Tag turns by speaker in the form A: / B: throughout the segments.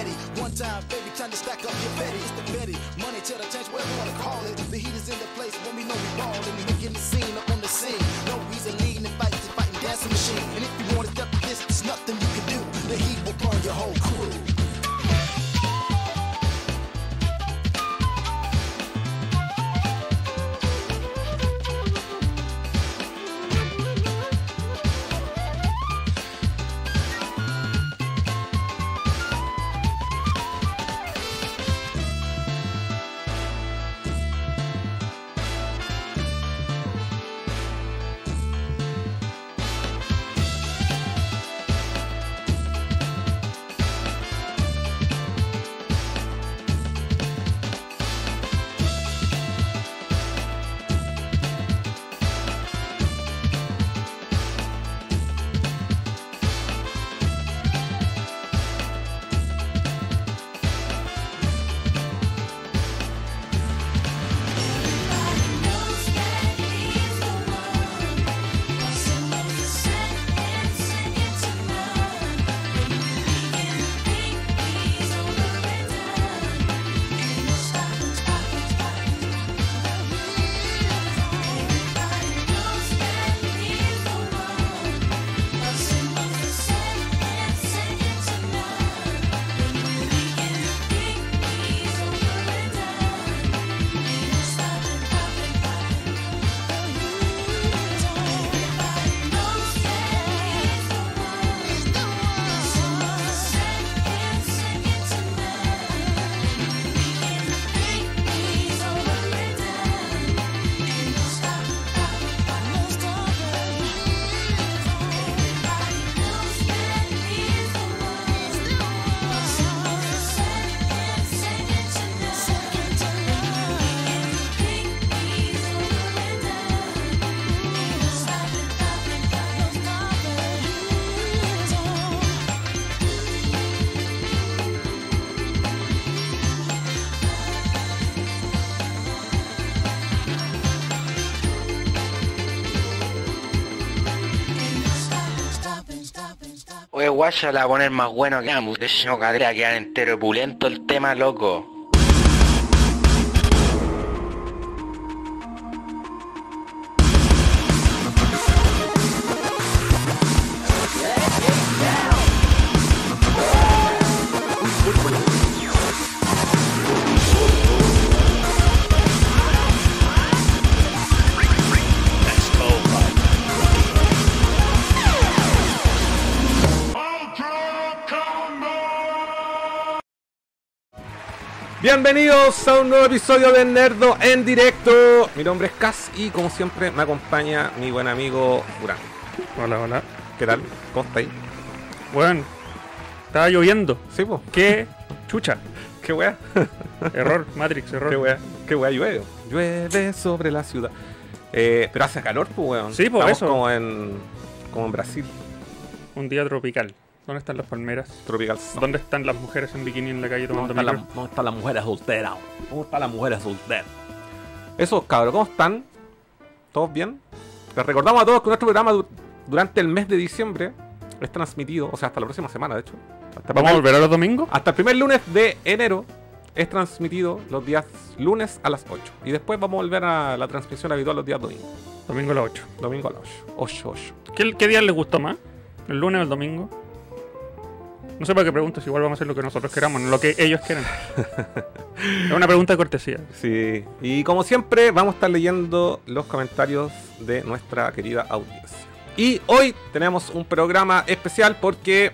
A: Sometimes, baby, time to stack up your betty. It's the Betty, money, cheddar, change, whatever you wanna call it. The heat is in the place when we know we ballin'. We making the scene up on the scene. No reason leading and fighting, fighting dancing machine. And if you want to step this, there's nothing you can do. The heat will burn your whole crew.
B: Oye, guacha, la va a poner más bueno que ambos. De no cadera, quedar entero pulento el tema, loco.
C: Bienvenidos a un nuevo episodio de Nerdo en directo. Mi nombre es Cas y como siempre me acompaña mi buen amigo Durán.
D: Hola, hola.
C: ¿Qué tal? ¿Cómo está ahí?
D: Bueno, estaba lloviendo.
C: Sí, po.
D: ¿Qué? Chucha.
C: Qué wea.
D: Error, Matrix, error.
C: Qué wea. Qué wea llueve. Llueve sobre la ciudad. Eh, pero hace calor, pues, weón.
D: Sí, po,
C: Estamos
D: eso.
C: Como en, como en Brasil,
D: Un día tropical. ¿Dónde están las palmeras?
C: tropical. Sun.
D: ¿Dónde están las mujeres en bikini en la calle tomando
E: ¿Dónde está, la,
D: micro?
E: ¿Dónde está la mujer soltera? ¿Dónde está la mujer soltera?
C: Eso, cabros, ¿cómo están? ¿Todos bien? Les recordamos a todos que nuestro programa du- durante el mes de diciembre es transmitido, o sea, hasta la próxima semana, de hecho. Hasta el
D: ¿Vamos
C: primer-
D: a volver a los domingos?
C: Hasta el primer lunes de enero es transmitido los días lunes a las 8. Y después vamos a volver a la transmisión habitual los días domingo.
D: Domingo a las 8.
C: Domingo a las 8. 8, 8.
D: ¿Qué, qué día les gustó más? ¿El lunes o el domingo? No sé para qué preguntas, igual vamos a hacer lo que nosotros queramos, no lo que ellos quieran. es una pregunta de cortesía.
C: Sí. Y como siempre, vamos a estar leyendo los comentarios de nuestra querida audiencia. Y hoy tenemos un programa especial porque,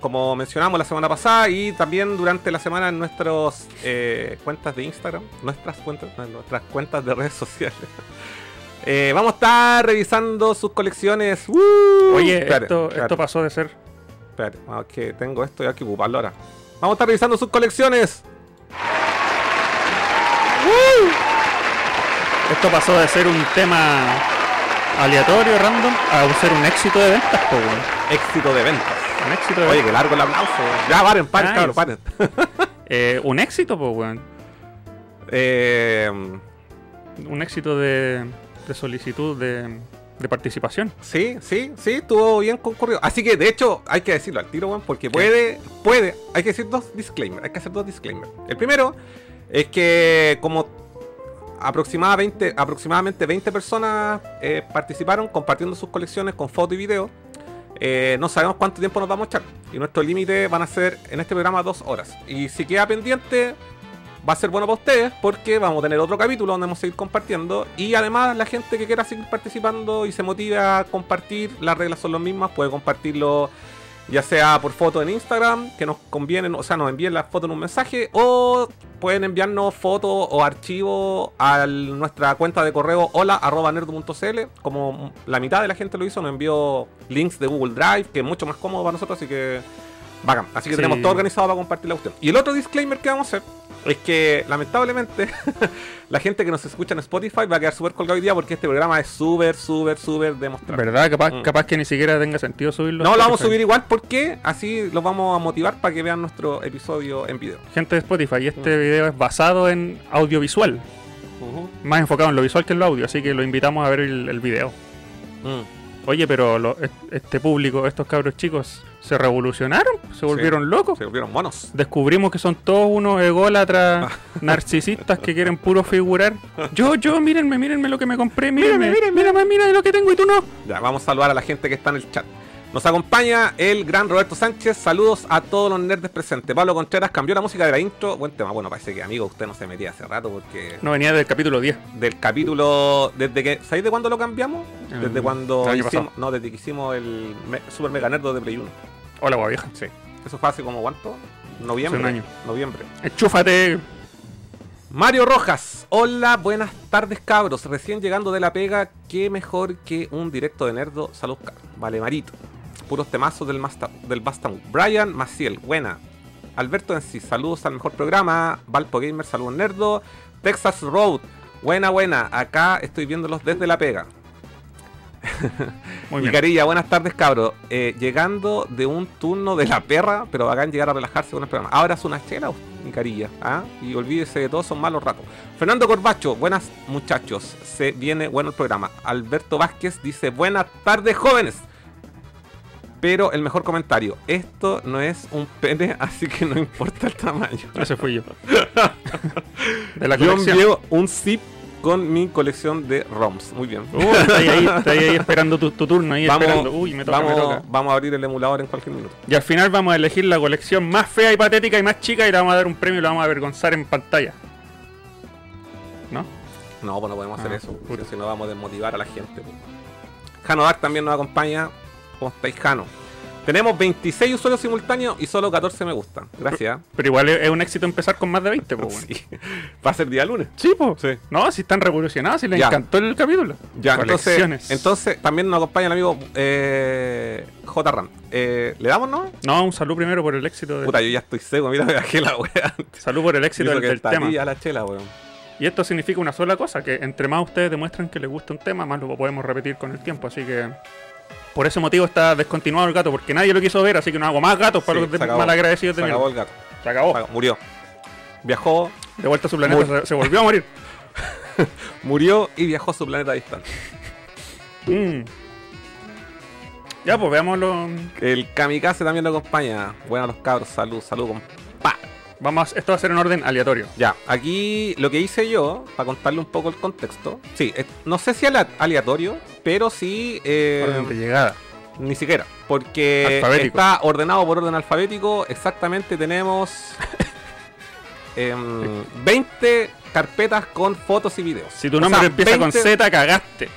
C: como mencionamos la semana pasada y también durante la semana en nuestras eh, cuentas de Instagram, nuestras cuentas, no, nuestras cuentas de redes sociales. eh, vamos a estar revisando sus colecciones. ¡Uh!
D: Oye,
C: Espérate,
D: esto,
C: espérate.
D: esto pasó de ser
C: Espérate, vamos, que Ah, tengo esto y hay que ocuparlo ahora. Vamos a estar revisando sus colecciones.
D: Esto pasó de ser un tema aleatorio, random, a ser un éxito de ventas, po, weón.
C: Éxito de ventas.
D: Un éxito eh. de
C: Oye,
D: ventas.
C: que largo el aplauso. Ya, paren, paren,
D: Nice.
C: cabrón, paren.
D: Eh, un éxito, po, weón.
C: Eh,
D: Un éxito de, de solicitud de, de participación.
C: Sí, sí, sí, estuvo bien concurrido. Así que, de hecho, hay que decirlo al tiro, weón, porque puede, puede, hay que decir dos disclaimers, hay que hacer dos disclaimers. El primero es que como aproximadamente 20, aproximadamente 20 personas eh, participaron compartiendo sus colecciones con foto y video, eh, no sabemos cuánto tiempo nos vamos a echar. Y nuestro límite van a ser en este programa dos horas. Y si queda pendiente, va a ser bueno para ustedes porque vamos a tener otro capítulo donde vamos a seguir compartiendo. Y además, la gente que quiera seguir participando y se motive a compartir, las reglas son las mismas, puede compartirlo. Ya sea por foto en Instagram, que nos convienen, o sea, nos envíen las fotos en un mensaje, o pueden enviarnos fotos o archivos a nuestra cuenta de correo hola arroba nerd.cl. Como la mitad de la gente lo hizo, nos envió links de Google Drive, que es mucho más cómodo para nosotros, así que bacán. Así que
D: Sí.
C: tenemos todo organizado para compartir la cuestión. Y el otro disclaimer que vamos a hacer es que, lamentablemente, la gente que nos escucha en Spotify va a quedar súper colgada hoy día porque este programa es súper, súper, súper demostrado.
D: ¿Verdad? Capaz,
C: Mm.
D: capaz que ni siquiera tenga sentido subirlo.
C: No, lo vamos a subir
D: Spotify.
C: igual porque así los vamos a motivar para que vean nuestro episodio en video.
D: Gente de Spotify, y
C: Mm.
D: este video es basado en audiovisual. Más enfocado en lo visual que en lo audio, así que lo invitamos a ver el, el video.
C: Mm.
D: Oye, pero lo- es- este público, estos cabros chicos, se revolucionaron, se volvieron locos.
C: Se volvieron monos.
D: Descubrimos que son todos unos ególatras,
C: Ah.
D: narcisistas que quieren puro figurar. Yo, yo, mírenme, mírenme lo que me compré, mírenme, mírenme, mírenme, mira lo que tengo y tú no.
C: Ya, vamos a saludar a la gente que está en el chat. Nos acompaña el gran Roberto Sánchez. Saludos a todos los nerds presentes. Pablo Contreras cambió la música de la intro. Buen tema. Bueno, parece que amigo, usted no se metía hace rato porque
D: No venía del capítulo 10.
C: del capítulo desde que ¿sabéis de cuándo lo cambiamos? Desde
D: Mm,
C: cuando
D: el año
C: hicimos, no, desde que hicimos el me- Super Mega Nerdo de Play 1.
D: Hola, guau vieja.
C: Sí. Eso fue hace como cuánto? Noviembre.
D: Hace un año.
C: Noviembre.
D: Enchúfate.
C: Mario Rojas, hola, buenas tardes cabros, recién llegando de la pega, qué mejor que un directo de nerdo, salud cabros. vale marito, puros temazos del, Masta- del Bastam, Brian Maciel, buena, Alberto en sí, saludos al mejor programa, Valpo Gamer, saludos nerdo, Texas Road, buena, buena, acá estoy viéndolos desde la pega,
D: Muy bien.
C: Micarilla, buenas tardes, cabros. Eh, llegando de un turno de la perra, pero hagan llegar a relajarse con el programa. Ahora es una chela, Micarilla, ¿ah? Y olvídese de todos son malos ratos. Fernando Corbacho, buenas muchachos. Se viene bueno el programa. Alberto Vázquez dice, buenas tardes, jóvenes. Pero el mejor comentario, esto no es un pene, así que no importa el tamaño.
D: Ese fui yo. De la
C: Yo
D: colección.
C: envío un zip con mi colección de ROMs. Muy bien.
D: Uh, está ahí, ahí, está ahí esperando tu, tu turno, ahí esperando. Uy, me toca,
C: vamos-
D: me toca.
C: vamos a abrir el emulador en cualquier minuto.
D: Y al final vamos a elegir la colección más fea y patética y más chica y le vamos a dar un premio y lo vamos a avergonzar en pantalla. ¿No?
C: No, pues no podemos hacer
D: Ah,
C: eso,
D: puta.
C: porque si no vamos a desmotivar a la gente. pues. Jano Dark también nos acompaña. ¿Cómo estáis, Jano? Tenemos 26 usuarios simultáneos y solo 14 me gustan. Gracias.
D: Pero igual es es un éxito empezar con más de 20, pues, bueno.
C: Sí. Va a ser día lunes.
D: Sí, pues.
C: Sí.
D: No, si están revolucionados, si les
C: Ya.
D: encantó el capítulo.
C: Ya, entonces,
D: Colecciones.
C: entonces también nos acompaña el amigo eh, JRAM. Eh, ¿Le damos, no?
D: No, un salud primero por el éxito del,
C: Puta, yo ya estoy seco. Mira, me bajé la wea.
D: salud por el éxito
C: Yo
D: del,
C: que
D: del
C: está
D: tema.
C: aquí a la chela, weón.
D: Y esto significa una sola cosa, que entre más ustedes demuestran que les gusta un tema, más lo podemos repetir con el tiempo. Así que por ese motivo está descontinuado el gato, porque nadie lo quiso ver, así que no hago más gatos para
C: Sí,
D: los de-
C: se acabó.
D: malagradecidos de
C: Se acabó
D: mierda. Oh.
C: el gato.
D: Se acabó.
C: Se acabó, Murió. Viajó,
D: De vuelta a su planeta,
C: Muy-
D: se, se volvió a morir.
C: murió y viajó a su planeta distante.
D: Mm. Ya, pues veámoslo.
C: El kamikaze también lo acompaña. Bueno, los cabros, salud, salud. compa.
D: Vamos, a- esto va a ser en orden aleatorio.
C: Ya, aquí lo que hice yo, para contarle un poco el contexto. Sí, eh, no sé si ala- aleatorio, pero sí, eh,
D: Orden de llegada.
C: ni siquiera. Porque
D: Alfabético.
C: está ordenado por orden alfabético. Exactamente tenemos em, 20 carpetas con fotos y videos.
D: Si tu
C: O
D: nombre
C: sea,
D: empieza con
C: 20,
D: Z, cagaste.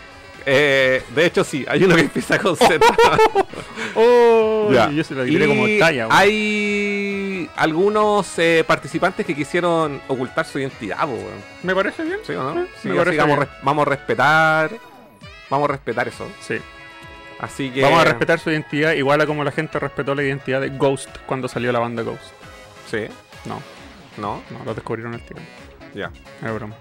C: eh, de hecho, sí, hay uno que empieza con Z.
D: Oh,
C: Ya.
D: Yo se lo diré
C: Y
D: como talla. güey.
C: Hay algunos eh, participantes que quisieron ocultar su identidad, po, weón.
D: ¿Me parece bien?
C: ¿Sí o no? Sí,
D: me
C: así
D: parece
C: que vamos, a
D: bien.
C: res- vamos a respetar. Vamos a respetar eso.
D: Sí.
C: Así que.
D: Vamos a respetar su identidad, igual a como la gente respetó la identidad de Ghost cuando salió la banda Ghost.
C: Sí,
D: No,
C: no,
D: no, lo descubrieron el tiro.
C: ya,
D: Es broma.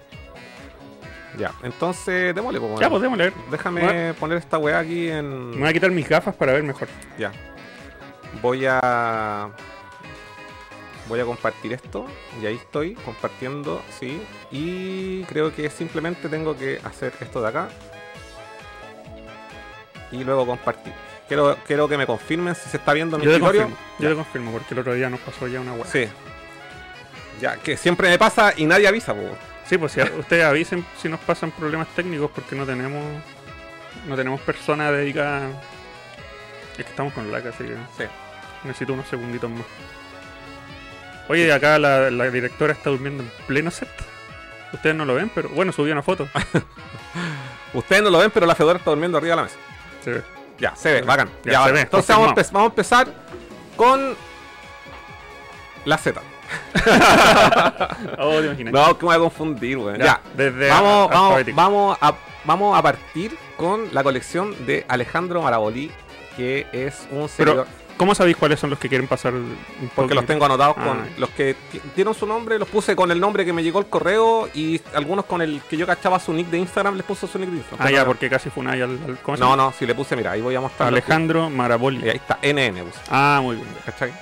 C: ya. Entonces, démosle, po,
D: Ya,
C: weón.
D: pues démosle a ver.
C: Déjame
D: Bueno.
C: poner esta weá aquí
D: Me
C: en.
D: voy a quitar mis gafas para ver mejor.
C: Ya. Voy a. Voy a compartir esto. Y ahí estoy, compartiendo, sí. Y creo que simplemente tengo que hacer esto de acá. y luego compartir. Quiero, quiero que me confirmen si se está viendo en mi
D: Yo te
C: escritorio.
D: confirmo, yo te confirmo, porque el otro día nos pasó ya una hueá. Sí.
C: Sí. Ya, que siempre me pasa y nadie avisa, po.
D: pues si a- ustedes avisen si nos pasan problemas técnicos, porque no tenemos no tenemos persona dedicada. Es que estamos con laca, así que
C: Sí.
D: necesito unos segunditos más. Oye, acá la, la directora está durmiendo en pleno set. Ustedes no lo ven, pero bueno, subí una foto.
C: Ah, Ustedes no lo ven, pero la Fedora está durmiendo arriba de la mesa.
D: Se ve.
C: Ya, se ve,
D: Ya,
C: bacán.
D: ya
C: Ya,
D: se
C: bacán.
D: ve,
C: Entonces vamos a,
D: confirmado.
C: empe- vamos a empezar con la Z.
D: Oh, te imaginas.
C: No, que me voy a confundir, weón. Ya.
D: Desde
C: Vamos, vamos,
D: alfabético.
C: vamos, a, vamos a partir con la colección de Alejandro Marabolí, que es un
D: Pero,
C: servidor.
D: ¿cómo sabéis cuáles son los que quieren pasar? un
C: porque
D: poquito?
C: los tengo anotados con
D: Ah.
C: los que ti- dieron su nombre, los puse con el nombre que me llegó el correo y algunos con el que yo cachaba su nick de Instagram, les puse su nick de Instagram.
D: Ah, ya,
C: Pero-
D: porque casi fue una al, al- ¿cómo se
C: No,
D: llama?
C: no, si le puse, mira, ahí voy a mostrar.
D: Alejandro
C: Y
D: Maraboli.
C: ahí está, NN puse.
D: Ah, muy bien.
C: ¿Cachai?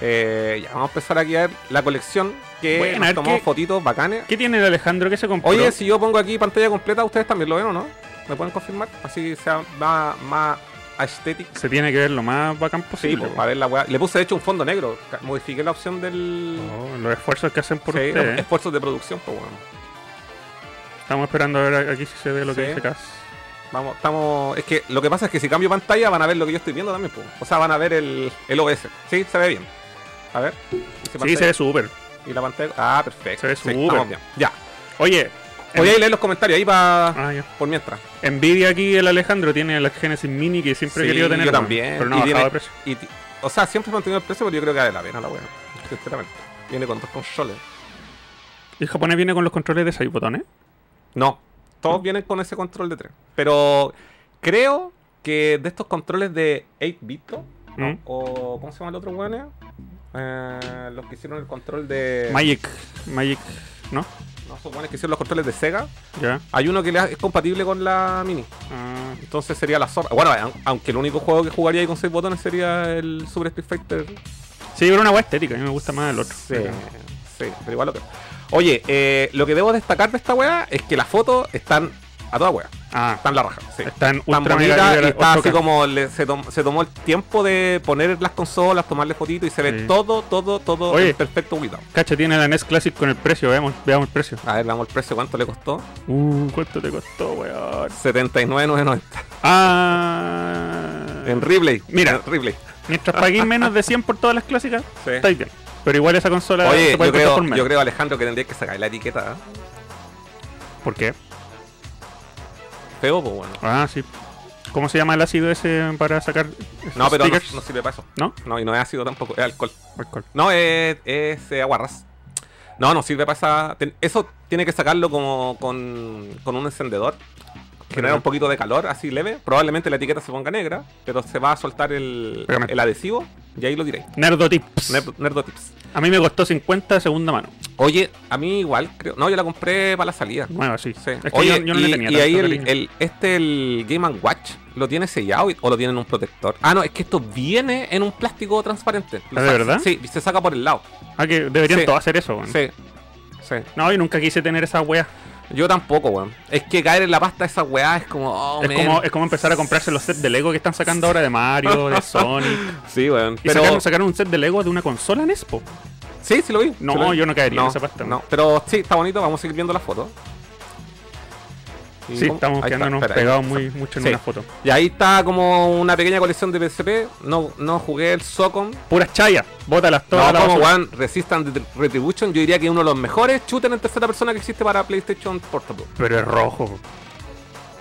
C: Eh, ya, vamos a empezar aquí a ver la colección que
D: Bueno, a
C: nos
D: ver
C: tomamos
D: qué-
C: fotitos bacanes.
D: ¿Qué tiene el Alejandro que se compró?
C: Oye, si yo pongo aquí pantalla completa, ¿ustedes también lo ven o no? ¿Me pueden confirmar? Así sea más, más aesthetic.
D: se tiene que ver lo más bacán
C: Sí,
D: posible.
C: pues,
D: po.
C: para ver la weá. Le puse de hecho un fondo negro. Ca- Modifiqué la opción del.
D: Oh, los esfuerzos que hacen por
C: Sí, los
D: ustedes.
C: esfuerzos de producción, pues weón.
D: Estamos esperando a ver aquí si se ve lo que
C: Sí.
D: dice Cas.
C: Vamos, estamos. Es que lo que pasa es que si cambio pantalla van a ver lo que yo estoy viendo también, pues. O sea, van a ver el, el OBS. Sí, se ve bien. A ver. Hice
D: Sí,
C: pantalla-
D: se ve súper.
C: Y la pantalla. Ah, perfecto.
D: Se ve
C: Sí,
D: súper.
C: estamos bien. Ya.
D: Oye, en-
C: Voy a leer los comentarios ahí para.
D: ah, ya.
C: Por mientras.
D: Envidia aquí el Alejandro tiene la Genesis Mini que siempre he
C: Sí,
D: querido tener.
C: Yo
D: weón,
C: también.
D: Pero no
C: Y
D: ha bajado
C: tiene-
D: de precio.
C: y ti- o sea, siempre he mantenido el precio, pero yo creo que vale la pena la weá. Sinceramente. Viene con dos consoles.
D: ¿Y japonés viene con los controles de 6 botones?
C: No. Todos vienen con ese control de 3. Pero creo que de estos controles de 8 bits ¿no?
D: Mm.
C: o ¿cómo se llama el otro weón? Eh, los que hicieron el control de.
D: Magic. Magic. ¿No?
C: No, son buenos que hicieron los controles de Sega.
D: Ya.
C: Hay uno que le ha- es compatible con la Mini.
D: Ah,
C: Entonces sería la zorra. Bueno, a- aunque el único juego que jugaría ahí con 6 botones sería el Super Street Fighter
D: Sí, pero una hueá estética, a mí me gusta más el otro.
C: Sí, sí, pero igual lo que. Oye, eh, lo que debo destacar de esta weá es que las fotos están a toda weá.
D: Ah,
C: Están la raja. Sí. Están
D: están ultra mega
C: bonitas y
D: nivel
C: está
D: 8K.
C: así como le- se, tom- se tomó el tiempo de poner las consolas, tomarle fotitos y se ve
D: Sí.
C: todo, todo, todo
D: Oye.
C: en perfecto cuidado.
D: Cacha tiene la NES Classic con el precio, veamos, veamos el precio.
C: A ver, veamos el precio, ¿cuánto le costó?
D: Uh, ¿cuánto te costó, weón?
C: 79,990.
D: Ah.
C: En Ripley.
D: Mira.
C: En Ripley.
D: Mientras paguéis menos de 100 por todas las clásicas,
C: Sí.
D: estáis bien. Pero igual esa consola
C: Oye, yo
D: puede costar
C: creo,
D: por menos.
C: yo creo, Alejandro, que tendrías que sacar la etiqueta. ¿eh?
D: ¿Por qué?
C: Feo, pues bueno.
D: Ah, sí. ¿Cómo se llama el ácido ese para sacar
C: No, pero no,
D: stickers?
C: no sirve para eso.
D: ¿No?
C: No, y no es ácido tampoco, es alcohol.
D: Alcohol.
C: No, es, es eh, aguarrás. No, no sirve para esa. ten- eso tiene que sacarlo como con, con un encendedor. Genera
D: Ajá.
C: un poquito de calor así leve. Probablemente la etiqueta se ponga negra, pero se va a soltar el,
D: Pegamento.
C: el adhesivo y ahí lo diré.
D: Nerdotips.
C: Nerd- Nerdotips.
D: A mí me costó 50 de segunda mano.
C: Oye, a mí igual creo. No, yo la compré para la salida.
D: Bueno, sí.
C: Sí.
D: Es que
C: Oye,
D: yo, yo no
C: y,
D: le tenía
C: y
D: tanto
C: ahí el,
D: cariño.
C: el- este, el Game Watch, ¿lo tiene sellado y- o lo tiene en un protector? Ah, no, es que esto viene en un plástico transparente. Lo
D: ¿Ah, de
C: sa-
D: verdad?
C: Sí, y se saca por el lado.
D: Ah, que deberían
C: Sí.
D: todos hacer eso, weón.
C: Sí. Sí.
D: No, yo nunca quise tener esa wea.
C: Yo tampoco, weón. Es que caer en la pasta de esa weá es como. oh,
D: es,
C: man.
D: como, es como empezar a comprarse los sets de Lego que están sacando ahora de Mario, de Sonic.
C: Sí, weón.
D: Y
C: Pero...
D: sacaron, sacaron un set de Lego de una consola Nespo.
C: Sí, sí lo vi.
D: No,
C: sí lo vi.
D: yo no caería en esa pasta,
C: No, pero sí, está bonito. Vamos a seguir viendo la foto. Y
D: Sí,
C: cómo-
D: estamos
C: ahí está,
D: quedándonos
C: espera, ahí
D: pegados
C: está.
D: muy, mucho en
C: Sí.
D: una foto.
C: Y ahí está como una pequeña colección de PSP. No, no jugué el Socom.
D: Puras chayas, bótalas todas. a
C: No,
D: la
C: como
D: basura.
C: weón, Resistance Det- Retribution, yo diría que es uno de los mejores shooters en tercera persona que existe para PlayStation Portable.
D: Pero es rojo.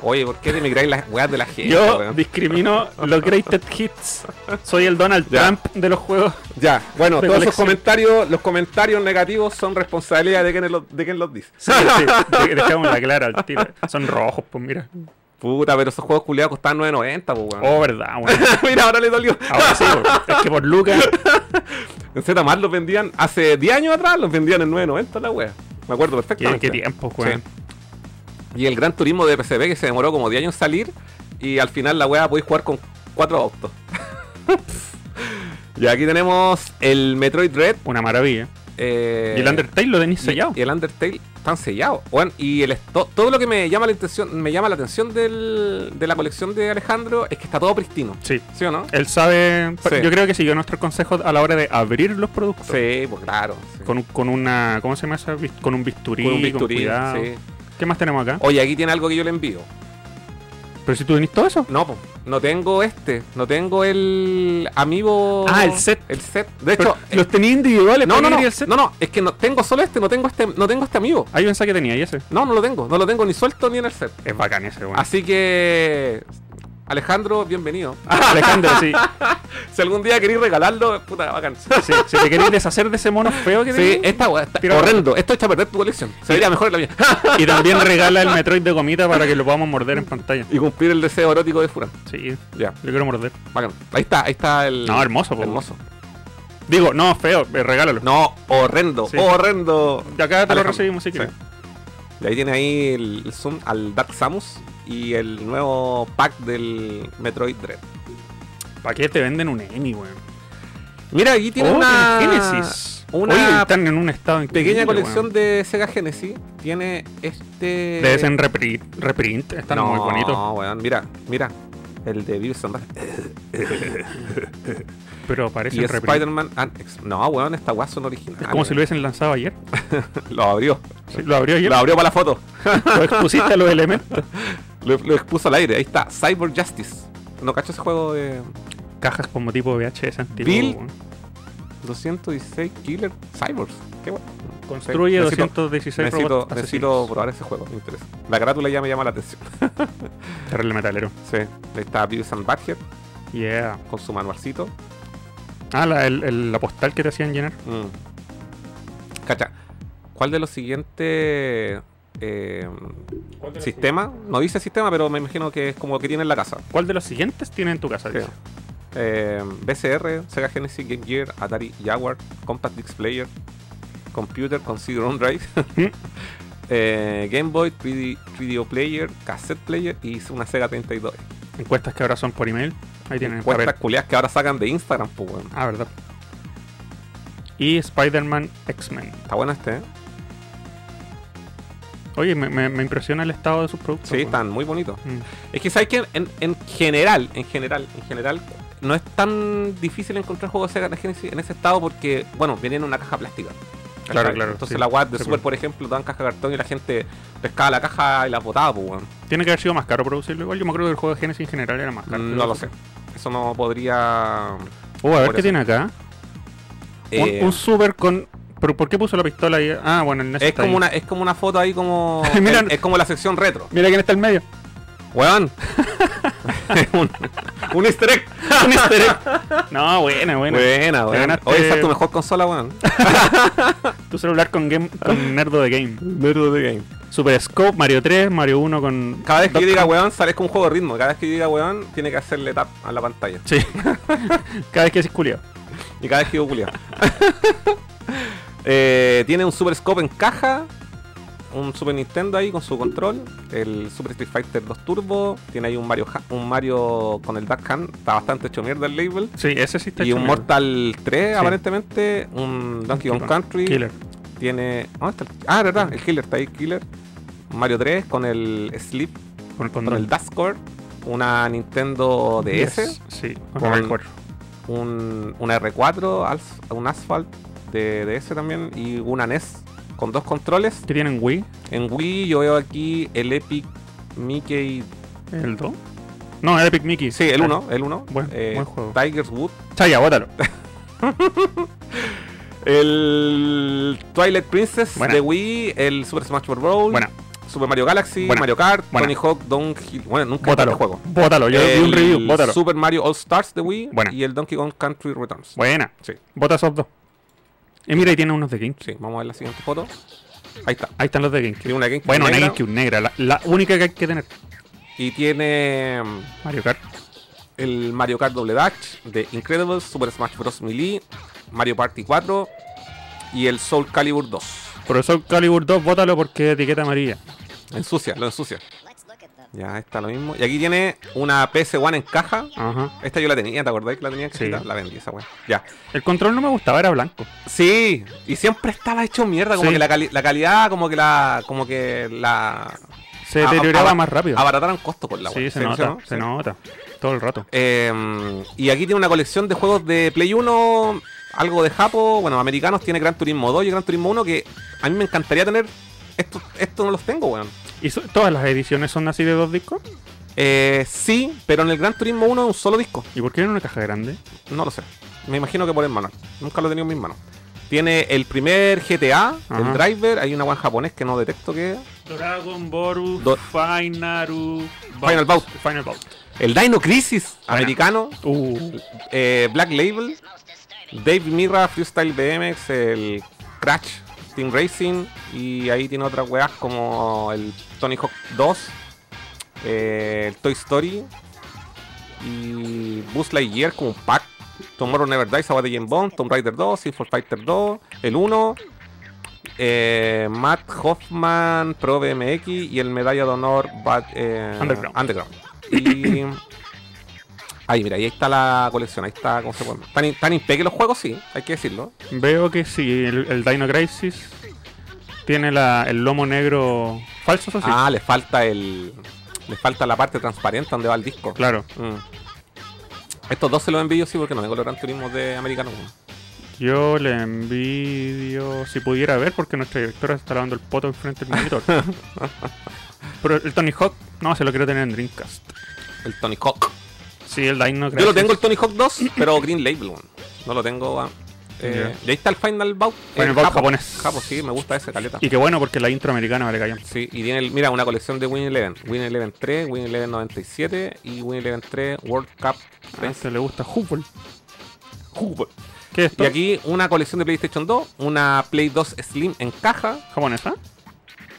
C: Oye, ¿por qué demigráis las weas de la gente?
D: Yo
C: weón?
D: discrimino los Greatest Hits. Soy el Donald
C: Ya.
D: Trump de los juegos.
C: Ya, bueno,
D: De
C: todos esos
D: colección.
C: comentarios, los comentarios negativos son responsabilidad de quien los, de quien los dice.
D: Sí, sí, de- dejémosla clara al tiro. Son rojos, pues mira.
C: Puta, pero esos juegos culiados costaban 9.90, pues, weón.
D: Oh, verdad, weón.
C: Mira, ahora le dolió.
D: Ahora sí, weón. es que por Lucas.
C: En Z más los vendían, hace 10 años atrás los vendían en 9.90 la wea. Me acuerdo
D: Qué,
C: perfectamente.
D: qué tiempo, weón.
C: Sí. Y el gran turismo de PCB que se demoró como 10 años en salir y al final la wea podéis jugar con 4 autos. y aquí tenemos el Metroid Red
D: Una maravilla.
C: eh,
D: y el Undertale lo tenéis
C: y-
D: sellado.
C: y el Undertale están sellados. Weón, y el esto- todo lo que me llama la atención, me llama la atención del- de la colección de Alejandro es que está todo pristino.
D: Sí.
C: ¿Sí o no?
D: Él sabe.
C: Sí.
D: Yo creo que siguió nuestros consejos a la hora de abrir los productos.
C: Sí, pues claro. sí.
D: Con, con una. ¿Cómo se llama esa? Vis- Con un bisturí.
C: Con
D: Con
C: un bisturí,
D: cuidado.
C: sí.
D: ¿Qué más tenemos acá?
C: Oye, aquí tiene algo que yo le envío. Oh.
D: Pero si tú tenés todo eso.
C: No, po, no tengo este. No tengo el amigo.
D: Ah, el set.
C: El set. De
D: Pero
C: hecho, eh,
D: los tenía individuales.
C: no,
D: ¿para
C: no,
D: qué
C: no,
D: quería el set?
C: no, no, es que no tengo solo este, no tengo este, no tengo este amigo.
D: Ahí pensaba que tenía, y ese. Ah,
C: No, no lo tengo, no lo tengo ni suelto ni en el set.
D: Es bacán ese, bueno.
C: Así que Alejandro, bienvenido.
D: ah, Alejandro, sí.
C: Si algún día queréis regalarlo, puta bacán.
D: sí. Si te querés deshacer de ese mono feo que
C: Sí,
D: tenés.
C: esta weá está
D: Tira-
C: horrendo. Esto echa a perder tu colección. Se vería mejor en la mía.
D: Y también regala el Metroid de gomita para que lo podamos morder en pantalla.
C: y cumplir el deseo erótico de Furan.
D: Sí,
C: Ya,
D: yo quiero morder.
C: bacán. Ahí está, ahí está el.
D: No, hermoso, po.
C: Hermoso.
D: Digo, no, feo, eh, regálalo.
C: No, horrendo,
D: Sí.
C: horrendo.
D: De acá te lo
C: Alejandro.
D: recibimos, sí, que.
C: Sí. Y ahí tiene ahí el, el zoom al Dark Samus y el nuevo pack del Metroid Dread.
D: ¿Para qué te venden un Emi, weón?
C: Mira, aquí tiene
D: Oh,
C: una.
D: tiene Genesis.
C: Una
D: Oye, están en un estado increíble,
C: pequeña colección
D: weón.
C: de Sega Genesis. Tiene este.
D: Debe ser en repri- reprint, están
C: no,
D: muy bonitos.
C: No, weón, mira, mira. El de Virus and Rash.
D: Pero parece
C: Y
D: en reprint.
C: Spider-Man and X- No, weón, esta weá son originales.
D: Es como si lo hubiesen lanzado ayer.
C: Lo abrió.
D: Sí, lo abrió ayer.
C: Lo abrió para la foto.
D: Lo expusiste a los elementos.
C: Lo, lo expuso al aire. Ahí está. Cyber Justice. No cacho ese juego de
D: Cajas como tipo VHS antiguo.
C: Bill-
D: weón.
C: 216 Killer Cyborgs. Qué bueno.
D: Construye
C: Necesito-
D: 216
C: Necesito,
D: robots
C: necesito
D: asesinos.
C: probar ese juego, me interesa. La carátula ya me llama la atención.
D: Terrible metalero.
C: Sí, ahí está Beavis and Badger
D: Yeah.
C: con su manualcito.
D: Ah, la, el- el- la postal que te hacían llenar.
C: Mm. Cacha, ¿cuál de los siguientes eh, sistemas? No dice sistema, pero me imagino que es como lo que tiene en la casa.
D: ¿Cuál de los siguientes tiene en tu casa?
C: creo.
D: dice?
C: Eh, BCR, Sega Genesis, Game Gear, Atari Jaguar, Compact Disc Player, Computer con CD-ROM Drive, eh, Game Boy, 3D, 3DO Player, Cassette Player y una Sega 32.
D: Encuestas que ahora son por email. Ahí tienen el papel.
C: Cuentas culiadas que ahora sacan de Instagram, pues, weón.
D: Ah, verdad. Y Spider-Man X-Men.
C: Está bueno este, ¿eh?
D: Oye, me, me- me impresiona el estado de sus productos.
C: Sí,
D: weón.
C: están muy bonitos.
D: Mm.
C: Es que sabes que en, en general, en general, en general, no es tan difícil encontrar juegos de Sega Genesis en ese estado porque, bueno, vienen en una caja plástica.
D: Claro,
C: ¿Cachai?
D: claro,
C: Entonces
D: sí,
C: la web de
D: sí,
C: Super,
D: claro.
C: por ejemplo, dan caja de cartón y la gente pescaba la caja y la botaba, pues, weón.
D: Tiene que haber sido más caro producirlo. Igual yo me acuerdo que el juego de Genesis en general era más caro.
C: Mm, No lo sé. Eso no podría.
D: Oh, a ver
C: Por
D: qué
C: eso.
D: tiene acá. Un-
C: eh,
D: Un, super con. ¿Pero por qué puso la pistola ahí? Ah, bueno, el NES
C: es
D: está
C: como
D: ahí.
C: una, es como una foto ahí como.
D: Mira.
C: es, es como la sección retro.
D: Mira quién está en medio.
C: Weón. un, un easter egg.
D: Un easter egg. No, buena, buena.
C: Buena,
D: Te
C: weón.
D: ganaste
C: Oye, esa es tu mejor consola, weón.
D: Tu celular con, game, con Nerdo de Game.
C: Nerd de game.
D: Super Scope, Mario 3, Mario 1 con.
C: Cada vez que
D: Doc-
C: yo diga weón, sales con un juego de ritmo. Cada vez que yo diga weón, tiene que hacerle tap a la pantalla.
D: Sí. Cada vez que decís culiao.
C: Y cada vez que digo culiao. Eh, tiene un Super Scope en caja. Un Super Nintendo ahí con su control. El Super Street Fighter 2 Turbo. Tiene ahí un Mario, Ha- un Mario con el backhand. Está bastante hecho mierda el label.
D: Sí, ese sí está
C: Y
D: hecho
C: un
D: mierda.
C: Mortal 3,
D: Sí.
C: aparentemente. Un Donkey Kong Country.
D: Killer.
C: Tiene. ¿dónde está el- Ah, verdad. El Killer está ahí, Killer. Mario 3 con el Sleep,
D: Con el
C: con el
D: condón.
C: Dashcore. Una Nintendo DS.
D: Yes, Sí, con
C: Con-
D: el cuerpo.
C: un, una R4, als- un Asphalt de DS también y una NES con dos controles.
D: ¿Qué tienen Wii?
C: En Wii yo veo aquí el Epic Mickey.
D: ¿El 2? No, Epic Mickey.
C: Sí, el 1, el 1.
D: Ah, Buen- buen juego.
C: Tiger's Wood.
D: Chaya, bótalo.
C: El Twilight Princess
D: Buena.
C: de Wii, el Super Smash Bros. Brawl,
D: Bueno,
C: Super Mario Galaxy,
D: Buena.
C: Mario Kart,
D: Buena.
C: Tony Hawk, Downhill. Bueno, nunca he
D: bótalo.
C: jugado este juego.
D: Bótalo, yo vi un
C: El
D: review. Bótalo.
C: Super Mario All Stars de Wii
D: Buena.
C: y el Donkey Kong Country Returns.
D: Buena.
C: Sí,
D: Bota esos dos. Y mira, ahí tiene unos de GameCube.
C: sí, vamos a ver la siguiente foto. Ahí está.
D: Ahí están los de GameCube.
C: Tiene una GameCube
D: Bueno, una
C: negra.
D: GameCube negra. La, la única que hay que tener.
C: Y tiene mm,
D: Mario Kart.
C: el Mario Kart Double Dash de Incredibles, Super Smash Bros. Melee, Mario Party 4 y el Soul Calibur 2.
D: Profesor Calibur 2, bótalo porque etiqueta amarilla.
C: Ensucia, lo ensucia.
F: Let's look at them.
C: Ya, está lo mismo. Y aquí tiene una PS1 en caja.
D: Ajá.
C: Esta yo la tenía, ¿te acordáis que la tenía? Sí.
D: Sí.
C: La vendí esa weá. Ya.
D: El control no me gustaba, era blanco.
C: Sí, y siempre estaba hecho mierda, como
D: Sí.
C: que la, cali- la calidad, como que la. como que la.
D: Se
C: a-
D: deterioraba
C: aba-
D: más rápido.
C: Abarataron costos con ah, la
D: sí,
C: weá.
D: se
C: ¿Sí,
D: nota,
C: no? Sí.
D: se nota. Todo el rato.
C: Eh, y aquí tiene una colección de juegos de Play 1, algo de Japo, bueno, americanos, tiene Gran Turismo 2 y Gran Turismo 1 que a mí me encantaría tener. Esto, esto no los tengo, weón.
D: ¿Y so- todas las ediciones son así de dos discos?
C: Eh, sí, pero en el Gran Turismo 1 es un solo disco.
D: ¿Y por qué en una caja grande?
C: No lo sé. Me imagino que por el manual. Nunca lo he tenido en mis manos. Tiene el primer GTA, el
D: Ajá.
C: driver, hay una weá en japonés que no detecto que es.
D: Dragon Boru,
C: Do-
D: Finaru,
C: Final Bout.
D: Final Bout.
C: El Dino Crisis americano,
D: Uh,
C: eh, Black Label, Dave Mirra, Freestyle BMX, el Crash, Team Racing, y ahí tiene otras weas como el Tony Hawk 2, eh, el Toy Story, y Buzz Lightyear como un pack, Tomorrow Never Dies, Sabbath Game Bond, Tomb Raider 2, Silver Fighter 2, el 1, eh, Matt Hoffman, Pro BMX y el Medalla de Honor Bat- eh,
D: Underground.
C: Y. Ahí, mira, ahí está la colección, ahí está cómo se puede. Tan, tan impeque los juegos, sí, hay que decirlo.
D: veo que sí, el, el Dino Crisis tiene la, el lomo negro falso, eso sí.
C: Ah, le falta el. Le falta la parte transparente donde va el disco.
D: Claro,
C: Mm. Estos dos se los envío, sí, porque no tengo los Gran Turismo de americano. weón.
D: yo le envidio, si pudiera ver, porque nuestra directora se está lavando el poto enfrente del monitor. Pero el Tony Hawk, no, se lo quiero tener en Dreamcast.
C: El Tony Hawk.
D: Sí, el Dino Crisis.
C: Yo lo tengo el Tony Hawk 2, pero Green Label, weón. No lo tengo. weón. Eh, Y ahí está el Final Bout.
D: Final
C: el
D: Bout
C: Japo.
D: japonés.
C: Japo, sí, me gusta ese, caleta.
D: Y qué bueno, porque la intro americana vale callan.
C: Sí, y tiene, el- mira, una colección de Win Eleven. Win Eleven 3, Win Eleven 97 y Win Eleven 3 World Cup
D: A
C: 3.
D: este le gusta fútbol. ¿Qué es esto?
C: Y aquí una colección de PlayStation 2, una Play 2 Slim en caja,
D: ¿Japonesa?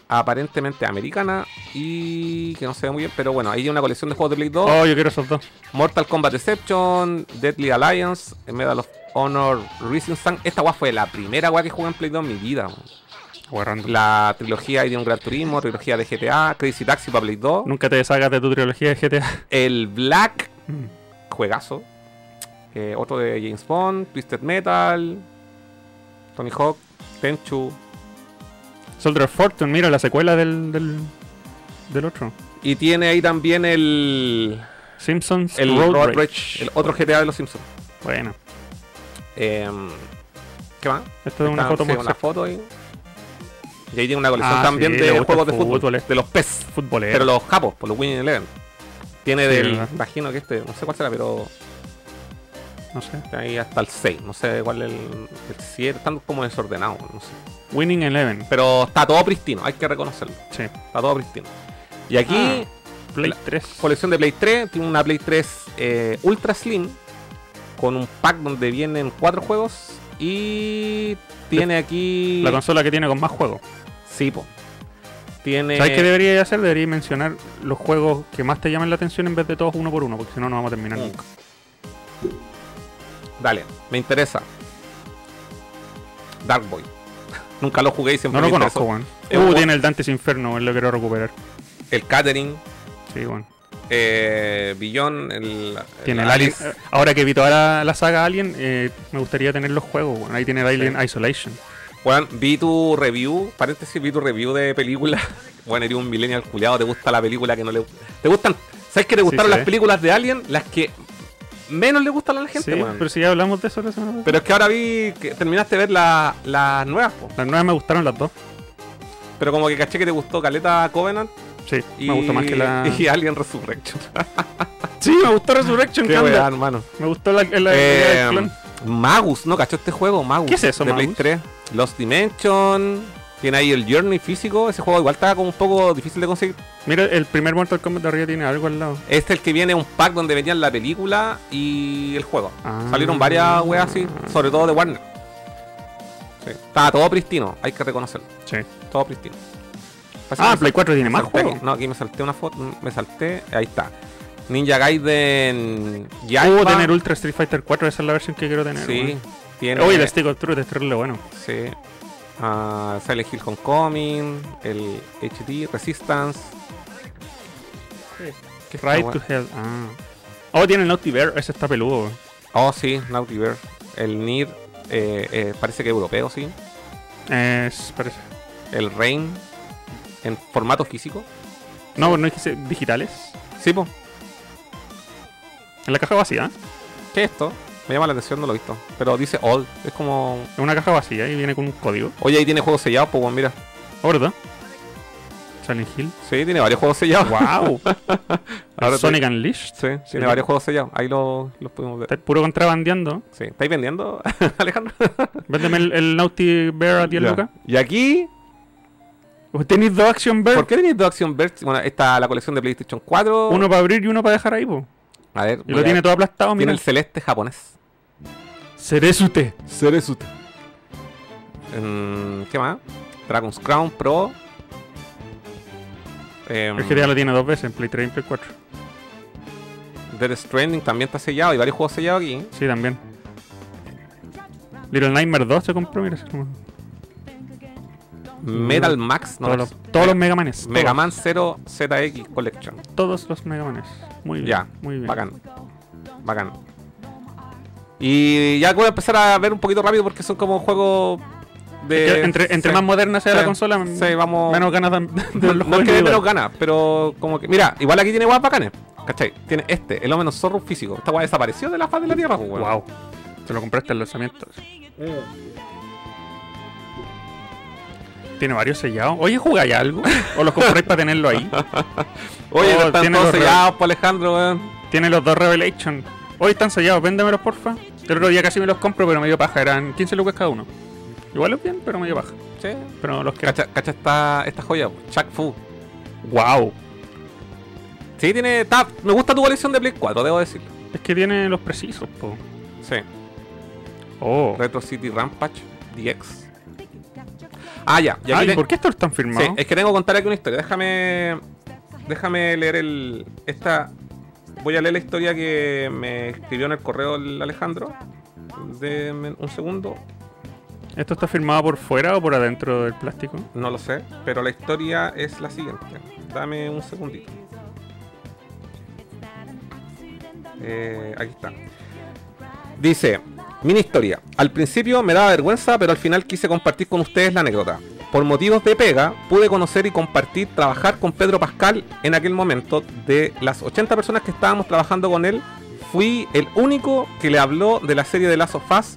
C: aparentemente americana y que no se ve muy bien, pero bueno, ahí hay una colección de juegos de Play 2,
D: Oh, yo quiero esos dos.
C: Mortal Kombat Deception, Deadly Alliance, Medal of Honor, Rising Sun. Esta guay fue la primera guay que jugué en Play 2 en mi vida. weón.
D: Aguarrando.
C: La trilogía de un Gran Turismo, trilogía de GTA, Crazy Taxi para Play 2,
D: Nunca te deshagas de tu trilogía de GTA.
C: el Black,
D: Mm.
C: juegazo, eh, otro de James Bond, Twisted Metal, Tony Hawk, Tenchu,
D: Soldier of Fortune, mira la secuela del, del, del otro.
C: Y tiene ahí también el,
D: Simpsons
C: el
D: Road,
C: Road
D: Rage.
C: Rage, el otro GTA de los Simpsons.
D: Bueno,
C: Em, ¿Qué más?
D: esto es una
C: Está-
D: foto
C: sí,
D: más
C: una foto ahí. Y ahí tiene una colección
D: Ah,
C: también
D: sí, le
C: de
D: gusta
C: juegos
D: el
C: de fútbol,
D: fútbol, eh.
C: de los PES,
D: futbolera.
C: pero los capos, por los Winning Eleven. Tiene
D: Sí,
C: del,
D: ¿verdad?
C: imagino que este, no sé cuál será, pero
D: No sé.
C: está ahí hasta el 6, no sé cuál es el, el 7, están como desordenados, no sé.
D: Winning Eleven,
C: Pero está todo pristino, hay que reconocerlo,
D: sí.
C: está todo pristino. Y aquí
D: Ah. Play
C: La-
D: 3.
C: colección de Play 3, tiene una Play 3 eh, Ultra Slim con un pack donde vienen cuatro juegos y tiene aquí
D: La consola que tiene con más juegos.
C: sí, po. Tiene
D: ¿Sabes qué debería hacer? Debería mencionar los juegos que más te llaman la atención en vez de todos uno por uno, porque si no, no vamos a
C: Mm.
D: terminar nunca.
C: Dale, me interesa. Dark Boy. Nunca lo jugué y siempre
D: No lo
C: me interesó.
D: conozco, weón.
C: Es un
D: Uh,
C: juego-
D: tiene el Dante's Inferno, weón, lo quiero recuperar.
C: El Catering,
D: Sí, weón.
C: eh, Billón, el,
D: Tiene el Alien. eh, Ahora que vi toda la, la saga Alien, eh, me gustaría tener los juegos, weón. Ahí tiene el Alien Isolation.
C: Bueno, vi tu review, paréntesis, vi tu review de película. Bueno, eres un millennial culiado, te gusta la película que no le ¿Te gustan? ¿Sabes que te gustaron
D: se
C: las
D: ve.
C: películas de Alien? Las que menos le gustan a la gente,
D: sí,
C: weón.
D: pero
C: Pero,
D: si ya hablamos de eso la semana pasada.
C: es que ahora vi que terminaste de ver la- las nuevas, po.
D: Las nuevas me gustaron las dos.
C: Pero como que caché que te gustó Caleta Covenant
D: Sí,
C: y,
D: me gustó más que la.
C: y Alien Resurrection.
D: Sí, me gustó Resurrection
C: Qué
D: Candle.
C: weá, hermano.
D: Me gustó la, la- la-
C: Eh,
D: el clon.
C: Magus, no cachó este juego, Magus.
D: ¿Qué es eso,
C: de Play
D: Magus?
C: 3. Lost Dimension. Tiene ahí el Journey físico. Ese juego igual estaba como un poco difícil de conseguir.
D: Mira, el primer Mortal Kombat de arriba tiene algo al lado.
C: Este es el que viene un pack donde venían la película y el juego.
D: Ah.
C: Salieron varias weas así, sobre todo de Warner. Sí. Estaba todo pristino, hay que reconocerlo.
D: Sí.
C: Todo pristino. Parece que
D: Ah,
C: me
D: Play 4 tiene
C: me
D: más
C: salté
D: juegos.
C: aquí. No, aquí me salté una foto, me salté, ahí está. Ninja Gaiden
D: Puedo
C: Yaiba.
D: tener Ultra Street Fighter 4, esa es la versión que quiero tener.
C: Sí,
D: weón.
C: tiene
D: Oye, el Stick of Truth es terrible bueno.
C: Sí. Ah, Silent Hill Homecoming, el HD Resistance.
D: Que Ride
C: Ah,
D: to Hell. Ah. Oh, tiene el Naughty Bear. Ese está peludo. weón.
C: Oh, sí, Naughty Bear. El Nid eh, eh, parece que europeo, sí.
D: Es, parece.
C: El Rain en formato físico.
D: No, no es que se- digitales.
C: Sí, po.
D: En la caja vacía.
C: ¿Qué es esto? Me llama la atención, no lo he visto. Pero dice All. Es como.
D: Es una caja vacía y viene con un código.
C: Oye, ahí tiene juegos sellados, pues, mira.
D: Oh, ¿verdad? Silent Hill.
C: Sí, tiene varios juegos sellados.
D: ¡Wow!
C: Ahora te-
D: Sonic Unleashed.
C: Sí,
D: Sí.
C: tiene varios juegos sellados. Ahí lo- los pudimos ver.
D: Está puro contrabandeando.
C: Sí. ¿Estáis vendiendo, Alejandro?
D: Véndeme el, el Naughty Bear a 10
C: Ya.
D: lucas. Pues
C: Y aquí,
D: Tenéis dos Action Bear.
C: ¿por qué tenéis dos Action Birds? Bueno, está la colección de PlayStation 4.
D: Uno para abrir y uno para dejar ahí, po.
C: A ver,
D: Y
C: voy
D: lo
C: a-
D: tiene todo aplastado,
C: tiene
D: mira.
C: el celeste japonés.
D: Ceresute.
C: Ceresute. Mm, ¿Qué más? Dragon's Crown Pro. Em,
D: El GTA lo tiene dos veces, en Play 3 y en Play 4.
C: Death Stranding también está sellado. Hay varios juegos sellados aquí.
D: Sí, también. Little Nightmare 2 se compró, mira. así como-
C: Metal Max. No,
D: Mm,
C: no,
D: todos, los, todos los Megamanes.
C: Mega Man 0 ZX Collection.
D: Todos los Megamanes. Muy bien.
C: Ya,
D: muy bien.
C: Bacán. Bacán. Y ya voy a empezar a ver un poquito rápido porque son como juegos de.
D: Que entre entre
C: Eh, sí.
D: más moderna sea
C: Sí.
D: la consola,
C: Sí, vamos.
D: menos ganas de, de
C: no,
D: los
C: no es
D: juegos
C: que dé menos
D: individuales.
C: ganas, pero como que. Mira, igual aquí tiene guas bacanes. ¿Cachai? Tiene este, el menos zorro físico. Esta guay desapareció de la faz de la tierra, pues, weón.
D: Wow. Te lo compraste al lanzamiento. Tiene varios sellados. Oye, ¿jugáis algo? ¿O los compráis para tenerlo ahí?
C: Oye,
D: Oh,
C: están
D: tiene
C: todos
D: los re-
C: sellados por Alejandro, weón.
D: Tiene los dos Revelation. Hoy están sellados, véndemelos porfa. El otro día casi me los compro, pero me dio paja. Eran 15 lucas cada uno. Igual es bien, pero me dio paja.
C: Sí.
D: Pero los que.
C: Cacha, cacha esta, esta joya, weón. Chuck Fu.
D: ¡Wow!
C: Sí, tiene. está- me gusta tu colección de Play 4, debo decirlo.
D: Es que tiene los precisos, po.
C: Sí.
D: Oh.
C: Retro City Rampage DX. Ah, ya. Y aquí
D: Ay,
C: te-
D: ¿por qué estos están
C: Sí,
D: firmados?
C: es que tengo que contar aquí una historia. Déjame. Déjame leer el. Esta. Voy a leer la historia que me escribió en el correo el Alejandro. Deme un segundo.
D: ¿Esto está firmado por fuera o por adentro del plástico?
C: No lo sé. Pero la historia es la siguiente. Dame un segundito. Eh, aquí está. Dice, mini historia. Al principio me daba vergüenza, pero al final quise compartir con ustedes la anécdota. Por motivos de pega, pude conocer y compartir, trabajar con Pedro Pascal en aquel momento. De las 80 personas que estábamos trabajando con él, fui el único que le habló de la serie de Last of Us.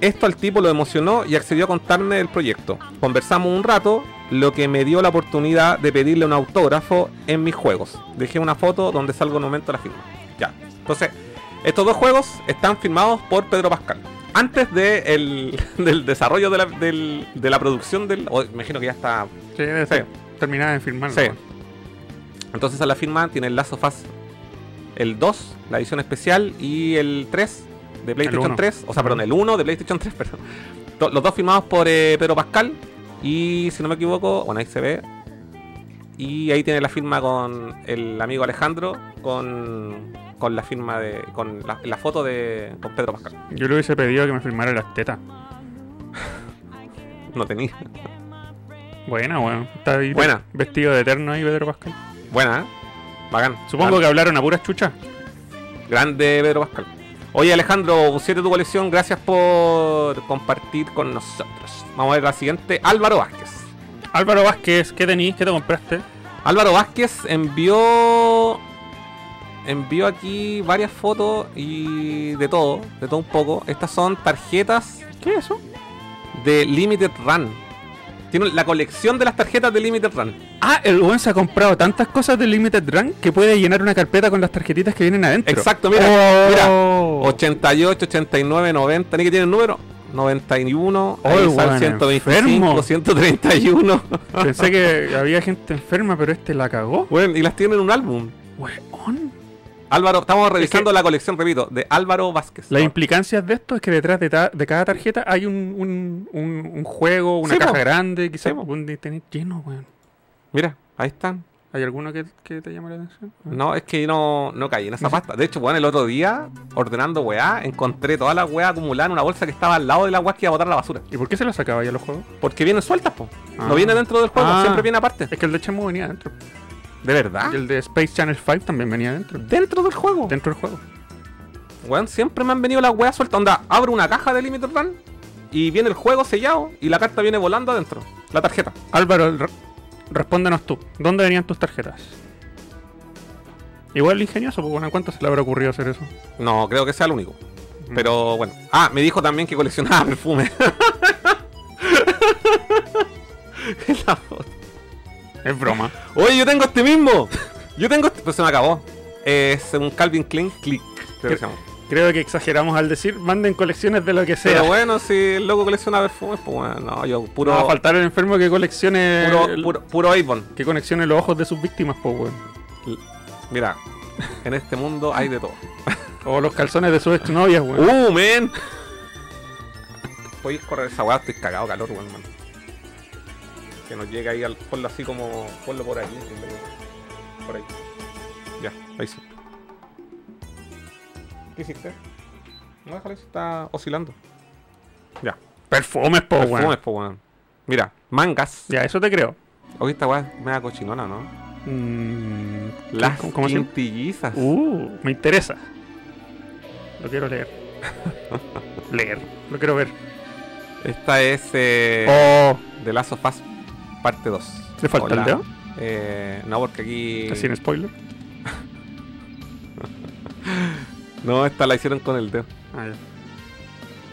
C: Esto al tipo lo emocionó y accedió a contarme del proyecto. Conversamos un rato, lo que me dio la oportunidad de pedirle un autógrafo en mis juegos. Dejé una foto donde salgo en un momento a la firma. Ya. Entonces, estos dos juegos están firmados por Pedro Pascal. Antes de el- del desarrollo de la, del- de la producción del. o imagino que ya está.
D: Sí, debe
C: Sí.
D: ser terminada de firmar.
C: Sí. Entonces a la firma tiene el Lazo Faz. El 2, la edición especial, y el 3 de PlayStation
D: uno.
C: 3. O sea, perdón, el 1 de PlayStation 3, perdón. To- Los dos firmados por eh, Pedro Pascal. Y si no me equivoco, bueno, ahí se ve. Y ahí tiene la firma con el amigo Alejandro. Con, con la firma de. con la, la foto de. con Pedro Pascal.
D: Yo le hubiese pedido que me firmara las tetas.
C: No tenía.
D: Buena, bueno. Está ahí
C: Buena.
D: vestido de eterno ahí, Pedro Pascal.
C: Buena, ¿eh? Bacán.
D: Supongo que hablaron a puras chuchas.
C: Grande Pedro Pascal. Oye Alejandro, siete tu colección, gracias por compartir con nosotros. Vamos a ver la siguiente, Álvaro Vázquez.
D: Álvaro Vázquez, ¿qué tenís? ¿Qué te compraste?
C: Álvaro Vázquez envió envió aquí varias fotos y de todo, de todo un poco. Estas son tarjetas
D: ¿Qué es eso?
C: de Limited Run. Tiene la colección de las tarjetas de Limited Run.
D: Ah, el buen se ha comprado tantas cosas de Limited Run que puede llenar una carpeta con las tarjetitas que vienen adentro.
C: Exacto, mira,
D: Oh.
C: 88, 89, 90, ni que tiene el número. 91,
D: Oh,
C: ahí
D: bueno,
C: sale 125,
D: enfermo.
C: 131.
D: Pensé que había gente enferma, pero este la cagó.
C: Bueno, y las tienen en un álbum.
D: Weón.
C: Álvaro, estamos revisando la colección, repito, de Álvaro Vázquez. Ah,
D: Las implicancias de esto es que detrás de, ta- de cada tarjeta hay un, un, un, un juego, una
C: Sí,
D: caja
C: po.
D: grande,
C: Sí,
D: quizás
C: po.
D: un tener lleno, weón.
C: Mira, ahí están.
D: ¿Hay alguno que, que te llame la atención?
C: No, es que no, no caí en esa
D: No sé.
C: pasta. De hecho, bueno, el otro día, ordenando weá, encontré toda la weá acumulada en una bolsa que estaba al lado de la weá que iba a botar a la basura.
D: ¿Y por qué se la sacaba ya los juegos?
C: Porque vienen sueltas, po.
D: Ah.
C: No viene dentro del juego,
D: Ah.
C: siempre viene aparte.
D: Es que el de Chemo venía adentro.
C: ¿De verdad?
D: Y el de Space Channel 5 también venía dentro.
C: Dentro del juego.
D: Dentro del juego.
C: Weón, siempre me han venido las weas sueltas. Onda, abro una caja de Limited Run y viene el juego sellado y la carta viene volando adentro. La tarjeta.
D: Álvaro, re- respóndenos tú. ¿Dónde venían tus tarjetas? Igual ingenioso, porque bueno, ¿a cuánto se le habrá ocurrido hacer eso?
C: No, creo que sea el único.
D: Mm.
C: Pero bueno. Ah, me dijo también que coleccionaba perfume. La foto.
D: Es broma.
C: Oye, yo tengo este mismo. Yo tengo este. Pues se me acabó. Es un Calvin Klein Click. Creo que se llama.
D: Creo que exageramos al decir manden colecciones de lo que sea.
C: Pero bueno, si el loco colecciona perfumes, pues bueno, no, yo puro.
D: no va a faltar el enfermo que coleccione
C: puro, puro, puro Avon.
D: que coleccione los ojos de sus víctimas, pues weón.
C: Mira, en este mundo hay de todo.
D: O los calzones de sus exnovias, weón.
C: ¡Uh, men! Podéis correr esa weá, estoy cagado de calor, weón, man. Que nos llega ahí al. Ponlo así como. Ponlo por ahí. en vez de- Por ahí. Ya, ahí sí. ¿Qué hiciste? No, déjale si está oscilando. Ya.
D: Perfumes, po,
C: Perfumes,
D: weón.
C: po, weón. Mira, mangas.
D: Ya, eso te creo.
C: Oye, esta weá me da cochinona, ¿no?
D: Mm,
C: Las
D: ¿cómo- cómo se llama?
C: quintillizas.
D: Uh, me interesa. Lo quiero leer. leer. Lo quiero ver.
C: Esta es. Eh...
D: Oh,
C: The Last of Us parte 2.
D: ¿Le falta el
C: Hola.
D: dedo?
C: Eh, no, porque aquí.
D: sin spoiler.
C: No, esta la hicieron con el dedo.
D: Ah, ya.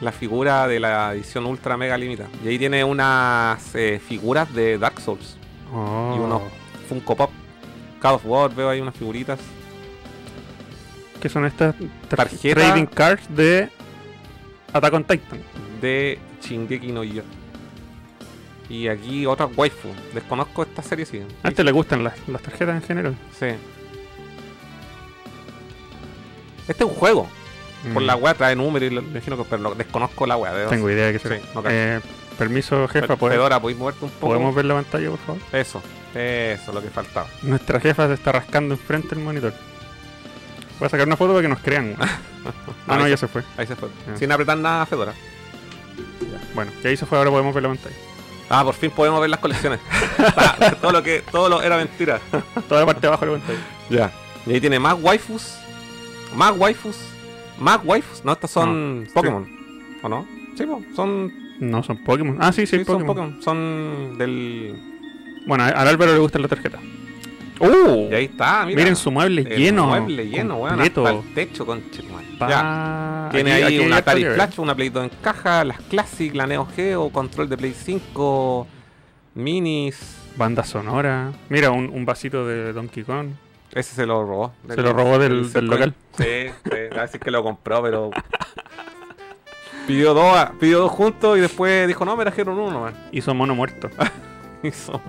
C: La figura de la edición ultra mega limitada. Y ahí tiene unas eh, figuras de Dark Souls.
D: Oh.
C: Y unos Funko Pop. God of War, veo ahí unas figuritas.
D: ¿Qué son estas tar-
C: Tarjeta.
D: trading cards de Attack on Titan?
C: de Shingeki no Yo. Y aquí otra waifu. Desconozco esta serie, sí.
D: A este le gustan las, las tarjetas en general.
C: Sí. Este es un juego. Por la
D: Mm,
C: wea trae números y lo- imagino que pero lo- desconozco la wea. de-
D: Tengo idea de que se.
C: Sí, no
D: eh, permiso, jefa,
C: Pe-
D: ¿pod-
C: Fedora, ¿podéis moverte un poco?
D: ¿podemos ver la pantalla, por favor?
C: Eso, eso, lo que faltaba.
D: Nuestra jefa se está rascando enfrente del monitor. Voy a sacar una foto para que nos crean. güey. ah, no, ya se fue.
C: Ahí se fue.
D: Ya.
C: Sin apretar nada, Fedora.
D: Bueno, ya ahí se fue, ahora podemos ver la pantalla.
C: Ah, por fin podemos ver las colecciones. Ah, todo lo que todo lo era mentira.
D: Ah, Toda la parte de abajo de la pantalla.
C: ya. Y ahí tiene más waifus. Más waifus. Más waifus. No, estas son
D: Ah,
C: Pokémon. ¿O no? Sí, po, son,
D: No, son Pokémon. Ah, sí, sí,
C: sí, son
D: Pokémon.
C: Pokémon. Son del.
D: Bueno, a- al Álvaro le gustan las tarjetas.
C: Y ahí está, mira.
D: ¡Uh! Miren su mueble
C: El
D: lleno.
C: Mueble lleno, weón.
D: completo.
C: Hasta el techo, con
D: Pa-
C: Ya. Tiene
D: Aquí-
C: ahí
D: aquí hay eh.
C: una
D: harto
C: Atari
D: que ver.
C: Flash, una Play 2 en caja, las Classic, la Neo Geo, control de Play 5, minis.
D: Banda sonora. Mira, un, un vasito de Donkey Kong.
C: Ese se lo robó.
D: Se lo robó del- del
C: Circo-
D: local.
C: Sí, sí, a decir que lo compró, pero. Pidió dos, a- pidió dos juntos y después dijo, no, me trajeron uno, man.
D: Hizo mono muerto.
C: Hizo-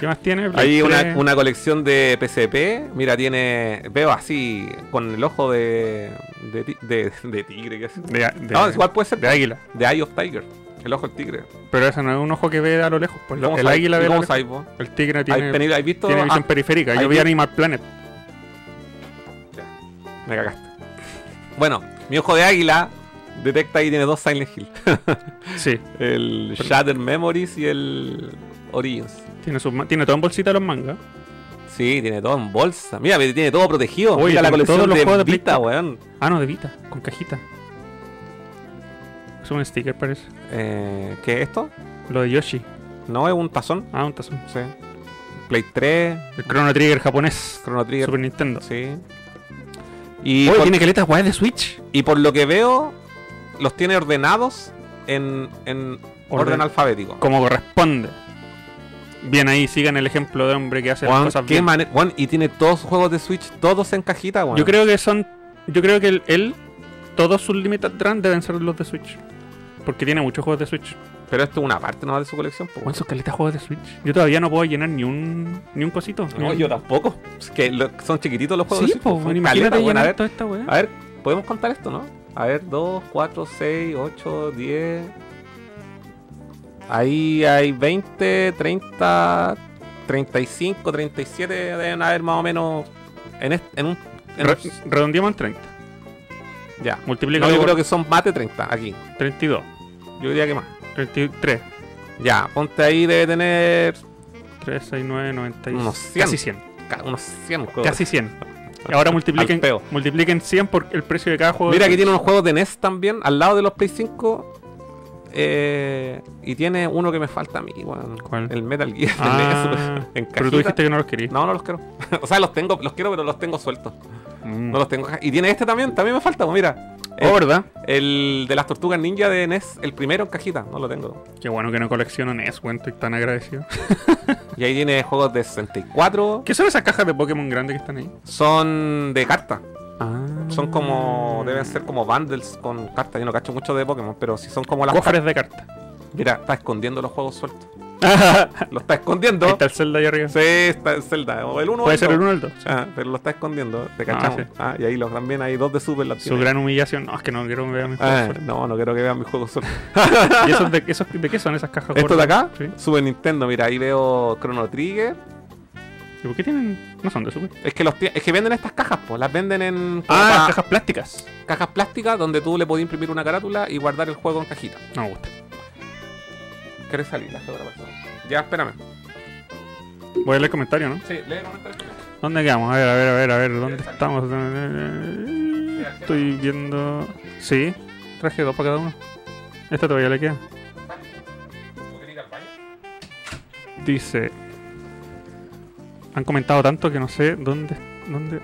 D: ¿Qué más tiene? Play
C: Hay una,
D: 3.
C: una colección de PCP. Mira, tiene. Veo así, con el ojo de. de, ti- de, de tigre, ¿qué es?
D: De, de-
C: No, igual puede ser.
D: de águila.
C: De Eye of Tiger. El ojo del tigre.
D: Pero ese no es un ojo que ve a lo lejos. pues,
C: ¿Cómo
D: el
C: sabes-
D: águila
C: y
D: ve a lo
C: ¿Cómo
D: lejos.
C: sabes, vos?
D: El tigre
C: ¿Hay,
D: tiene,
C: tenido- ¿Hay visto?
D: tiene
C: Ah,
D: visión periférica.
C: ahí
D: Yo vi
C: vi-
D: Animal Planet.
C: Ah, me cagaste. Bueno, mi ojo de águila detecta ahí tiene dos Silent Hill.
D: Sí,
C: El Shattered Memories y el Origins.
D: tiene, sus ma- tiene todo en bolsita los mangas.
C: Sí, tiene todo en bolsa. Mira, pero tiene todo protegido.
D: Oye,
C: Mira la
D: tiene
C: colección
D: todos los
C: de,
D: juegos de
C: Vita,
D: Play-
C: weón.
D: Ah, no, de Vita, con cajita. Es un sticker, parece.
C: Eh, ¿Qué es esto?
D: Lo de Yoshi.
C: No es un tazón.
D: Ah, un tazón.
C: Sí. Play 3,
D: El Chrono Trigger japonés.
C: Chrono Trigger.
D: Super Nintendo.
C: Sí. Y,
D: Oye,
C: por,
D: tiene caletas guay de Switch.
C: y por lo que veo, los tiene ordenados en, en orden.
D: Orden.
C: alfabético.
D: Como corresponde. Bien ahí, sigan el ejemplo de hombre que hace las
C: Weón,
D: cosas
C: qué
D: bien.
C: mane- weón, y tiene todos los juegos de Switch, todos en cajita, weón.
D: Yo creo que son. Yo creo que el- él. Todos sus Limited Run deben ser los de Switch. Porque tiene muchos juegos de Switch.
C: Pero esto es una parte nomás de su colección, po, weón.
D: ¿Cuáles son caletas juegos de Switch? Yo todavía no puedo llenar ni un. ni un cosito. ni
C: No,
D: un-
C: yo tampoco. Es que lo- son chiquititos los juegos.
D: Sí,
C: de Switch,
D: pues,
C: son
D: imagínate
C: caleta, bueno,
D: llenar
C: a, ver,
D: toda esta weá.
C: a ver, podemos contar esto, ¿no? A ver, 2, 4, 6, 8, 10. Ahí hay 20, 30, 35, 37. Deben haber más o menos en, est- en un. en
D: Re-
C: un-
D: redondeamos en 30.
C: ya. No,
D: Multiplicado
C: yo
D: por
C: creo que son más de 30 aquí.
D: 32,
C: Yo diría que más.
D: 33.
C: Ya, ponte ahí, debe tener
D: 3, 6, 9, 90.
C: Unos
D: Casi
C: 100.
D: 100.
C: Ca- Unos 100 juegos.
D: Casi 100. Y ahora multipliquen,
C: Al peo.
D: multipliquen 100 por el precio de cada juego.
C: Mira que tiene unos juegos de NES también, al lado de los Play 5. eh, y tiene uno que me falta a mí, weón.
D: ¿Cuál?
C: El Metal Gear. de
D: Ah,
C: NES, en
D: pero tú
C: cajita.
D: dijiste que no los querías.
C: No, no los quiero. o sea, los tengo, los quiero, pero los tengo sueltos.
D: Mm.
C: No los tengo. Y tiene este también, también me falta, pues mira.
D: Oh,
C: El,
D: ¿verdad?
C: el de las tortugas ninja de NES, el primero en cajita, no lo tengo.
D: Qué bueno que no coleccionan eso, weón. Estoy tan agradecido.
C: Y ahí tiene juegos de 64,
D: ¿Qué son esas cajas de Pokémon grandes que están ahí?
C: son de carta.
D: Ah.
C: Son como, deben ser como bundles con cartas. Yo no cacho mucho de Pokémon, pero si son como las
D: cofres de cartas.
C: cartas- Mira, está escondiendo los juegos sueltos.
D: Ahí
C: Lo está escondiendo.
D: está el Zelda ahí arriba.
C: Sí, Ah, está el Zelda. O el 1
D: Puede ser el 1 o el 2.
C: pero lo está escondiendo, te cachamos. Ah,
D: sí.
C: y ahí los, también hay dos de Super la
D: Su
C: tiene.
D: gran humillación. No, es que no quiero que vean mis
C: Ah,
D: juegos.
C: no, no quiero que vean mis juegos sueltos.
D: ¿Y esos de, esos, de qué son esas cajas
C: ¿Esto de
D: gordas?
C: acá?
D: Sí.
C: Super Nintendo, mira, ahí veo Chrono Trigger.
D: ¿Y por qué tienen.? No son de Super.
C: Es que los tie- es que venden estas cajas, pues las venden en como
D: Ah,
C: pa-
D: las cajas plásticas.
C: cajas plásticas donde tú le podías imprimir una carátula y guardar el juego en cajita.
D: No me gusta.
C: ¿Querés salir? La otra persona. Ya, espérame.
D: Voy a leer el comentario, ¿no?
C: Sí, lee el comentario.
D: ¿Dónde quedamos? A ver, a ver, a ver, a ver. ¿Dónde estamos? Estoy viendo. Sí, traje dos para cada uno. Esta todavía le queda. Dice. Han comentado tanto que no sé dónde. dónde...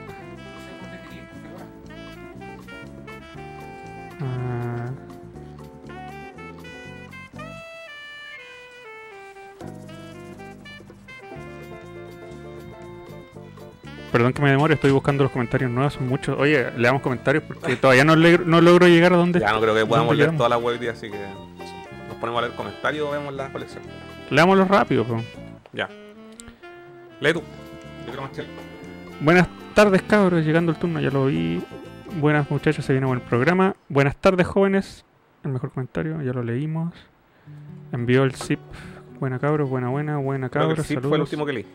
D: Ah. Perdón que me demore, estoy buscando los comentarios nuevos, son muchos. Oye, leamos comentarios porque todavía no, le- no logro llegar a donde.
C: Ya no creo que podamos
D: ¿Dónde
C: leer
D: quedamos?
C: toda la web, día, así que nos ponemos a leer comentarios o vemos la colección.
D: Leámoslo rápido, po.
C: Ya. Lee tú. Yo creo más que
D: Buenas tardes, cabros. Llegando el turno, ya lo vi. Buenas, muchachos, se viene buen programa. Buenas tardes, jóvenes. El mejor comentario, ya lo leímos. Envió el zip. Buena, cabros, buena, buena, buena,
C: creo que
D: cabros.
C: sí fue el
D: saludos.
C: último que leí.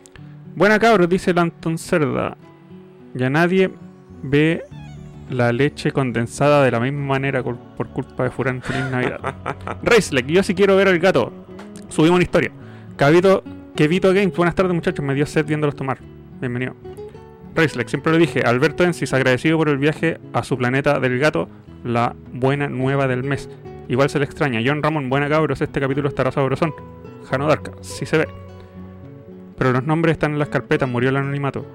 D: Buena, cabros, dice el Anton Cerda. Ya nadie ve la leche condensada de la misma manera cul- por culpa de Furán. Feliz Navidad. Raceleck, yo sí quiero ver al gato. Subimos una historia. Cabito, Kevito Games, buenas tardes muchachos, me dio sed viéndolos tomar. Bienvenido. Raceleck, siempre lo dije, Alberto Ensis, agradecido por el viaje a su planeta del gato, la buena nueva del mes. Igual se le extraña. John Ramón, buena cabros, este capítulo estará sabrosón. Jano Darka, sí se ve. Pero los nombres están en las carpetas, murió el anonimato.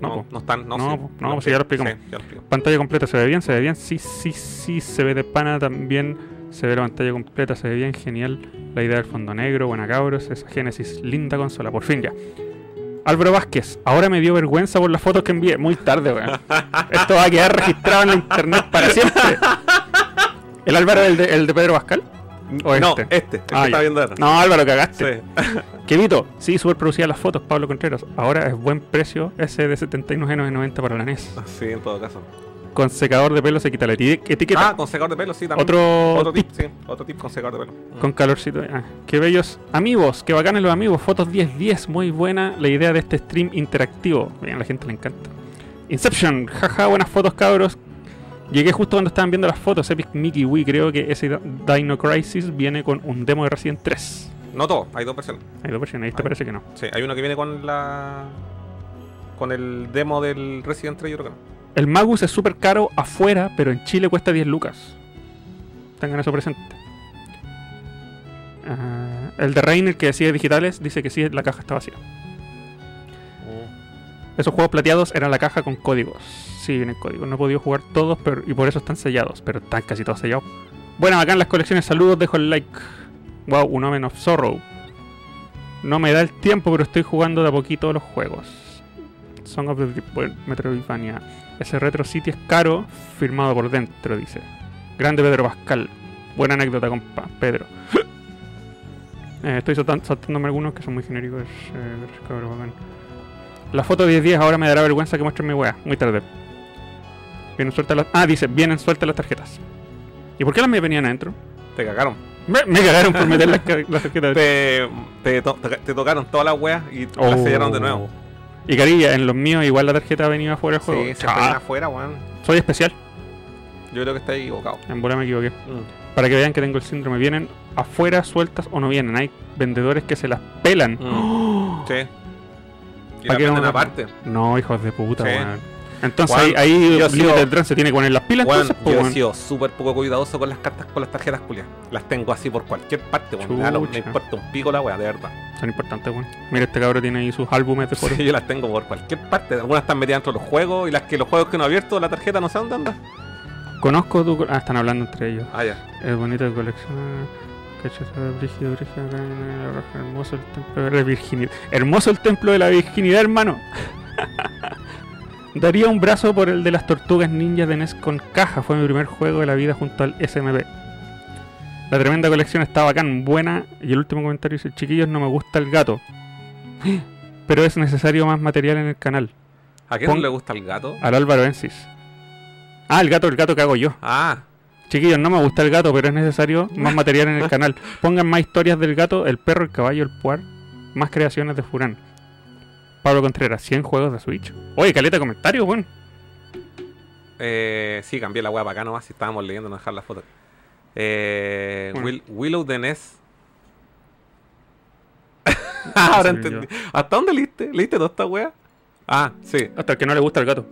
D: No,
C: No,
D: po.
C: no están. No,
D: No,
C: sí.
D: po, no, pues ya lo explicamos.
C: Sí, ya lo explicamos.
D: Pantalla completa, ¿se ve bien? ¿Se ve bien? Sí, sí, sí, se ve de pana también. Se ve la pantalla completa, se ve bien, genial. La idea del fondo negro, buena cabros, esa Génesis, linda consola, por fin ya. Álvaro Vázquez, ahora me dio vergüenza por las fotos que envié. Muy tarde, weón. Esto va a quedar registrado en la internet para siempre. ¿El Álvaro, el de, el de Pedro Pascal? ¿O
C: No,
D: este?
C: este. este que
D: Ah,
C: está
D: ya.
C: viendo ahora.
D: No, este. Álvaro, cagaste.
C: Sí.
D: Quevito, sí, súper producidas las fotos, Pablo Contreras. Ahora es buen precio ese de 79,90 para la NES.
C: Sí, en todo caso.
D: Con secador de pelo se quita la eti- etiqueta.
C: Ah, con secador de pelo, sí, también.
D: otro,
C: Otro
D: tip
C: tip, sí. Otro tip con secador de pelo.
D: con calorcito. Ah, qué bellos amigos, qué bacanes los amigos. Fotos 10-10, muy buena la idea de este stream interactivo. Bien, a la gente le encanta. Inception, jaja, buenas fotos, cabros. Llegué justo cuando estaban viendo las fotos. Epic Mickey Wii, creo que ese Dino Crisis viene con un demo de Resident 3.
C: No todo, hay dos versiones.
D: Hay dos versiones, ahí
C: Ay.
D: te parece que no.
C: Sí, hay uno que viene con la. Con el demo del Resident 3 y otro que no.
D: El Magus es súper caro afuera, pero en Chile cuesta 10 lucas. Tengan eso presente. Ah, el de Reiner que decide digitales dice que sí, la caja está vacía. Oh. Esos juegos plateados eran la caja con códigos. Sí, vienen códigos. No he podido jugar todos pero, y por eso están sellados, pero están casi todos sellados. Bueno, acá en las colecciones, saludos, dejo el like. Wow, un Omen of Sorrow. No me da el tiempo, pero estoy jugando de a poquito los juegos. Song of the Deep World, Metroidvania. Ese Retro City es caro, firmado por dentro, dice. Grande Pedro Pascal. Buena anécdota, compa, Pedro. Eh, estoy saltan- saltándome algunos que son muy genéricos. eh, cabrón, bacán. La foto 10-10 ahora me dará vergüenza que muestre mi wea. Muy tarde. Vienen sueltas las. Ah, dice, vienen sueltas las tarjetas. ¿Y por qué las me venían adentro?
C: Te cagaron.
D: Me, me cagaron por meter las, ca- las tarjetas.
C: Te, te, to- te- te tocaron todas las weas y las
D: Oh.
C: sellaron de nuevo.
D: Y carilla, en los míos igual la tarjeta venía afuera del juego.
C: Sí, se
D: Cha,
C: pegan afuera, weón.
D: soy especial.
C: Yo creo que está equivocado.
D: En bola me equivoqué. Para que vean que tengo el síndrome. Vienen afuera sueltas o no vienen. Hay vendedores que se las pelan.
C: Mm. Sí. Y
D: ¿Para
C: la
D: qué
C: venden
D: vamos a-
C: aparte.
D: No, hijos de puta,
C: Sí.
D: weón. Entonces
C: Juan,
D: ahí, ahí
C: yo he
D: el límite
C: sido-
D: del tren se tiene que poner las pilas,
C: Weón,
D: entonces, pues,
C: yo he
D: weón.
C: sido súper poco cuidadoso con las cartas, con las tarjetas culias. Las tengo así por cualquier parte, weón. Me da lo- Me
D: Chucha.
C: importa un pico la weá, de verdad.
D: Son importantes, weón. Mira, este cabrón tiene ahí sus álbumes de fotos.
C: Sí, yo las tengo por cualquier parte. Algunas están metidas dentro de los juegos y las que los juegos que no he abierto, la tarjeta no sé dónde anda.
D: Conozco tu. Ah, están hablando entre ellos.
C: Ah, ya.
D: Es bonito de colección. Cachazo, brígido, brígido, acá en la roja, hermoso el templo de la virginidad. Hermoso el templo de la virginidad, hermano. Daría un brazo por el de las tortugas ninjas de NES con caja. Fue mi primer juego de la vida junto al SMP. La tremenda colección está bacán, buena. Y el último comentario dice, chiquillos, no me gusta el gato. Pero es necesario más material en el canal.
C: ¿A quién no
D: Pon-
C: le gusta el gato?
D: Al Álvaro Ensis. Ah, el gato, el gato que hago yo.
C: Ah,
D: Chiquillos, no me gusta el gato, pero es necesario más material en el canal. Pongan más historias del gato, el perro, el caballo, el puar. Más creaciones de Furán. Pablo Contreras, 100 juegos de Switch. Oye, caleta de comentarios, weón.
C: eh, sí, cambié la weá para acá nomás. Si estábamos leyendo, no dejar la foto. Eh,
D: Bueno.
C: Will- Willow de Ness. Ahora
D: Sí, yo.
C: entendí. ¿Hasta dónde leíste? ¿Leíste toda esta weá? Ah, sí.
D: Hasta el que no le gusta el gato.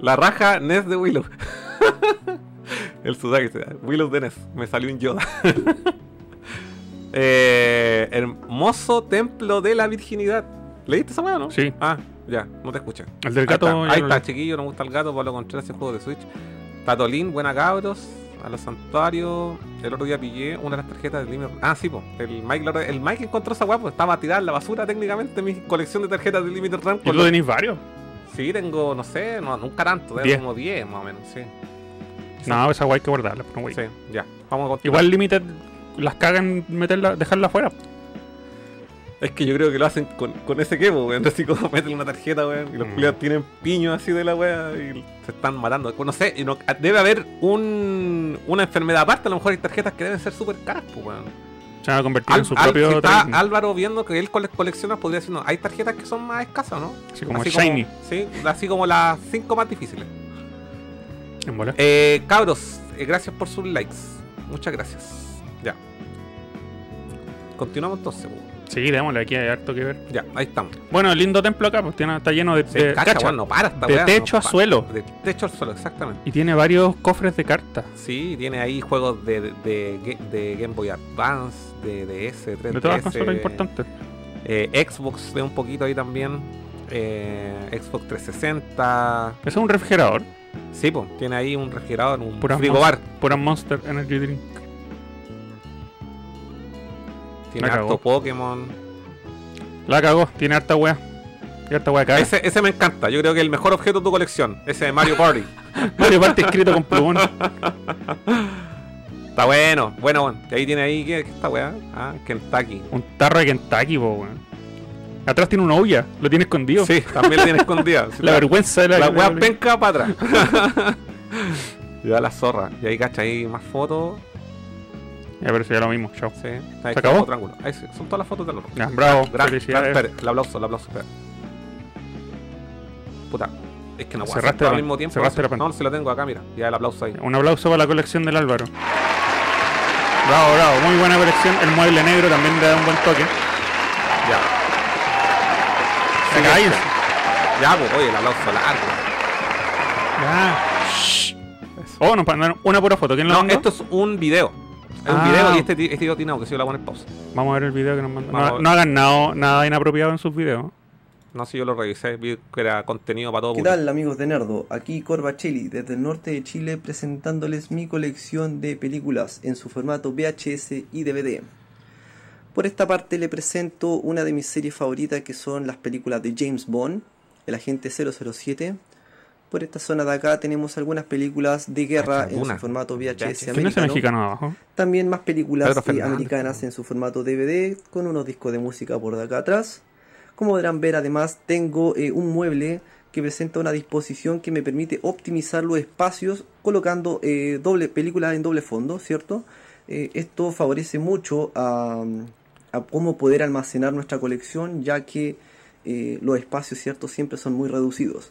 C: La raja Ness de Willow. el Sudaki se da. Willow de Ness. Me salió un Yoda. Eh, hermoso templo de la virginidad. ¿Leíste esa weá, no?
D: Sí.
C: Ah, ya, no te escuché. Ahí
D: El del
C: está,
D: gato.
C: Ahí
D: ya
C: está,
D: lo-
C: chiquillo, no me gusta el gato, Pablo Contreras y juego de Switch. Tatolín, buena cabros. A los santuarios. El otro día pillé una de las tarjetas del Limer. Ah, sí, po. El Mike, la- el Mike encontró esa weá, pues estaba tirada en la basura técnicamente mi colección de tarjetas de Limited Run.
D: ¿Y
C: con
D: tú tenéis varios?
C: Sí, tengo, no sé, no, nunca tanto, tengo
D: Diez.
C: como 10 más o menos, sí.
D: No, esa guay hay que guardarla, pero güey.
C: Sí, ya. Vamos a continuar.
D: Igual Limited las cagan meterla, dejarla afuera.
C: Es que yo creo que lo hacen con, con ese quemo, weón. Así como meten una tarjeta, weón. Y los
D: Mm.
C: culiados tienen piños así de la weá y se están matando. No sé, y no- ah, debe haber un, una enfermedad aparte. A lo mejor hay tarjetas que deben ser súper caras, pues, weón.
D: Se van a convertir
C: Al-
D: en su
C: al-
D: propio.
C: si está
D: trading.
C: Álvaro viendo que él cole- colecciona, podría decir, no, hay tarjetas que son más escasas, ¿no?
D: Así como
C: así
D: Shiny.
C: sí, así como las 5 más difíciles.
D: En bola.
C: Eh, cabros, eh, gracias por sus likes. Muchas gracias. Ya. Continuamos entonces. pues.
D: Sí, démosle aquí, hay harto que ver.
C: Ya, ahí estamos.
D: Bueno, lindo templo acá, pues tiene, está lleno de.
C: Se
D: de-
C: cacha,
D: cacha.
C: weón, no para esta
D: de
C: weá,
D: techo
C: no
D: a
C: pa-
D: suelo.
C: De techo al suelo, exactamente.
D: Y tiene varios cofres de cartas.
C: Sí, tiene ahí juegos de, de, de Ga- de Game Boy Advance, de DS, 3DS.
D: De todas las consolas importantes.
C: eh, Xbox de un poquito ahí también. eh, Xbox 360.
D: Eso es un refrigerador.
C: Sí, pues, tiene ahí un refrigerador, un
D: Puras
C: frigobar.
D: Pura Monster Energy Drink.
C: Tiene
D: la
C: harto
D: cagó.
C: Pokémon.
D: La cagó, tiene harta wea. Y harta wea cara.
C: Ese, ese me encanta. Yo creo que el mejor objeto de tu colección. Ese de Mario Party.
D: Mario Party escrito con plumón.
C: Está bueno, bueno, bueno. Y ahí tiene ahí, ¿qué, qué esta weá? Ah, Kentucky.
D: Un tarro de Kentucky, po, weón. Atrás tiene una olla, lo tiene escondido.
C: Sí, también la tiene escondida. Sí,
D: La
C: la-
D: vergüenza de la,
C: la
D: de
C: weá
D: la-
C: penca para atrás. Le da la zorra. Y ahí cacha, ahí más fotos.
D: Ya, pero eso ya lo mismo, chao.
C: Sí. Ahí
D: ¿Se acabó?
C: otro ángulo. Ahí sí, son todas las fotos del otro.
D: Ya, bravo,
C: Gran, gran,
D: felicidades.
C: espera, el aplauso, el aplauso, espera. Puta, es que no puedo
D: Cerraste
C: hacer todo
D: la
C: al
D: pan-
C: mismo tiempo.
D: cerraste
C: no,
D: la
C: sé-
D: pan-
C: no, si lo tengo acá, mira. Ya el aplauso ahí.
D: Un aplauso para la colección del Álvaro. Bravo, bravo, muy buena colección. El mueble negro también le da un buen toque.
C: Ya.
D: Se cae.
C: Ya, pues, oye, el aplauso largo.
D: Ya. Shh. Oh, nos mandaron una pura foto. ¿Quién la
C: No,
D: mandó?
C: esto es un video. Es un
D: Ah.
C: video y este, ti- este video tiene audio, si yo la pongo en pausa.
D: Vamos a ver el video que nos mandó.
C: Vamos a
D: No,
C: ver.
D: no hagan nada, nada inapropiado en sus videos.
C: No sé, yo lo revisé, vi que era contenido para todo
F: ¿Qué
C: público.
F: tal amigos de Nerdo? Aquí Corbacelli desde el norte de Chile presentándoles mi colección de películas en su formato VHS y DVD. Por esta parte le presento una de mis series favoritas que son las películas de James Bond, el agente 007. Por esta zona de acá tenemos algunas películas de guerra en su
C: alguna.
F: formato
C: VHS.
F: VHS
D: ¿Quién es el
F: americano.
D: mexicano abajo?
F: También más películas
C: Pedro
F: eh,
C: Fernández,
F: americanas
C: ¿no?
F: en su formato DVD con unos discos de música por de acá atrás. Como podrán ver, además tengo eh, un mueble que presenta una disposición que me permite optimizar los espacios colocando eh, doble películas en doble fondo, ¿cierto? Eh, esto favorece mucho a, a cómo poder almacenar nuestra colección, ya que eh, los espacios, ¿cierto?, siempre son muy reducidos.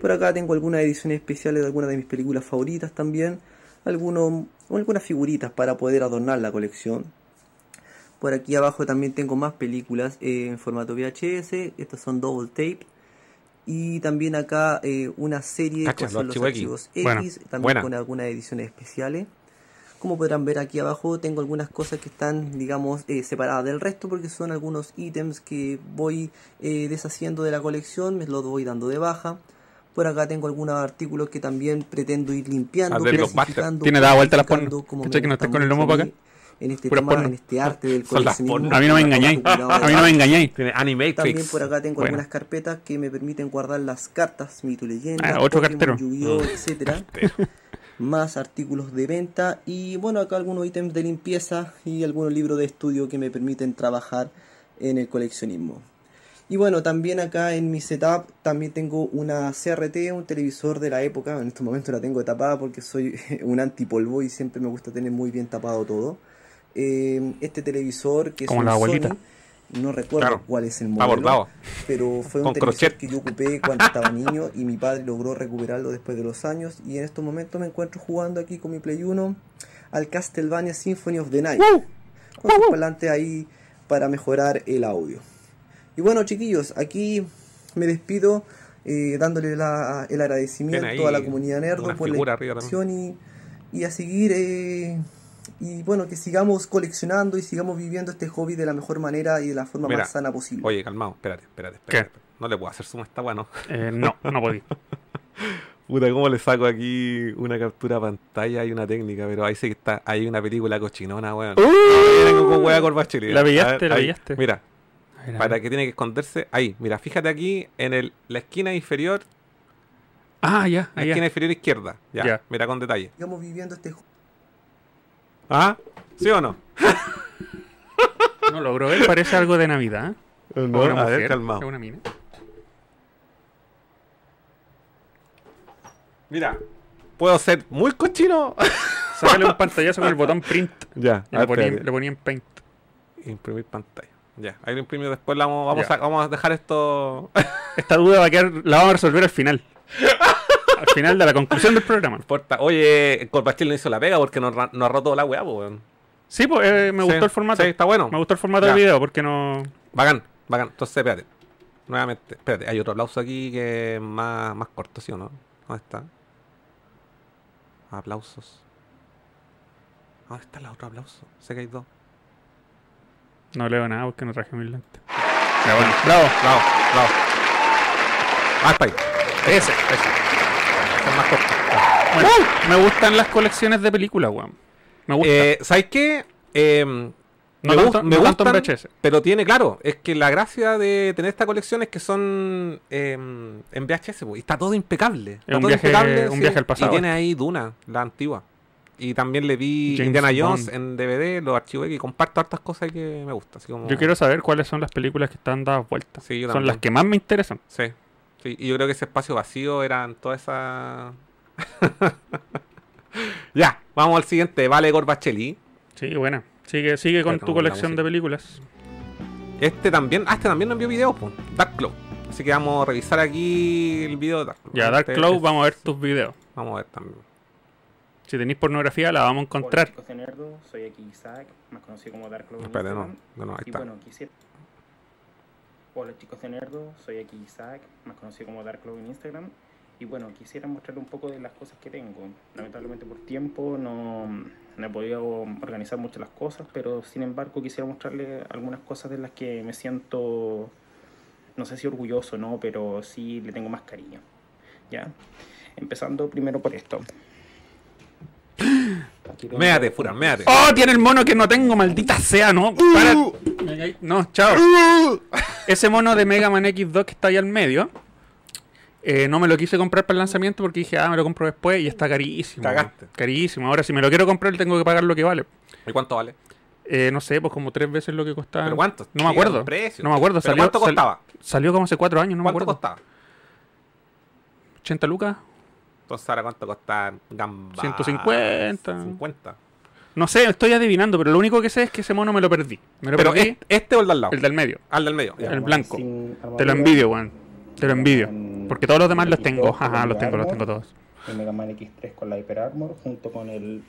F: Por acá tengo algunas ediciones especiales de algunas de mis películas favoritas también, algunos, algunas figuritas para poder adornar la colección. Por aquí abajo también tengo más películas eh, en formato VHS. Estas son double tape. Y también acá eh, una serie
C: Cacha,
F: con son
C: los
F: los
C: archivos
F: archivos X,
D: Bueno,
F: también
C: buena.
F: con algunas ediciones especiales. Como podrán ver aquí abajo, tengo algunas cosas que están, digamos, eh, separadas del resto porque son algunos ítems que voy eh, deshaciendo de la colección, me los voy dando de baja. Por acá tengo algunos artículos que también pretendo ir limpiando.
C: Ah, de los
F: clasificando,
D: Tiene dada vuelta las porno.
F: clasificando, como me
D: ¿Cachai que no
F: gusta
D: estás con el
F: mucho
D: lomo pa'
F: a
D: acá?
F: mí En este
D: Pura
F: tema,
D: porno.
F: en este arte del
C: Son las
F: coleccionismo.
C: porno.
D: A mí no me engañáis. A mí no me engañáis.
C: Tiene
F: También
C: Animatrix.
F: por acá tengo
D: Bueno.
F: algunas carpetas que me permiten guardar las cartas, mito y leyenda,
D: Ah, otro cartero. Ah.
F: Yu-Gi-Oh, etcétera. Más artículos de venta y bueno, acá algunos ítems de limpieza y algunos libros de estudio que me permiten trabajar en el coleccionismo. Y bueno, también acá en mi setup también tengo una CRT, un televisor de la época. En estos momentos la tengo tapada porque soy un antipolvo y siempre me gusta tener muy bien tapado todo. Eh, este televisor que es
D: Como
F: un
D: la abuelita.
F: Sony, no recuerdo
C: Claro.
F: cuál es el
C: Está
F: modelo,
C: bordado.
F: pero fue
C: Con
F: un televisor
C: crochet.
F: que yo ocupé cuando estaba niño y mi padre logró recuperarlo después de los años y en estos momentos me encuentro jugando aquí con mi Play 1 al Castlevania Symphony of the Night con sus parlantes ahí para mejorar el audio. Y bueno chiquillos, aquí me despido eh, dándole la- el
C: Ven
F: agradecimiento
C: ahí
F: a la comunidad
C: una
F: Nerdo por
C: figura
F: la
C: arriba también.
F: invitación y, y a seguir eh, y bueno, que sigamos coleccionando y sigamos viviendo este hobby de la mejor manera y de la forma
C: Mira,
F: más sana posible.
C: Oye, calmado, espérate, espérate,
D: ¿Qué?
C: espérate. No le puedo hacer suma a esta weá, ¿no?
D: Eh, no, no podí.
C: Puta, ¿cómo le saco aquí una captura a pantalla y una técnica? Pero ahí sí que está, hay una película cochinona, weón. Ahí vengo con weá corbachelia.
D: Uh. La pillaste,
C: A ver,
D: la
C: ahí.
D: pillaste.
C: Mira,
D: A ver, a
C: para
D: ver.
C: que tiene que esconderse. Ahí, mira, fíjate aquí en el, la esquina inferior,
D: Ah, ya,
C: la
D: ahí ya.
C: esquina inferior izquierda. Ya,
D: Ya.
C: mira con detalle.
F: Sigamos viviendo este hobby.
C: ¿Ah? ¿Sí o no?
D: No logró ver, parece algo de Navidad.
C: No,
D: O una
C: a ver,
D: mujer, o
C: calmado.
D: una mina.
C: Mira, puedo ser muy cochino.
D: Sácale un pantallazo con el botón print.
C: ya,
D: Y
C: a
D: le
C: ver,
D: ponía,
C: Ah, espérate.
D: le ponía en paint.
C: imprimir pantalla. Ya, ahí lo imprimo después. la vamos, vamos,
D: Ya.
C: a, vamos a dejar esto.
D: Esta duda va a quedar, la vamos a resolver al final. Al final de la conclusión del programa.
C: Porta. Oye, Corpachil no hizo la pega porque nos, ra- nos rotó la weá, po, weón.
D: Sí, pues eh, me
C: Sí,
D: gustó el formato.
C: Sí, está bueno.
D: Me gustó el formato
C: Ya.
D: del video porque no.
C: Bacán, bacán. Entonces, espérate. Nuevamente, espérate. Hay otro aplauso aquí que es más, más corto, ¿sí o no? ¿Dónde está? Aplausos. ¿Dónde está el otro aplauso? Sé que hay dos.
D: No leo nada porque no traje mis lentes.
C: Ya, bueno. Bravo, bravo, bravo. Ah, está ahí. Ese, ese. Ese es más corto. Ya.
D: Bueno, me gustan las colecciones de películas, weón. Me gusta.
C: Eh, ¿Sabes qué? Eh, me,
D: tanto-
C: gust- me
D: no tanto en
C: gustan,
D: VHS.
C: pero tiene, claro, es que la gracia de tener esta colección es que son eh, en VHS, po, pues, y está todo impecable. Está
D: un
C: todo
D: viaje-
C: impecable,
D: un viaje al pasado,
C: Y tiene ahí Duna, la antigua. Y también le vi
D: James
C: Indiana Jones
D: Bond.
C: en DVD, los archivos X, y comparto hartas cosas que me gustan. así como-
D: Yo quiero saber cuáles son las películas que están dadas vueltas.
C: Sí, yo
D: son
C: también.
D: las que más me interesan.
C: Sí, sí, y yo creo que ese espacio vacío eran todas esas... ya, vamos al siguiente. Vale, Gorbacheli.
D: Sí, buena. Sigue, sigue con
C: Espérate, vamos a
D: tu
C: la
D: colección de
C: música.
D: películas.
C: Este también, ah, este también nos envió videos, po, Dark Cloud. Así que vamos a revisar aquí el video de Dark Cloud.
D: Ya, Dark
C: Este-
D: Cloud,
C: este-
D: vamos a ver tus videos.
C: Vamos a ver también.
D: Si tenéis pornografía, la vamos a encontrar.
G: Hola, chicos de Nerdo, soy aquí Isaac, más conocido como Dark Lord en
C: Espérate, no,
G: Instagram.
C: no, no, ahí
G: Y
C: está.
G: bueno, quisiera. Hola chicos de Nerdo, soy aquí Isaac, más conocido como Dark Lord en Instagram. Y bueno, quisiera mostrar un poco de las cosas que tengo. Lamentablemente por tiempo no, no he podido organizar mucho las cosas, pero sin embargo quisiera mostrarles algunas cosas de las que me siento, no sé si orgulloso o no, pero sí le tengo más cariño. ¿Ya? Empezando primero por esto. Aquí tengo-
C: Méate, Fura, méate.
D: ¡Oh! Tiene el mono que no tengo, maldita sea, ¿no?
C: Uh.
D: Para. Me caí. No, chao. Ese mono de Mega Man X2 que está ahí al medio. eh, no me lo quise comprar para el lanzamiento porque dije, ah, me lo compro después y está carísimo.
C: Cagaste.
D: Carísimo. Ahora, si me lo quiero comprar, tengo que pagar lo que vale.
C: ¿Y cuánto vale?
D: Eh, no sé, pues como tres veces lo que costaba.
C: ¿Pero cuánto?
D: No me acuerdo.
C: El precio.
D: No me acuerdo.
C: ¿Pero
D: salió-
C: cuánto
D: sal-
C: costaba?
D: salió como hace cuatro años, no me
C: ¿Cuánto
D: acuerdo.
C: costaba?
D: 80 lucas.
C: Entonces ahora cuánto costaba Gamba.
D: 150.
C: 50.
D: No sé, estoy adivinando, pero lo único que sé es que ese mono me lo perdí. Me lo
C: Pero
D: perdí.
C: este, este o el del lado.
D: El del medio.
C: Al del medio. ya.
D: El blanco.
G: Sin
D: Te lo
G: armadura,
D: envidio, weón. Te lo envidio.
G: Mm,
D: Porque todos los demás los
G: y
D: tengo.
G: todos
D: Ajá,
G: con
D: los
G: el
D: tengo, los
G: armor,
D: tengo todos.
G: El Mega Man X3 con la Hyper Armor junto con el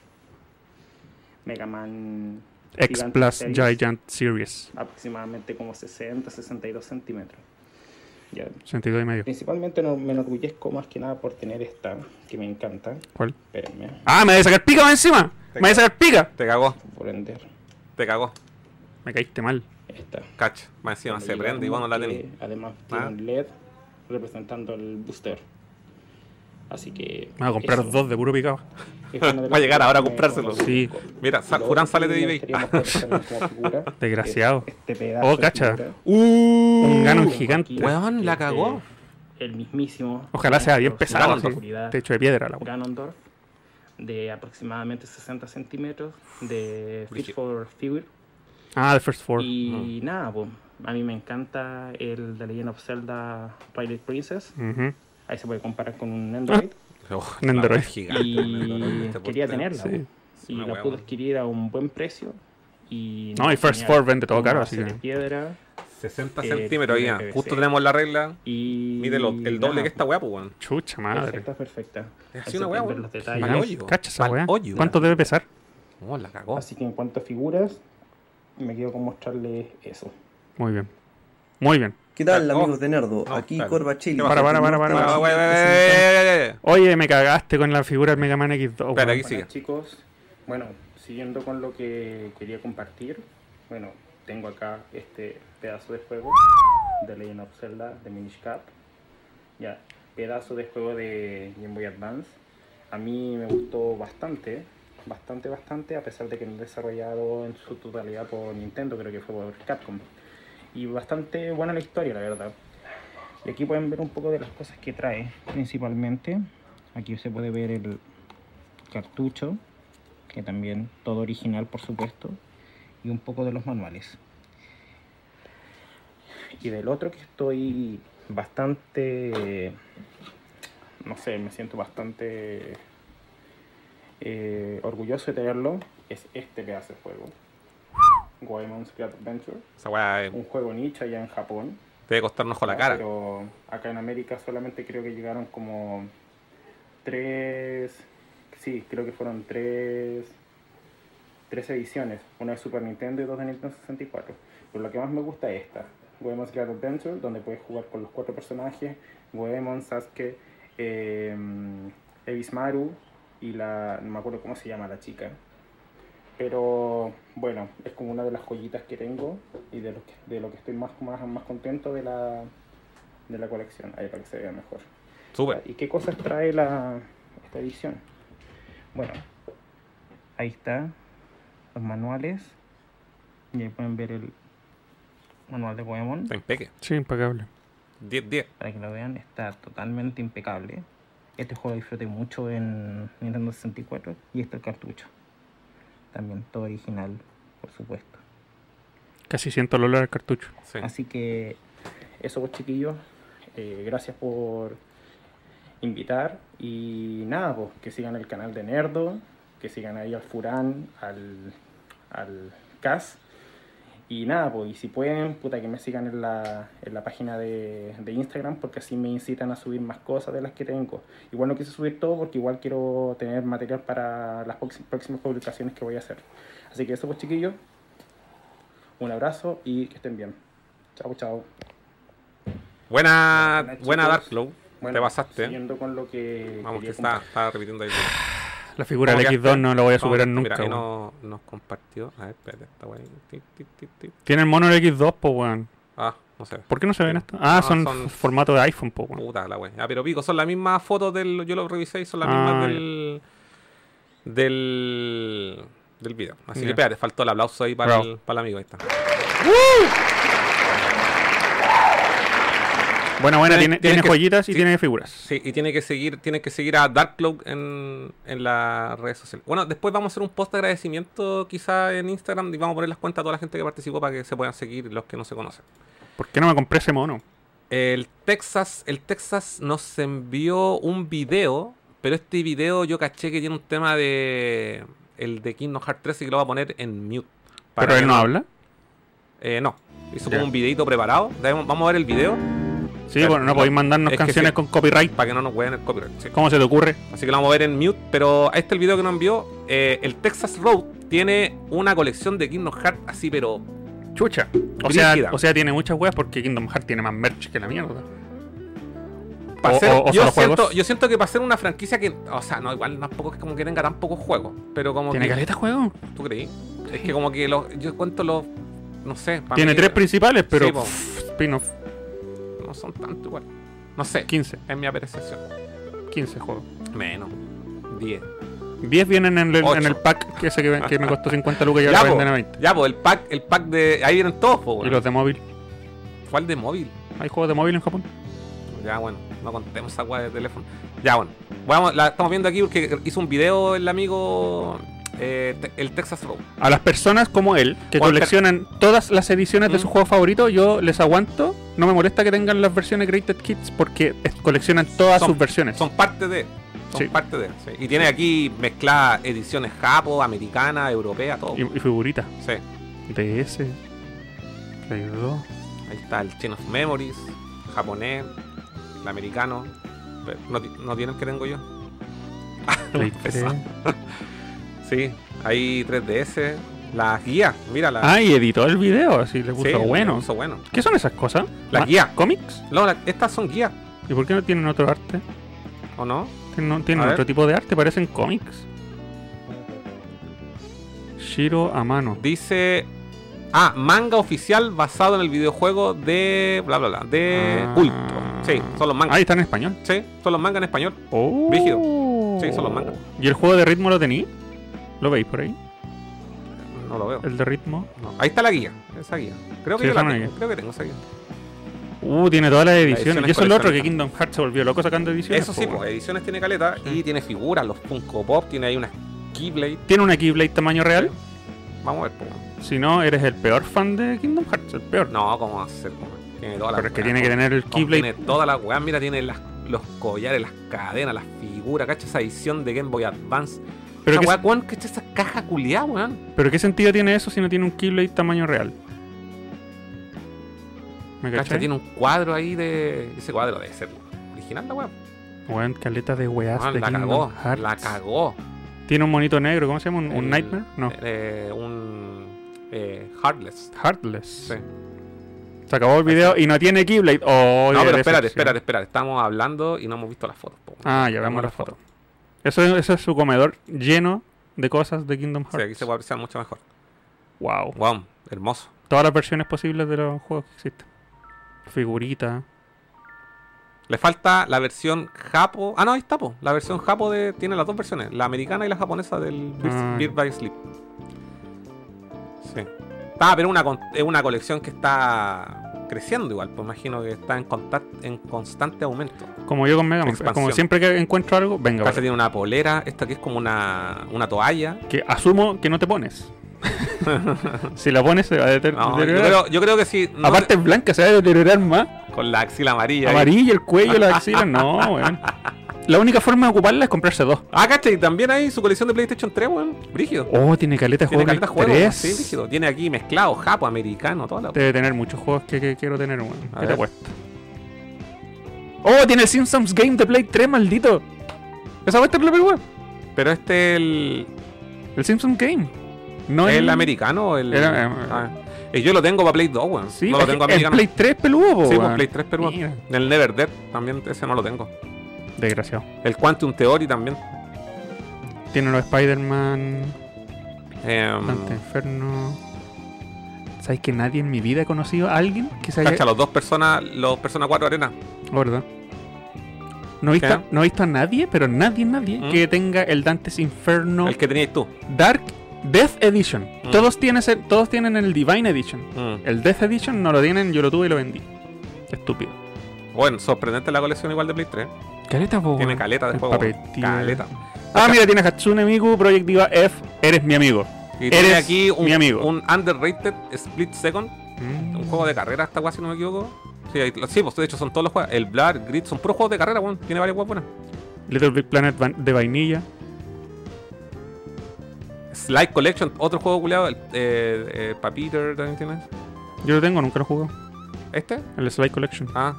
G: Mega Man
D: X
G: Gigante
D: Plus
G: Series.
D: Giant Series.
G: aproximadamente como 60, 62 centímetros. Ya,
D: 62 y medio.
G: Principalmente no, me enorgullezco más que nada por tener esta, que me encanta.
D: ¿Cuál?
G: Espérenme,
D: ¡Ah! ¡Me voy a sacar pica más encima! ¡Me voy a sacar pica!
C: Te cagó,
G: por ender.
C: te cagó.
D: Me caíste mal.
G: Esta.
C: Cacha. Más encima se prende y vos no la tenés.
G: Que Además tiene
C: Ah.
G: un LED representando el booster. Así que...
D: Me voy a comprar
G: eso
D: dos de puro picado.
G: es una de
C: Va a
G: las
C: llegar
G: cosas
C: ahora a
G: que me
C: comprárselo.
G: conozco.
D: Sí.
C: Mira, sa-
G: Lo
C: Juran
G: otro
C: sale
G: que
C: de
G: me
C: eBay.
G: gustaría mostrar como figura
D: Te desgraciado.
G: es Este pedazo
D: Oh,
G: de
D: cacha.
G: figura.
D: Un
C: Un
D: ganon
G: Tengo
D: gigante.
G: aquí
C: Weón, la cagó.
G: El mismísimo.
D: Ojalá sea bien
G: Ganondorf,
D: pesado.
G: sin
D: así.
G: oscuridad,
D: Techo de piedra la wea.
G: Ganondorf, de aproximadamente 60 centímetros, de Fit
C: Brígido.
G: for Figure.
D: Ah, The First Four.
G: Y nada, po, a mí me encanta el de Legend of Zelda Twilight Princess.
D: Ujú.
G: Ahí se puede comparar con un Android.
C: Oh,
D: Un Android.
C: es gigante,
G: Y
C: un Android, este
G: quería
C: portal.
G: tenerla.
D: Sí.
G: y
C: una
G: la
C: wea,
G: pude
C: man.
G: adquirir a un buen precio. Y
D: No, y First
G: genial.
D: Four vende todo
G: Una
D: caro, así
G: base de
D: que-
G: piedra
C: 60
G: Eh,
C: centímetros,
G: tiene
C: ya.
G: PVC.
C: Justo tenemos la regla.
G: y...
C: Mide lo- el doble
G: nada,
C: que esta weá, pues, weón.
D: Chucha madre.
G: Perfecta, perfecta.
C: Es
G: Ahí
C: así una
G: se
C: weá,
G: pueden ver
C: weón.
G: los detalles.
C: Mal hoyo.
D: Cacha esa
C: Mal
D: weá.
C: hoyo.
D: ¿Cuánto debe pesar?
C: Oh, la cagó.
G: Así que en cuanto a figuras, me quedo con mostrarles eso.
D: Muy bien. Muy bien.
F: ¿Qué tal,
C: Ah, oh.
F: amigos de Nerdo?
C: Ah,
F: Aquí
C: claro.
F: Corbachilli.
C: Para,
D: para, para, para,
C: Ah,
D: para,
C: wey, wey, wey, wey, wey.
D: Oye, me cagaste con la figura del Mega Man X2.
C: Espera,
D: weón.
C: aquí sigue.
G: Bueno, chicos, bueno, siguiendo con lo que quería compartir, bueno, tengo acá este pedazo de juego de Legend of Zelda de Minish Cap. Ya, pedazo de juego de Game Boy Advance. A mí me gustó bastante, bastante, bastante, a pesar de que no es desarrollado en su totalidad por Nintendo, creo que fue por Capcom. Y bastante buena la historia, la verdad. Y aquí pueden ver un poco de las cosas que trae, principalmente. Aquí se puede ver el, cartucho, que también todo original por supuesto, y un poco de los manuales. Y del otro que estoy bastante, no sé, me siento bastante eh, orgulloso de tenerlo, es este que hace juego. Goemon's Great Adventure,
C: Esa weá eh,
G: un juego nicho allá en Japón,
C: te debe costar un ojo la cara.
G: Ah, pero acá en América solamente creo que llegaron como tres. Sí, creo que fueron tres. Tres ediciones: una de Super Nintendo y dos de Nintendo 64. Pero lo que más me gusta es esta: Goemon Great Adventure, donde puedes jugar con los cuatro personajes: Goemon, Sasuke, eh, Ebismaru y la. No me acuerdo cómo se llama la chica. Pero bueno, es como una de las joyitas que tengo y de lo que, de lo que estoy más, más, más contento de la, de la colección. Ahí para que se vea mejor.
C: Súper.
G: ¿Y qué cosas trae la, esta edición? Bueno, ahí está, los manuales. Y ahí pueden ver el manual de Pokémon.
C: Está impeque.
D: Sí, impecable.
C: 10, 10.
G: Para que lo vean, está totalmente impecable. Este juego lo disfruté mucho en Nintendo 64 y este el cartucho. También todo original, por supuesto.
D: Casi siento el olor al cartucho.
C: Sí.
G: Así que eso pues chiquillos, Eh, gracias por invitar y nada, pues que sigan el canal de Nerdo, que sigan ahí al Furán, al, al Cas y nada, pues y si pueden, puta que me sigan en la, en la página de, de Instagram porque así me incitan a subir más cosas de las que tengo. Igual no quise subir todo porque igual quiero tener material para las prox- próximas publicaciones que voy a hacer. Así que eso pues chiquillos, un abrazo y que estén bien. Chao, chao.
C: Buena,
G: Buenas,
C: buena
G: chicos.
C: Dark Claw. te pasaste. eh.
G: Siguiendo con lo que.
C: Vamos, que
G: quería
C: está, está repitiendo ahí.
D: La figura del
C: Vamos,
D: X2 no la voy a
C: Vamos,
D: superar
C: mira,
D: nunca.
C: ahí
D: weón.
C: no, nos compartió. A ver, espérate, esta weá. ahí. Ti, ti, ti, ti.
D: Tiene el mono del X2, po, weón.
C: Ah, no sé.
D: ¿Por qué no se ven esto? Ah,
C: Ah,
D: son,
C: son-
D: f- formato de iPhone, po, weón.
C: Puta la weá. Ah, pero pico, son las mismas fotos del. Yo lo revisé y son las
D: Ah,
C: mismas
D: ya.
C: del. Del. Del video. Así
D: Ya.
C: que espérate, faltó el aplauso ahí para,
D: Bravo.
C: el, para el amigo. Ahí está.
D: Buena, buena, tiene,
C: Tienen- tienen
D: tiene
C: que-
D: joyitas y
C: sí.
D: tiene figuras.
C: Sí, y tiene que seguir, tiene que seguir a Darkcloud en, en las redes sociales. Bueno, después vamos a hacer un post de agradecimiento quizá en Instagram y vamos a poner las cuentas a toda la gente que participó para que se puedan seguir los que no se conocen.
D: ¿Por qué no me compré ese mono?
C: El Texas, el Texas nos envió un video, pero este video yo caché que tiene un tema de el de Kingdom Hearts 3 y que lo va a poner en mute. Para
D: ¿Pero
C: que
D: él no habla?
C: Eh, no. Hizo
D: Ya.
C: como un videito preparado. Ya Vamos vamos a ver el video
D: Sí,
C: Claro,
D: bueno, no
C: no.
D: podéis mandarnos
C: Es que
D: canciones
C: sí.
D: con copyright.
C: para que no nos hueven el copyright. sí.
D: ¿Cómo se te ocurre?
C: Así que lo vamos a ver en mute, pero este es el video que nos envió. eh, el Texas Road tiene una colección de Kingdom Hearts así, pero
D: Chucha. O sea,
C: Brígida.
D: o sea, tiene muchas weas porque Kingdom Hearts tiene más merch que la mierda.
C: para
D: O-
C: ser-
D: o- o
C: yo,
D: solo
C: siento,
D: juegos.
C: yo siento que para ser una franquicia que. O sea, no, igual tampoco es como que tenga tan pocos juegos. Pero como
D: ¿Tiene
C: que.
D: caleta juego?
C: ¿Tú creí? Es que como que los, yo cuento los. No sé. para
D: Tiene
C: mí
D: tres principales, pero
C: Sí, po.
D: pff, spin-off
C: No son tanto igual. No sé.
D: 15.
C: Es mi apreciación.
D: 15 juegos.
C: Menos. 10.
D: 10 vienen en el,
C: Ocho.
D: en el pack que ese que, que me costó 50 lucas y
C: Ya,
D: ahora
C: po.
D: venden a 20.
C: Ya, pues el pack, el pack de. Ahí vienen todos, pues,
D: Y los de móvil.
C: ¿Cuál de móvil?
D: ¿Hay juegos de móvil en Japón?
C: Ya, bueno, no contemos esa weá de teléfono. Ya, bueno. Vamos, la estamos viendo aquí porque hizo un video el amigo. eh, te- el Texas Road.
D: A las personas como él, que
C: Walter.
D: coleccionan todas las ediciones de
C: Mm.
D: sus juegos favoritos, yo les aguanto. No me molesta que tengan las versiones Created Kids porque es- coleccionan todas
C: Son-
D: sus versiones.
C: Son parte de. Son
D: Sí.
C: parte de. sí. Y tiene aquí mezcladas ediciones japo, americana, europea, todo.
D: Y, y figuritas.
C: Sí.
D: DS. Play 2.
C: Ahí está el Chain of Memories, japonés, el americano. Pero ¿No, ti- no tienen el que tengo yo?
D: Play
C: Esa.
D: 3.
C: Sí, hay 3DS. Las guías, mira las.
D: Ah, y editó el video, así le puso
C: sí,
D: bueno.
C: puso bueno.
D: ¿Qué son esas cosas?
C: La
D: Ma-
C: guía.
D: ¿Cómics?
C: No, la- estas son guías,
D: ¿Y por qué no tienen otro arte?
C: ¿o no?
D: Tienen, no- tienen
C: A ver.
D: otro tipo de arte, parecen cómics. Shiro a mano.
C: Dice. Ah, manga oficial basado en el videojuego de. bla bla bla. De
D: Ah.
C: Ultron. Sí, son los mangas.
D: Ahí está en español.
C: Sí, son los mangas en español.
D: Oh.
C: Brígido. Sí, son los mangas.
D: ¿Y el juego de ritmo lo tení? ¿Lo veis por ahí?
C: No lo veo.
D: El de ritmo.
C: No, Ahí está la guía. Esa guía. Creo que
D: Sí,
C: yo la
D: esa es una
C: tengo.
D: guía.
C: Creo que tengo esa guía.
D: Uh, tiene todas las ediciones.
C: ediciones
D: y eso es lo otro, que
C: coleccionistas.
D: Kingdom Hearts se volvió loco sacando ediciones.
C: Eso
D: po,
C: sí, pues,
D: weón.
C: ediciones tiene caleta
D: Mm.
C: y tiene figuras, los Funko Pop, tiene ahí unas Keyblade.
D: ¿Tiene una Keyblade tamaño real?
C: Vamos a ver, pues.
D: Si no, eres el peor fan de Kingdom Hearts, el peor.
C: No, ¿cómo va a ser? cómo? Tiene todas las
D: Pero es que
C: weas,
D: tiene que
C: cómo-
D: tener el
C: cómo
D: Keyblade
C: pues. Tiene todas las weas, mira, tiene las, los collares, las cadenas, las figuras, ¿cachai? Esa edición de Game Boy Advance. Pero
D: Pero qué,
C: esa que weón, ¿cachai? Esa caja culiada, weón.
D: pero ¿qué sentido tiene eso si no tiene un Keyblade tamaño real? ¿Me
C: ¿Cachai?
D: cachai?
C: Tiene un cuadro ahí de. Ese cuadro debe ser original, la wea.
D: Weón, caleta de weas
C: Weón,
D: de
C: la
D: Kingdom
C: cagó,
D: Hearts.
C: la cagó.
D: Tiene un monito negro, ¿cómo se llama? ¿Un, un
C: El-
D: Nightmare? No,
C: eh, un. Eh, Heartless.
D: Heartless.
C: Sí.
D: Se acabó el video y no tiene Keyblade. Oh,
C: No, pero
D: qué
C: espérate,
D: decepción.
C: espérate, espérate. Estamos hablando y no hemos visto las fotos. po.
D: Ah, ya vemos la foto. Eso, es- eso es su comedor lleno de cosas de Kingdom
C: Sí,
D: Hearts.
C: aquí se puede apreciar mucho mejor.
D: Wow.
C: Wow, hermoso.
D: Todas las versiones posibles de los juegos que existen. Figurita.
C: Le falta la versión japo. Ah, no, ahí está, po. La versión japo de... tiene las dos versiones, la americana y la japonesa del
D: Ah.
C: Bird Bird by Sleep. Sí. Está, pero una con- es una colección que está creciendo igual, pues imagino que está en, contact- en constante aumento.
D: Como yo con Mega Man.
C: Expansión.
D: Como siempre que encuentro algo, venga.
C: Acá
D: para
C: se tiene una polera, esta que es como una, una toalla.
D: Que asumo que no te pones. si la pones se va a deter-
C: No, yo,
D: deteriorar.
C: creo, yo creo que sí. no-
D: Aparte es blanca, se va a deteriorar más.
C: con la axila amarilla. ahí.
D: Amarilla, el cuello, la axila. No, weón. La única forma de ocuparla es comprarse dos.
C: Ah, cacha, y también hay su colección de PlayStation 3, weón. Brígido.
D: Oh, tiene caleta de
C: Tiene
D: juegos.
C: caleta de
D: Play
C: juegos,
D: 3.
C: sí, brígido. Tiene aquí mezclado, japo, americano, toda la
D: Debe tener muchos juegos que, que quiero tener, weón.
C: A
D: ¿Qué te
C: ver.
D: apuesto? Oh, tiene el Simpsons Game de Play 3, maldito. Esa va a estar la Play, weón.
C: Pero este el,
D: El Simpsons Game. No
C: el americano o el.
D: Era-
C: Ah. Eh, yo lo tengo para Play 2, weón.
D: Sí,
C: no
D: es
C: lo
D: que
C: tengo
D: el
C: americano.
D: Play 3 peludo, po,
C: sí, por
D: weón.
C: Play 3, pero
D: Mira.
C: el Never Dead también ese no lo tengo.
D: Desgraciado.
C: El Quantum Theory también.
D: Tiene los Spider-Man.
C: Em,
D: Dante Inferno. ¿Sabes que nadie en mi vida ha conocido a alguien que se haya.
C: cacha, los dos personas, los personas 4 Arena.
D: Gordo. No he, visto,
C: ¿Qué?
D: no he visto a nadie, pero nadie, nadie,
C: ¿Mm?
D: que tenga el Dante's Inferno
C: El que tenías tú.
D: Dark Death Edition.
C: Mm.
D: Todos, tienen ese- todos tienen el Divine Edition.
C: Mm.
D: El Death Edition no lo tienen, yo lo tuve y lo vendí. Estúpido. Eh.
C: Bueno, sorprendente la colección igual de Play 3.
D: Caleta, po,
C: Tiene
D: weón.
C: caleta de
D: El
C: juego.
D: papel, tío.
C: Caleta.
D: Ah, mira, tiene Hatsune Miku, Project Diva F. Eres mi amigo.
C: Y tiene
D: Eres
C: aquí un,
D: mi amigo.
C: un underrated Split Second, Mm. un juego de carrera, esta weá, si no me equivoco. Sí, ahí- sí, pues de hecho son todos los juegos. El Blood, Grid, son puros juegos de carrera, weón. Tiene varias weas buenas.
D: Little Big Planet van- de vainilla.
C: Slide Collection, otro juego culiado. el- Eh, eh, pa' Peter también tienes.
D: Yo lo tengo, nunca lo jugué.
C: ¿Este?
D: El Slide Collection.
C: Ah.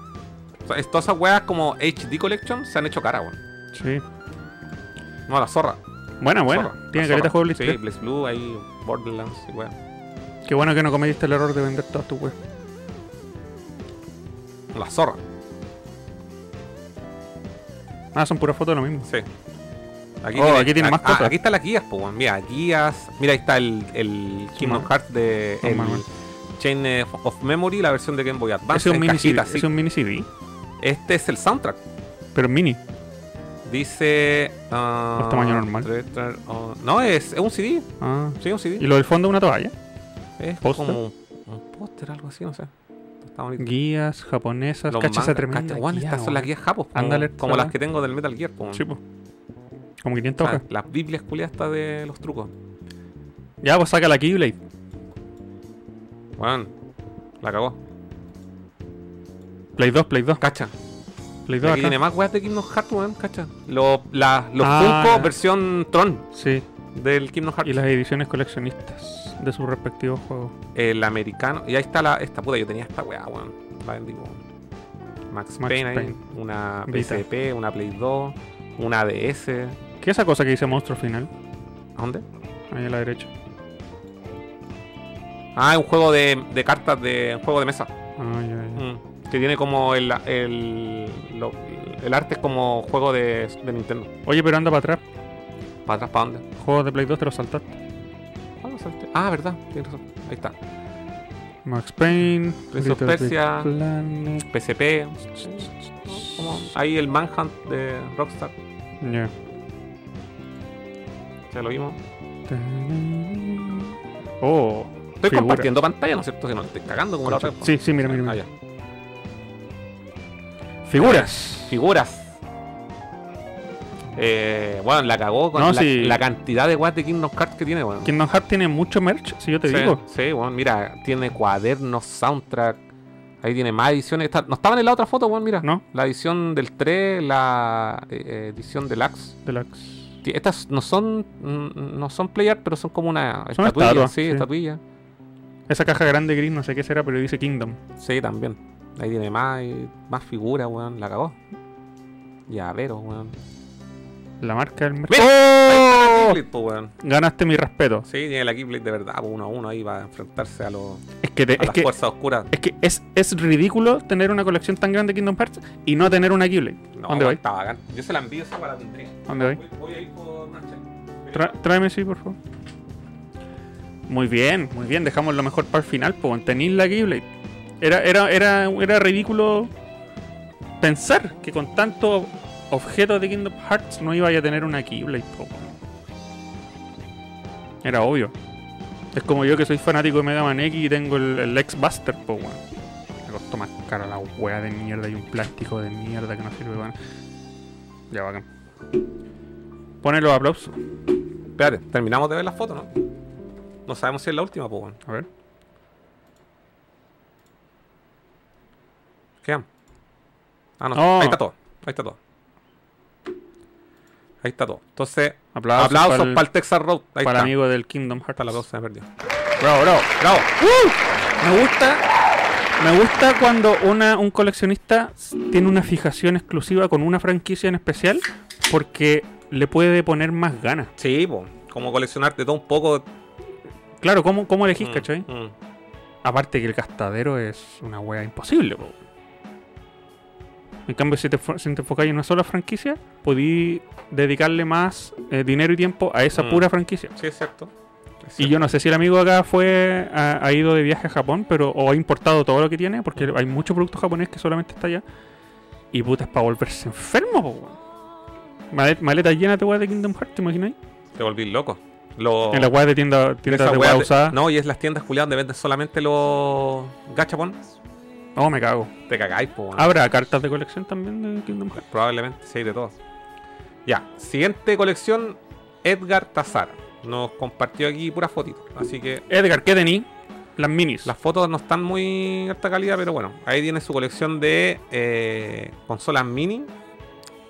C: O sea, es- todas esas weas como HD Collection se han hecho cara, weón.
D: Sí.
C: No, la zorra.
D: Buena, buena.
C: Zorra,
D: Ah, Tiene
C: la
D: caleta de
C: zorra.
D: juego Blitz
C: Sí,
D: 3.
C: Blaze Blue, ahí Borderlands y weón.
D: Qué bueno que no cometiste el error de vender todas tus weas.
C: La zorra,
D: Ah, son puras fotos de lo mismo.
C: sí. Aquí,
D: Oh, aquí tiene más
C: ah,
D: cosas.
C: aquí están las guías, pues, weón. Mira, guías. Mira, ahí está el, el Kingdom
D: Manuel.
C: Hearts de
D: Un
C: el
D: manual.
C: Chain of Memory, la versión de Game Boy Advance.
D: Ese es un
C: en
D: mini CD.
C: cajita,
D: ese
C: sí.
D: Es un mini CD.
C: Este es el soundtrack.
D: Pero mini.
C: Dice. ah,
D: Es Este tamaño normal.
C: tre- tre- oh, no, es, es un CD.
D: Ah.
C: Sí, un CD.
D: Y lo del fondo es una toalla.
C: Es
D: ¿Póster?
C: como un- un póster, algo así, no sé. Está bonito.
D: Guías japonesas.
C: Los
D: Cacha esa
C: mangas,
D: tremenda.
C: cacha, weón,
D: guía,
C: estas son las
D: weón.
C: guías japos, como,
D: Ándale,
C: como
D: ojalá.
C: las que tengo del Metal Gear, po.
D: Sí, po. Como
C: O
D: 500
C: sea,
D: hojas.
C: las Biblias culiastas de los trucos.
D: Ya, pues saca la Keyblade.
C: Weón, la cagó.
D: Play 2, Play 2.
C: Cacha.
D: Play 2
C: Aquí
D: acá.
C: tiene más weas de Kingdom Hearts, weón, cacha. Los, la- los
D: Ah,
C: Funko
D: ya.
C: versión Tron
D: Sí.
C: del Kingdom Hearts.
D: Y las ediciones coleccionistas de sus respectivos juegos.
C: El americano. Y ahí está la. Esta puta, yo tenía esta wea, weón. La vendí, weón. Max,
D: Max
C: Payne, ahí,
D: Payne.
C: una
D: Vita.
C: PSP, una Play 2, una DS. ¿A
D: ¿Qué es esa cosa que dice monstruo final?
C: dónde?
D: Ahí a la derecha.
C: Ah, es un juego de, de cartas, de un juego de mesa.
D: Ay, ay, ay.
C: Mm, Que tiene como el, el, lo- el arte es como juego de, de Nintendo.
D: Oye, pero anda para atrás.
C: ¿Para atrás, para dónde?
D: Juegos de Play 2 te los saltaste.
C: Ah, lo salté. Ah, verdad, tienes razón. Ahí está.
D: Max Payne,
C: Prince of
D: Little Big
C: Persia.
D: Planet.
C: PSP. como- Ahí el Manhunt de Rockstar.
D: Ya.
C: Ya lo vimos.
D: Oh.
C: Estoy
D: figura.
C: compartiendo pantalla, ¿no es cierto? Si no le estoy cagando como la otra. vez.
D: Sí, sí, mira, mira.
C: Ah,
D: mira.
C: ya.
D: Figuras.
C: Figuras. Eh, bueno, la cagó con
D: No,
C: la,
D: sí.
C: la cantidad de guas de Kingdom Hearts que tiene, weón.
D: Kingdom Hearts tiene mucho merch, si yo te
C: sí,
D: digo.
C: Sí, bueno, mira, tiene cuadernos, soundtrack. Ahí tiene más ediciones. Está- no estaban en la otra foto, bueno, mira.
D: ¿No?
C: La edición del 3, la eh, edición deluxe.
D: Deluxe.
C: Ti- Estas no son mm, no son player, pero son como una
D: Son
C: estatuilla,
D: estatuas,
C: sí,
D: sí.
C: estatuilla.
D: Esa caja grande gris, no sé qué será, pero dice Kingdom.
C: Sí, también. Ahí tiene más y- más figuras, weón. La cagó. Llaveros, weón.
D: La marca del merch.
C: ¡Mira!
D: ¡Oh!
C: Ahí está la Keyblade, po, weón.
D: Ganaste mi respeto.
C: Sí, tiene la Keyblade de verdad, po, uno a uno ahí va a enfrentarse a, los
D: Es que, te-
C: a
D: es,
C: las
D: que
C: fuerzas oscuras.
D: es que es es ridículo tener una colección tan grande de Kingdom Hearts y no tener una Keyblade.
C: No,
D: ¿Dónde voy?
C: está bacán. Yo se la envío esa para la tendría.
D: ¿Dónde voy?
C: Voy, voy a ir por Nachel.
D: Tra- tráeme, sí, por favor. Muy bien, muy bien. Dejamos lo mejor para el final, po. Tenéis la Keyblade. Era, era, era, era ridículo pensar que con tanto objeto de Kingdom Hearts no iba a tener una Keyblade, po. Era obvio. Es como yo que soy fanático de Mega Man X y tengo el, el X Buster, po, weón. Me costó más cara la wea de mierda y un plástico de mierda que no sirve, weón. Ya, bacán. Pone los aplausos.
C: Espérate, terminamos de ver la foto, ¿no? No sabemos si es la última, pues, weón.
D: A ver.
C: Quedan. Ah, no.
D: No.
C: Ahí está todo. Ahí está todo. Ahí está todo. Entonces,
D: Aplausos
C: aplausos para
D: pa'l-
C: el, Texas Road. Ahí
D: para
C: está.
D: amigos del Kingdom Hearts.
C: Está la cosa, se me perdió.
D: Bravo, bravo.
C: ¡Bravo!
D: Me gusta, me gusta cuando una, un coleccionista tiene una fijación exclusiva con una franquicia en especial porque le puede poner más ganas.
C: Sí, po. Como coleccionarte todo un poco.
D: Claro, ¿cómo, cómo elegís,
C: Mm,
D: cachai?
C: mm.
D: Aparte que el gastadero es una wea imposible, po. En cambio, si te, fo- si te enfocáis en una sola franquicia, podí dedicarle más eh, dinero y tiempo a esa
C: Mm.
D: pura franquicia.
C: Sí, es cierto. Es
D: Y
C: cierto.
D: yo no sé si el amigo acá fue ha, ha ido de viaje a Japón, pero o ha importado todo lo que tiene, porque hay mucho producto japonés que solamente está allá. Y puta, es para volverse enfermo, po, weón. Maleta, maleta llena de weas de Kingdom Hearts, ¿te imaginas?
C: Te volví loco. Lo...
D: En la weas de tienda, tiendas
C: esas
D: de
C: weas
D: weas
C: Oh. de-
D: usadas. No.
C: No, y es las tiendas culiadas donde venden solamente los gachapon.
D: Oh, me cago.
C: Te cagáis, po. weón.
D: Habrá cartas de colección también de Kingdom Hearts.
C: Probablemente, sí, de todos. Ya, siguiente colección, Edgar Tazar. Nos compartió aquí puras fotitos. Así que
D: Edgar, ¿qué tení? Las minis.
C: las fotos no están muy alta calidad, pero bueno, ahí tiene su colección de eh, consolas mini.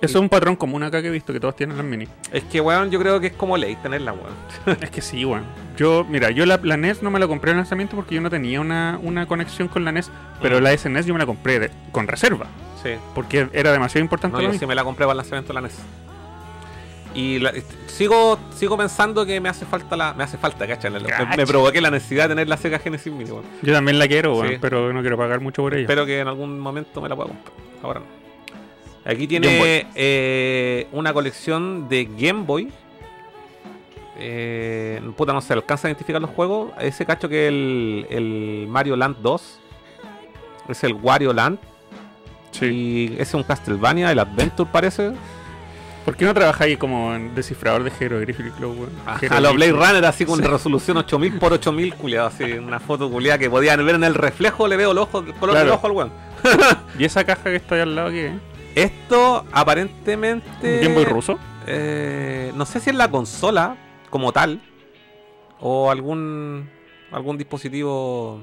D: Eso es un patrón común acá que he visto, que todos tienen las minis.
C: Es que, weón, yo creo que es como ley tenerla, weón.
D: Es que sí, weón. Yo, mira, yo la, la NES no me la compré en lanzamiento porque yo no tenía una, una conexión con la NES,
C: Mm.
D: pero la SNES yo me la compré de- con reserva,
C: Sí.
D: porque era demasiado importante
C: No,
D: para
C: yo
D: mí.
C: sí me la compré para el lanzamiento de la NES. E Y la- est- sigo, sigo pensando que me hace falta la. Me hace falta, ¿cachai? La- la- Me,
D: Cacha.
C: me provoqué la necesidad de tener la Sega Genesis Mini, weón.
D: Yo también la quiero, weón,
C: Sí.
D: pero no quiero pagar mucho por ella.
C: Espero que en algún momento me la pueda comprar. Ahora no. Aquí
D: Game
C: tiene
D: Boy.
C: eh, una colección de Game Boy. Eh, puta, no se alcanza a identificar los juegos. Ese cacho que es el, el Mario Land 2. Es el Wario Land.
D: sí.
C: Y ese es un Castlevania, el Adventure parece.
D: ¿Por qué no trabajáis como en descifrador de Hieroglyphic Club, weón?
C: A los
D: Hieroglyphic.
C: Blade Runner así con resolución 8000 por 8000 culiado. Así una foto culiada que podían ver en el reflejo. Le veo el ojo, el color del
D: Claro.
C: ojo al weón.
D: ¿Y esa caja que está ahí al lado qué? es?
C: Esto aparentemente.
D: ¿Un Game Boy ruso?
C: Eh, no sé si es la consola como tal o algún algún dispositivo.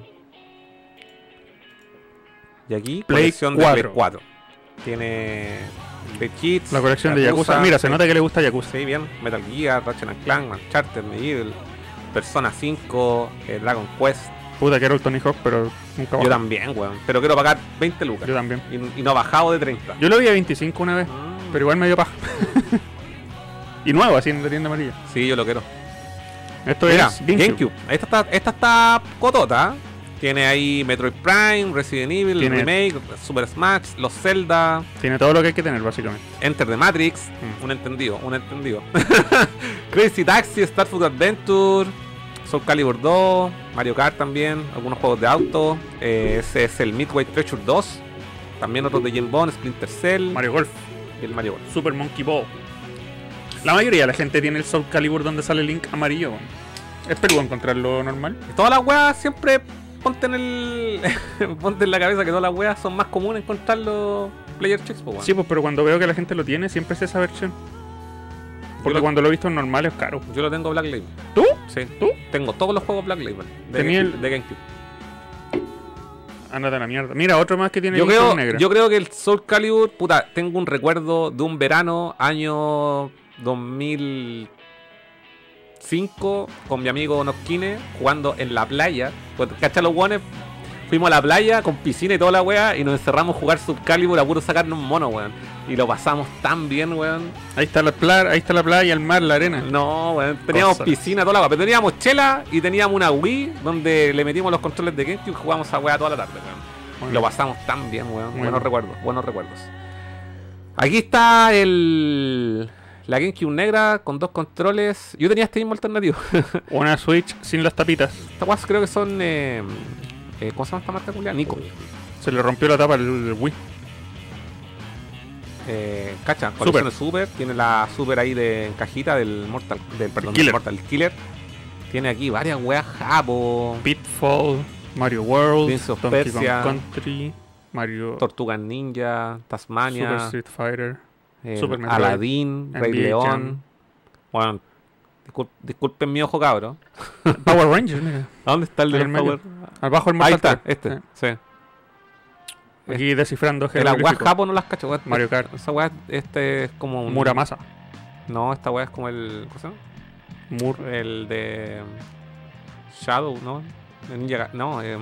C: Y aquí
D: Play
C: colección de Play
D: 4.
C: 4. Tiene Play Kids,
D: La colección de Yakuza. Mira, se nota que le gusta Yakuza.
C: Sí, bien, Metal Gear, Ratchet and Clank, Uncharted, Medieval, Persona 5, eh, Dragon Quest.
D: Puta, quiero el Tony Hawk, pero nunca
C: Yo
D: bajé.
C: también, weón. Pero quiero pagar 20 lucas.
D: Yo también.
C: Y, y no bajado de 30.
D: Yo lo vi a 25 una vez,
C: Mm.
D: pero igual me dio paja. y nuevo, así en la tienda amarilla.
C: Sí, yo lo quiero.
D: Esto
C: Mira,
D: es
C: GameCube. Esta está, esta está cotota. Tiene ahí Metroid Prime, Resident Evil,
D: Tiene-
C: Remake, Super Smash, los Zelda,
D: Tiene todo lo que hay que tener, básicamente.
C: Enter the Matrix,
D: Mm.
C: un entendido, un entendido. Crazy Taxi, Star Food Adventure, Soul Calibur 2, Mario Kart también, algunos juegos de auto. eh, ese es el Midway Treasure 2, también otros de Game Bond, Splinter Cell
D: Mario Golf,
C: y el Mario World.
D: Super Monkey Ball. La mayoría de la gente tiene el Soul Calibur donde sale Link amarillo. weón. Es peludo encontrarlo normal.
C: Todas las weas siempre ponte en el. ponte en la cabeza que todas las weas son más comunes encontrar los player checks, po, weón.
D: Sí, pues, pero cuando veo que la gente lo tiene, siempre es esa versión. Porque
C: Yo lo-
D: cuando lo he visto en normal es caro. pues.
C: Yo lo tengo Black Label.
D: ¿Tú?
C: Sí.
D: ¿Tú?
C: Tengo todos los juegos Black Label. De,
D: Tenía
C: GameCube,
D: el-
C: de GameCube.
D: Ándate a la mierda. Mira, otro más que tiene
C: Yo
D: Link
C: creo,
D: con negra.
C: yo creo que el Soul Calibur, puta, tengo un recuerdo de un verano, año 2005, con mi amigo Nosquine, jugando en la playa. Pues, ¿Cachai los guanes? Fuimos a la playa con piscina y toda la wea y nos encerramos a jugar Subcalibur a puro sacarnos un mono, weón. Y lo pasamos tan bien, weón.
D: Ahí está la playa, ahí está la playa, el mar, la arena.
C: No, weón, teníamos
D: Ah. Cosa.
C: piscina toda la weá, pero teníamos chela y teníamos una Wii donde le metimos los controles de GameCube y jugamos esa weá toda la tarde, weón.
D: Bueno,
C: Lo pasamos tan bien, weón.
D: Muy
C: buenos
D: bien.
C: recuerdos, buenos recuerdos. Aquí está el. La GameCube negra con dos controles. Yo tenía este mismo alternativo.
D: Una Switch sin las tapitas.
C: Estas weas creo que son. eh, eh, ¿Cómo se llama esta marca culiá? Nico.
D: Se le rompió la tapa al al Wii.
C: Eh, cacha, colección de Super. Tiene la Super ahí de en cajita del Mortal. Del, perdón,
D: Killer.
C: del Mortal Killer. Tiene aquí varias weas japo.
D: Pitfall, Mario World,
C: Prince of
D: Donkey
C: Persia.
D: Kong Country, Mario
C: Tortugas Ninja,
D: Super
C: Tasmania,
D: Street Fighter.
C: eh,
D: Super Metroid,
C: Aladdin, Rey
D: NBA
C: León.
D: Jam.
C: Bueno, discul- disculpen mi ojo, cabrón.
D: Power Rangers, mira.
C: ¿A dónde está el de
D: Ahí
C: los
D: en medio.
C: Power?
D: Abajo el
C: Ahí
D: Mortal
C: está,
D: Kombat.
C: este,
D: Eh,
C: sí.
D: Aquí descifrando
C: El agua
D: jeroglífico.
C: japo no las cacho, weón.
D: pues. Mario Kart.
C: Esa weá, este es como un.
D: Muramasa.
C: No, esta weá es como el. ¿Cómo se llama?
D: Mur. eh,
C: El de. Shadow, ¿no? El Ninja Ga- No, em,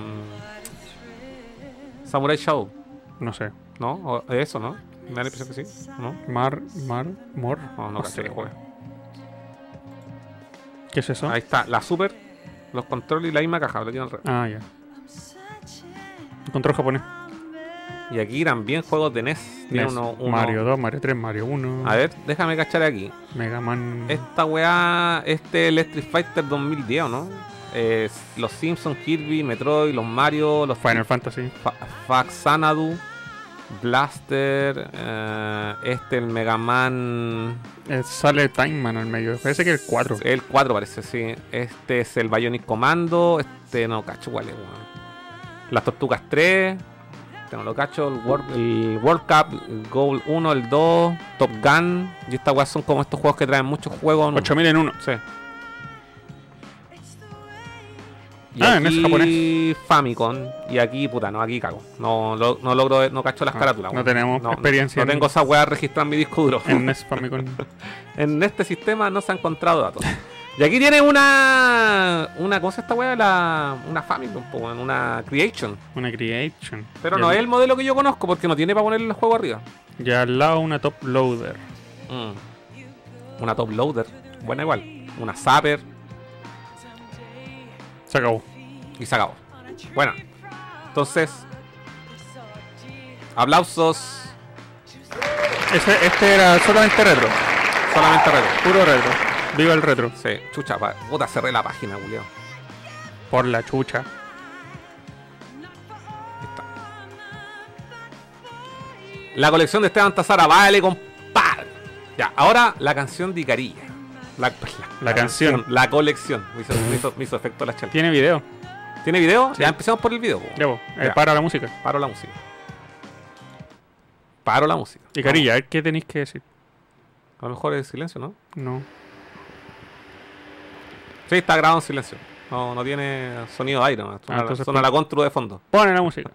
C: Samurai Shadow,
D: No sé.
C: ¿no? O- eso, ¿no? Me da la impresión que sí, ¿no?
D: Mar. Mar. Mor.
C: No, no, cacho
D: sé,
C: que juega.
D: ¿Qué es eso?
C: Ahí está, la super, los controles y la misma caja, lo tiene al revés.
D: Ah, ya. Un Control japonés.
C: Y aquí también juegos de NES. Tiene
D: NES,
C: uno, uno-
D: E Mario 2, Mario 3, Mario 1.
C: A ver, déjame cachar aquí.
D: Mega Man.
C: Esta weá, este es el Street Fighter 2010, ¿o ¿no? Eh, los Simpsons, Kirby, Metroid, los Mario, los
D: Final Fantasy.
C: Fa- Faxanadu, Blaster, eh, este el Mega Man,
D: Eh, sale Time Man al medio. Parece que el 4.
C: el 4 parece, sí. Este es el Bionic Commando, este no cacho cuál es, weón. Las Tortugas 3, este no lo cacho, el World, el World Cup, el Goal 1, el 2, Top Gun, y esta weá son como estos juegos que traen muchos juegos. ¿no?
D: 8000 en 1.
C: Sí. Y
D: Ah, en
C: aquí
D: ese japonés.
C: Famicom. Y aquí, puta, no, aquí cago. No, lo- no logro, no cacho las
D: No,
C: carátulas.
D: Ah, no
C: weón.
D: tenemos
C: No,
D: experiencia en-
C: tengo esa weá registrada en mi disco duro.
D: En NES Famicom.
C: En este sistema no se ha encontrado datos. Y aquí tiene una. Una cosa esta weá, la, una Famicom, po, weón, una Creation.
D: Una Creation.
C: Pero
D: Y
C: no
D: al-
C: es el modelo que yo conozco porque no tiene para poner el juego arriba.
D: Y al lado una Top Loader.
C: Mm. Una top loader. Buena igual. Una zapper.
D: Se acabó.
C: Y se acabó. Buena. Entonces. Aplausos.
D: Ese- este era solamente retro.
C: Solamente retro.
D: Puro retro. Viva el retro.
C: Sí, chucha, pa- puta, cerré la página, Julio.
D: Por la chucha.
C: La colección de Esteban Tazara, vale, compadre. Ya, ahora la canción de Icarilla. La, la-
D: La canción.
C: La colección. Me hizo, me hizo- me hizo efecto la chanta.
D: Tiene video.
C: ¿Tiene video?
D: Sí.
C: Ya empezamos por el video. po.
D: Ya, po. Eh,
C: Ya.
D: para la música.
C: Paro la música. Paro la música.
D: Y carilla, ¿eh? ¿qué tenéis que decir?
C: A lo mejor es silencio, ¿no?
D: No.
C: Sí, está grabado en silencio. No, no tiene sonido de aire. nomás. Suena,
D: Ah, entonces
C: suena
D: pon-
C: la contra de fondo.
D: Pone la música.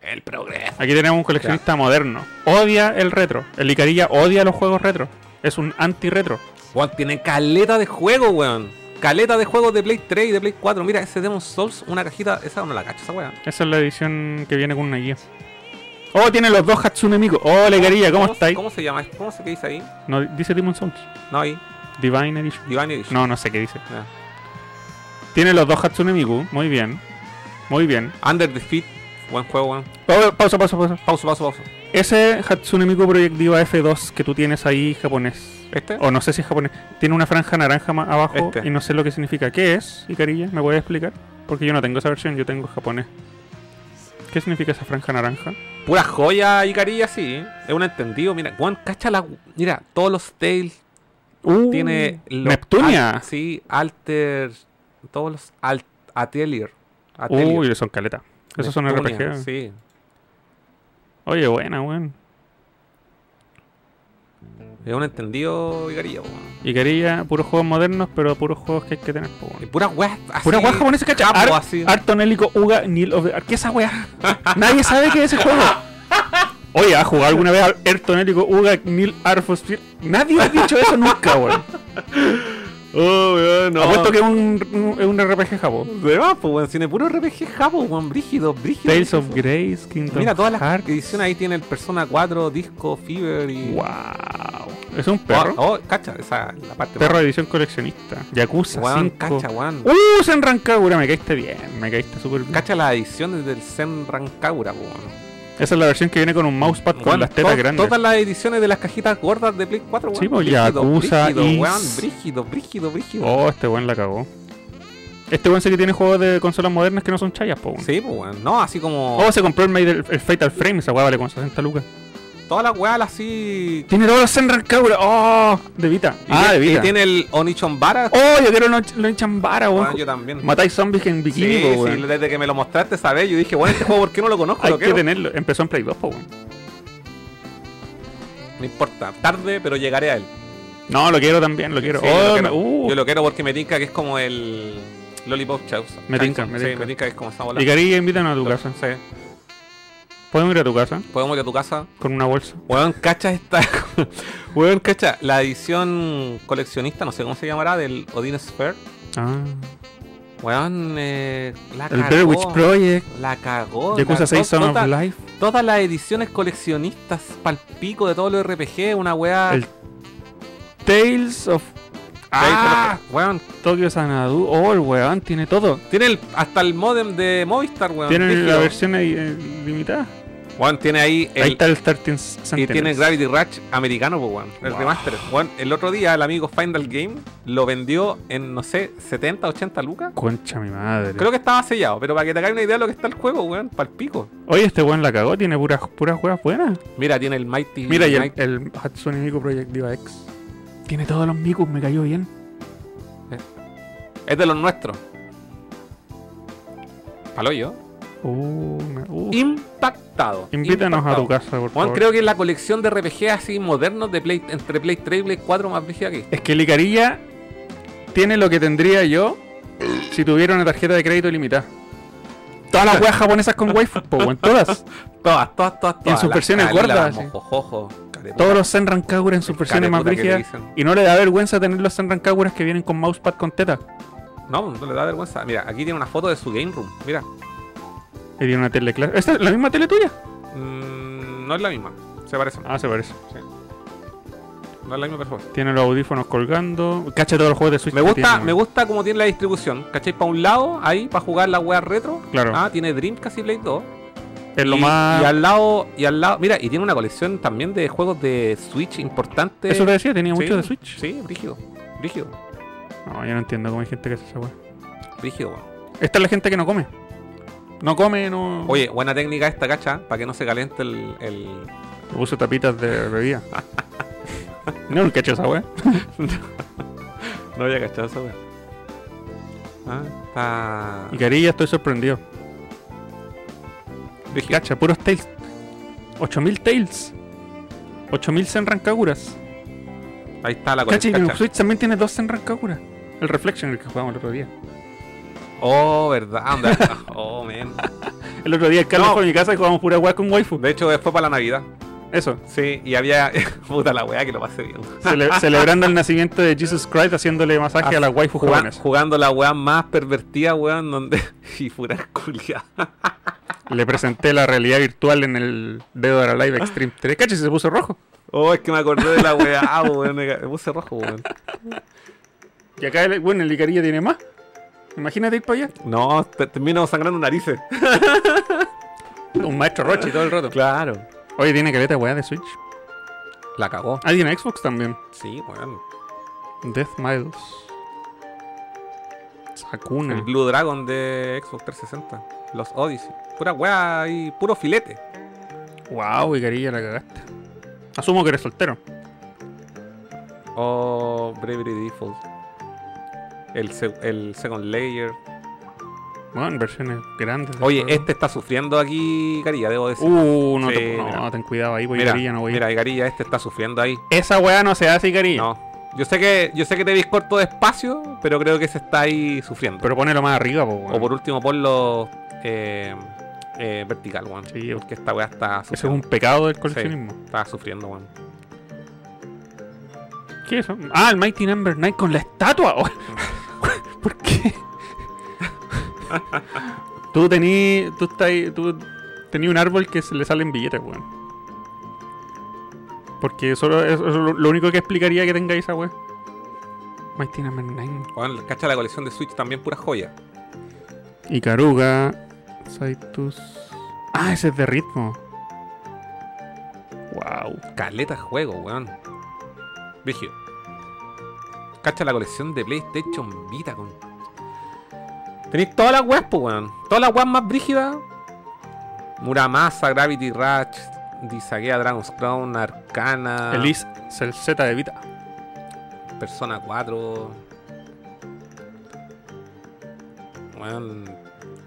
C: El progreso.
D: Aquí tenemos un coleccionista moderno. Odia el retro. El Icarilla odia los juegos retro. Es un anti-retro.
C: Weón, tienen caleta de juego, weón. Caleta de juegos de Play 3 y de Play 4. Mira, ese Demon Souls, una cajita, esa no la cacho, esa weón.
D: Esa es la edición que viene con una guía. Oh, tiene los dos Hatsune Miku. Hola, Icarilla, ¿cómo, estáis?
C: ¿Cómo se llama? ¿Cómo se que dice ahí?
D: No, dice Demon Souls.
C: No, ahí.
D: Divine Edition.
C: Divine Edition.
D: No, no sé qué dice.
C: Ya.
D: Tiene los dos Hatsune Miku. Muy bien. Muy bien.
C: Under the Feet. Buen juego, weón.
D: Pa- Pausa, pausa, pausa.
C: Pausa, pausa, pausa.
D: Ese Hatsune Miku Project Diva F2 que tú tienes ahí japonés.
C: ¿Este?
D: O no sé si es japonés. Tiene una franja naranja más abajo
C: Este.
D: y no sé lo que significa. ¿Qué es, Icarilla? ¿Me puedes explicar? Porque yo no tengo esa versión, yo tengo japonés. ¿Qué significa esa franja naranja?
C: Pura joya y carilla, sí. ¿eh? Es un entendido. Mira, weón, cacha la. Mira, todos los Tales.
D: Uh,
C: Tiene. los
D: Neptunia.
C: al- sí, Alter. Todos los. Alt, Atelier. Atelier.
D: Uy, son caleta. Esos son
C: Neptunia,
D: RPG.
C: Sí.
D: Oye, buena, weón.
C: Es un entendido y carilla, weón.
D: Icarilla, puros juegos modernos, pero puros juegos que hay que tener. po, weón.
C: Y Eh, pura weá. así,
D: Pura weá japonesa, ¿cachai?
C: Capo,
D: Ar-
C: así.
D: Artonélico Uga Neil of the Ark. ¿Qué es esa weá? Nadie sabe qué es ese juego. Oye, ¿has jugado alguna vez Artonélico Uga Neil Arfos? Nadie ha dicho eso nunca, weón.
C: Oh, weón,
D: Apuesto que es un, un- es un RPG jabón.
C: De más, pues, weón. Tiene puro RPG japo, weón. Brígido, brígido.
D: Tales of
C: brígido.
D: Grace, Kingdom
C: Mira, todas las
D: Hearts.
C: ediciones ahí tienen el Persona 4, Disco, Fever y.
D: Wow. Es un perro.
C: Oh, oh, cacha, esa es la parte.
D: Perro edición coleccionista. Yakuza
C: Weón,
D: 5.
C: cacha, weón.
D: Uh, Senran Kagura, me caíste bien. Me caíste súper bien.
C: Cacha las ediciones del Zen Rancagura, weón.
D: Esa es la versión que viene con un mousepad con
C: Weón,
D: las tetas
C: to-
D: grandes.
C: Todas las ediciones de las cajitas gordas de Play 4, weón.
D: Sí, pues,
C: Brígido,
D: Yakuza,
C: brígido,
D: Is-
C: weón. Brígido, brígido, brígido.
D: Oh, este buen la cagó. Este buen sé que tiene juegos de consolas modernas que no son chayas, po. weón.
C: Sí, pues, weón. No, así como.
D: Oh, se compró el, Made- el, el Fatal Frame, esa weá vale con 60 lucas.
C: Todas las weas así.
D: Tiene todos los Senran Kagura. Oh, de Vita.
C: Y tiene- Y tiene el Onichombara.
D: Oh, yo quiero los los enchambara,
C: weón,
D: weón.
C: Ah, yo también.
D: Matáis zombies en bikini,
C: Sí,
D: po,
C: sí,
D: pues, weón.
C: desde que me lo mostraste esa vez, yo dije, bueno, este juego, ¿por qué no lo conozco?
D: Hay
C: Lo
D: que
C: quiero.
D: tenerlo. Empezó en Play 2, po, weón.
C: No importa, tarde, pero llegaré a él.
D: No, lo quiero también, lo quiero.
C: Sí,
D: oh,
C: yo, lo
D: me-
C: quiero.
D: uh,
C: Yo lo quiero porque me tinca que es como el Lollipop Chaos.
D: Me tinca, me
C: Sí,
D: tinca.
C: me tinca que es como esa bola.
D: Y Carilla, invitan a tu casa.
C: Sí.
D: Podemos ir a tu casa
C: Podemos ir a tu casa.
D: con una bolsa.
C: Weón, cacha esta. Weón, cacha. La edición coleccionista, no sé cómo se llamará, del Odin Sphere.
D: Ah.
C: Weón, eh, la
D: El
C: cagó.
D: Bear Witch Project.
C: La cagó.
D: Yakuza
C: la-
D: 6
C: to-
D: Son of
C: todas-
D: Life.
C: Todas las ediciones coleccionistas, palpico de todos los RPG, una weá.
D: El- Tales of. Ah,
C: Weón,
D: Tokyo Sanadu. Oh, el weón tiene todo.
C: tiene el- hasta el modem de Movistar, weón.
D: Tiene
C: Brígido.
D: la versión ahí, eh, limitada.
C: Weón, tiene ahí el,
D: Ahí está el Starting Sentinels.
C: Y tiene Gravity Rush americano, pues, weón. El
D: Wow.
C: remaster. Weón, el otro día el amigo Final Game lo vendió en, no sé, 70, 80 lucas.
D: Concha mi madre.
C: Creo que estaba sellado, pero para que te hagáis una idea de lo que está el juego, weón, palpico.
D: Oye, este weón la cagó. Tiene puras, puras weas buenas.
C: Mira, tiene el Mighty.
D: Mira, y el,
C: Mighty-
D: el Hatsune Miku Project Diva X. Tiene todos los Mikus, me cayó bien.
C: es de los nuestros. Paloyo.
D: Uh, me- uh.
C: Impactado.
D: Invítanos
C: Impactado.
D: a tu casa, por favor.
C: Weón, creo que es la colección de RPG así modernos de Play, entre Play 3 y Play 4 más brígida que
D: Es que Licarilla tiene lo que tendría yo si tuviera una tarjeta de crédito ilimitada. Todas las weas japonesas con waifu, po, weón, todas.
C: Todas, todas, todas, todas.
D: Y en sus
C: Las
D: versiones
C: Kalila,
D: gordas, sí.
C: Mojojojo, Caretuda.
D: Todos los Senran Kagura en sus versiones más
C: Caretuda que le
D: brígidas.
C: dicen.
D: Y no le da vergüenza tener los Senran Kaguras que vienen con mousepad con teta.
C: No, no le da vergüenza. Mira, aquí tiene una foto de su game room. Mira.
D: Y tiene una tele clara. ¿Esta es la misma tele tuya?
C: Mm, no es la misma. Se parece.
D: Ah, se parece.
C: Sí. No es la misma persona.
D: Tiene los audífonos colgando. Cacha todos los juegos de Switch.
C: Me
D: que
C: gusta,
D: tiene,
C: me
D: weón.
C: gusta como tiene la distribución. ¿Cachai? Para un lado, ahí, para jugar la wea retro.
D: Claro.
C: Ah, tiene Dreamcast y Play 2.
D: Es lo
C: y,
D: más.
C: y al lado, y al lado, mira, y tiene una colección también de juegos de Switch importante.
D: Eso te decía, tenía
C: Sí,
D: mucho de Switch.
C: Sí, brígido. Brígido.
D: No, yo no entiendo cómo hay gente que hace esa weá.
C: Brígido, weón.
D: Esta es la gente que no come. No come, no.
C: Oye, buena técnica esta, cacha, para que no se caliente el. el-
D: Le puse tapitas de bebida. no, nunca he hecho esa weá.
C: No había cachado esa weá. Ah, pa-
D: Y carilla, estoy sorprendido.
C: Brígido.
D: Cacha, puros tails. 8000 tails. 8000 Senran Kaguras.
C: Ahí está la
D: Cacha, y
C: colección.
D: en
C: Ah, cacha.
D: Switch también tiene dos Senran Kaguras. El Reflection, el que jugamos el otro día.
C: Oh, verdad. Anda. oh, man.
D: El otro día el Carlos
C: No.
D: fue a mi casa y jugamos pura weá con waifu.
C: De hecho, después para la Navidad.
D: Eso.
C: Sí, y había. Puta la weá que lo pasé bien.
D: Cele- celebrando el nacimiento de Jesus Christ haciéndole masaje a
C: Ah,
D: las waifus
C: Juga-
D: jóvenes.
C: jugando la weá más pervertida, weón, donde. y pura culia.
D: Le presenté la realidad virtual en el dedo de la live Extreme 3. Cacha, se puso rojo.
C: Oh, es que me acordé de la weá, Ah, weón. Me ca- me puse rojo, weón.
D: Y acá, el- bueno, el Icarilla tiene más. Imagínate ir para allá.
C: No, te- termino sangrando narices.
D: Un maestro Rochi todo el rato.
C: Claro.
D: Oye, tiene caleta weá de Switch.
C: La cagó.
D: Ah, tiene Xbox también.
C: Sí, weón.
D: Death Miles. Sakuna.
C: El Blue Dragon de Xbox 360. Los Odyssey. Pura weá y puro filete.
D: Wow, Icarilla, la cagaste. Asumo que eres soltero.
C: Oh, Bravery Default. El, se- el Second Layer.
D: Bueno, versiones grandes. del
C: Oye,
D: juego.
C: este está sufriendo aquí, Carilla, debo decir.
D: Uh, no,
C: Sí,
D: te,
C: mira.
D: no ten cuidado ahí, voy
C: mira,
D: Icarilla, no voy
C: mira, Carilla, este está sufriendo ahí.
D: Esa weá no se hace, Icarilla.
C: No. Yo sé que yo sé que te vis corto de espacio, pero creo que se está ahí sufriendo.
D: Pero ponelo más arriba, po, weón.
C: o por último, ponlo eh, eh, vertical, weón.
D: Sí.
C: porque esta weá está sufriendo.
D: Ese es un pecado del coleccionismo.
C: Está sufriendo, weón.
D: ¿Qué es eso? Ah, el Mighty Number 9 con la estatua. oh. ¿Por qué? tú tení. Tú estás. Tú tení un árbol que se le salen billetes, weón. Porque solo eso es lo lo único que explicaría que tengáis esa weón. Mighty Number 9.
C: Weón, cacha la colección de Switch también pura joya.
D: Icaruga. Saitus. Ah, ese es de ritmo. Wow.
C: Caleta juego, weón. Brígido. Cacha la colección de PlayStation Vita con. Tenéis todas las weas, pues, weón. Todas las weas más brígidas. Muramasa, Gravity Rush, Disagea, Dragon's Crown, Arcana.
D: Elise Celzeta de Vita.
C: Persona 4. Weón.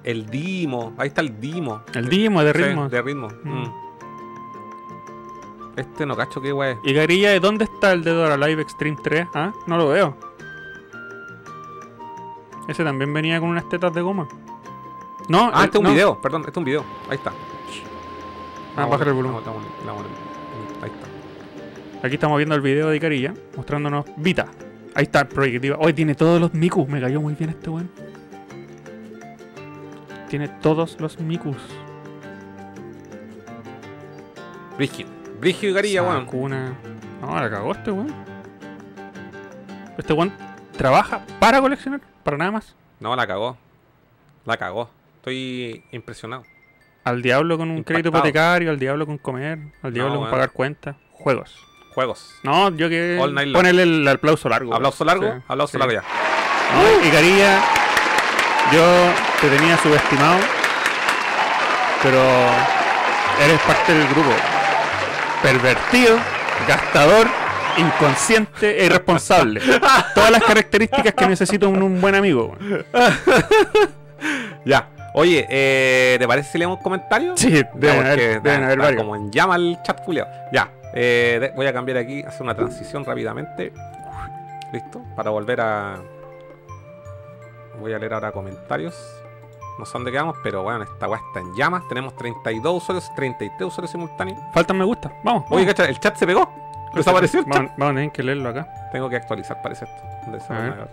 C: El Dimo. Ahí está el Dimo.
D: El Dimo de
C: Sí,
D: ritmo.
C: de ritmo.
D: Mm.
C: mm. Este no cacho qué wey.
D: Y Garilla, ¿de dónde está el dedo a la Live Extreme 3? ¿Ah? No lo veo. Ese también venía con unas tetas de goma. No,
C: Ah,
D: el-
C: este es un
D: no.
C: video. Perdón, este es un video. Ahí está.
D: Ah, bájale el volumen.
C: Vamos, vamos, vamos, vamos. Ahí está.
D: Aquí estamos viendo el video de Icarilla mostrándonos Vita. Ahí está, proyectiva. Hoy tiene todos los Mikus. Me cayó muy bien este weón. Tiene todos los Mikus.
C: Brígido. Brígido y Garilla, weón.
D: Sakuna. No, la cagó este weón. Este weón trabaja para coleccionar, para nada más.
C: No, la cagó. La cagó. Estoy impresionado.
D: Al diablo con un crédito
C: Impactado.
D: hipotecario, al diablo con comer, al diablo con
C: bueno.
D: pagar cuentas, juegos.
C: Juegos.
D: No, yo que.
C: All night long.
D: Ponele el aplauso largo. güey.
C: Aplauso largo.
D: Sí,
C: Aplauso
D: sí.
C: largo ya.
D: No, y Carilla, yo te tenía subestimado, pero eres parte del grupo. Pervertido, gastador, inconsciente e irresponsable. Todas las características que necesita un, un buen amigo. güey.
C: Ya. Oye, eh, ¿te parece si leemos comentarios?
D: Sí, deben
C: porque
D: haber,
C: está-
D: deben haber
C: está
D: varios.
C: Como en llama el chat culiao. Ya. eh, de- voy a cambiar aquí, hacer una transición rápidamente. Listo. Para volver a. Voy a leer ahora comentarios. No sé dónde quedamos, pero bueno, esta weá está en llamas. Tenemos 32 usuarios, 33 usuarios simultáneos.
D: Faltan me gusta. Vamos.
C: Oye,
D: vamos.
C: cacha, el chat se pegó. Desapareció el chat.
D: Vamos, vamos a tener que leerlo acá.
C: Tengo que actualizar, parece esto. ¿Dónde se
D: A
C: llama?
D: ver.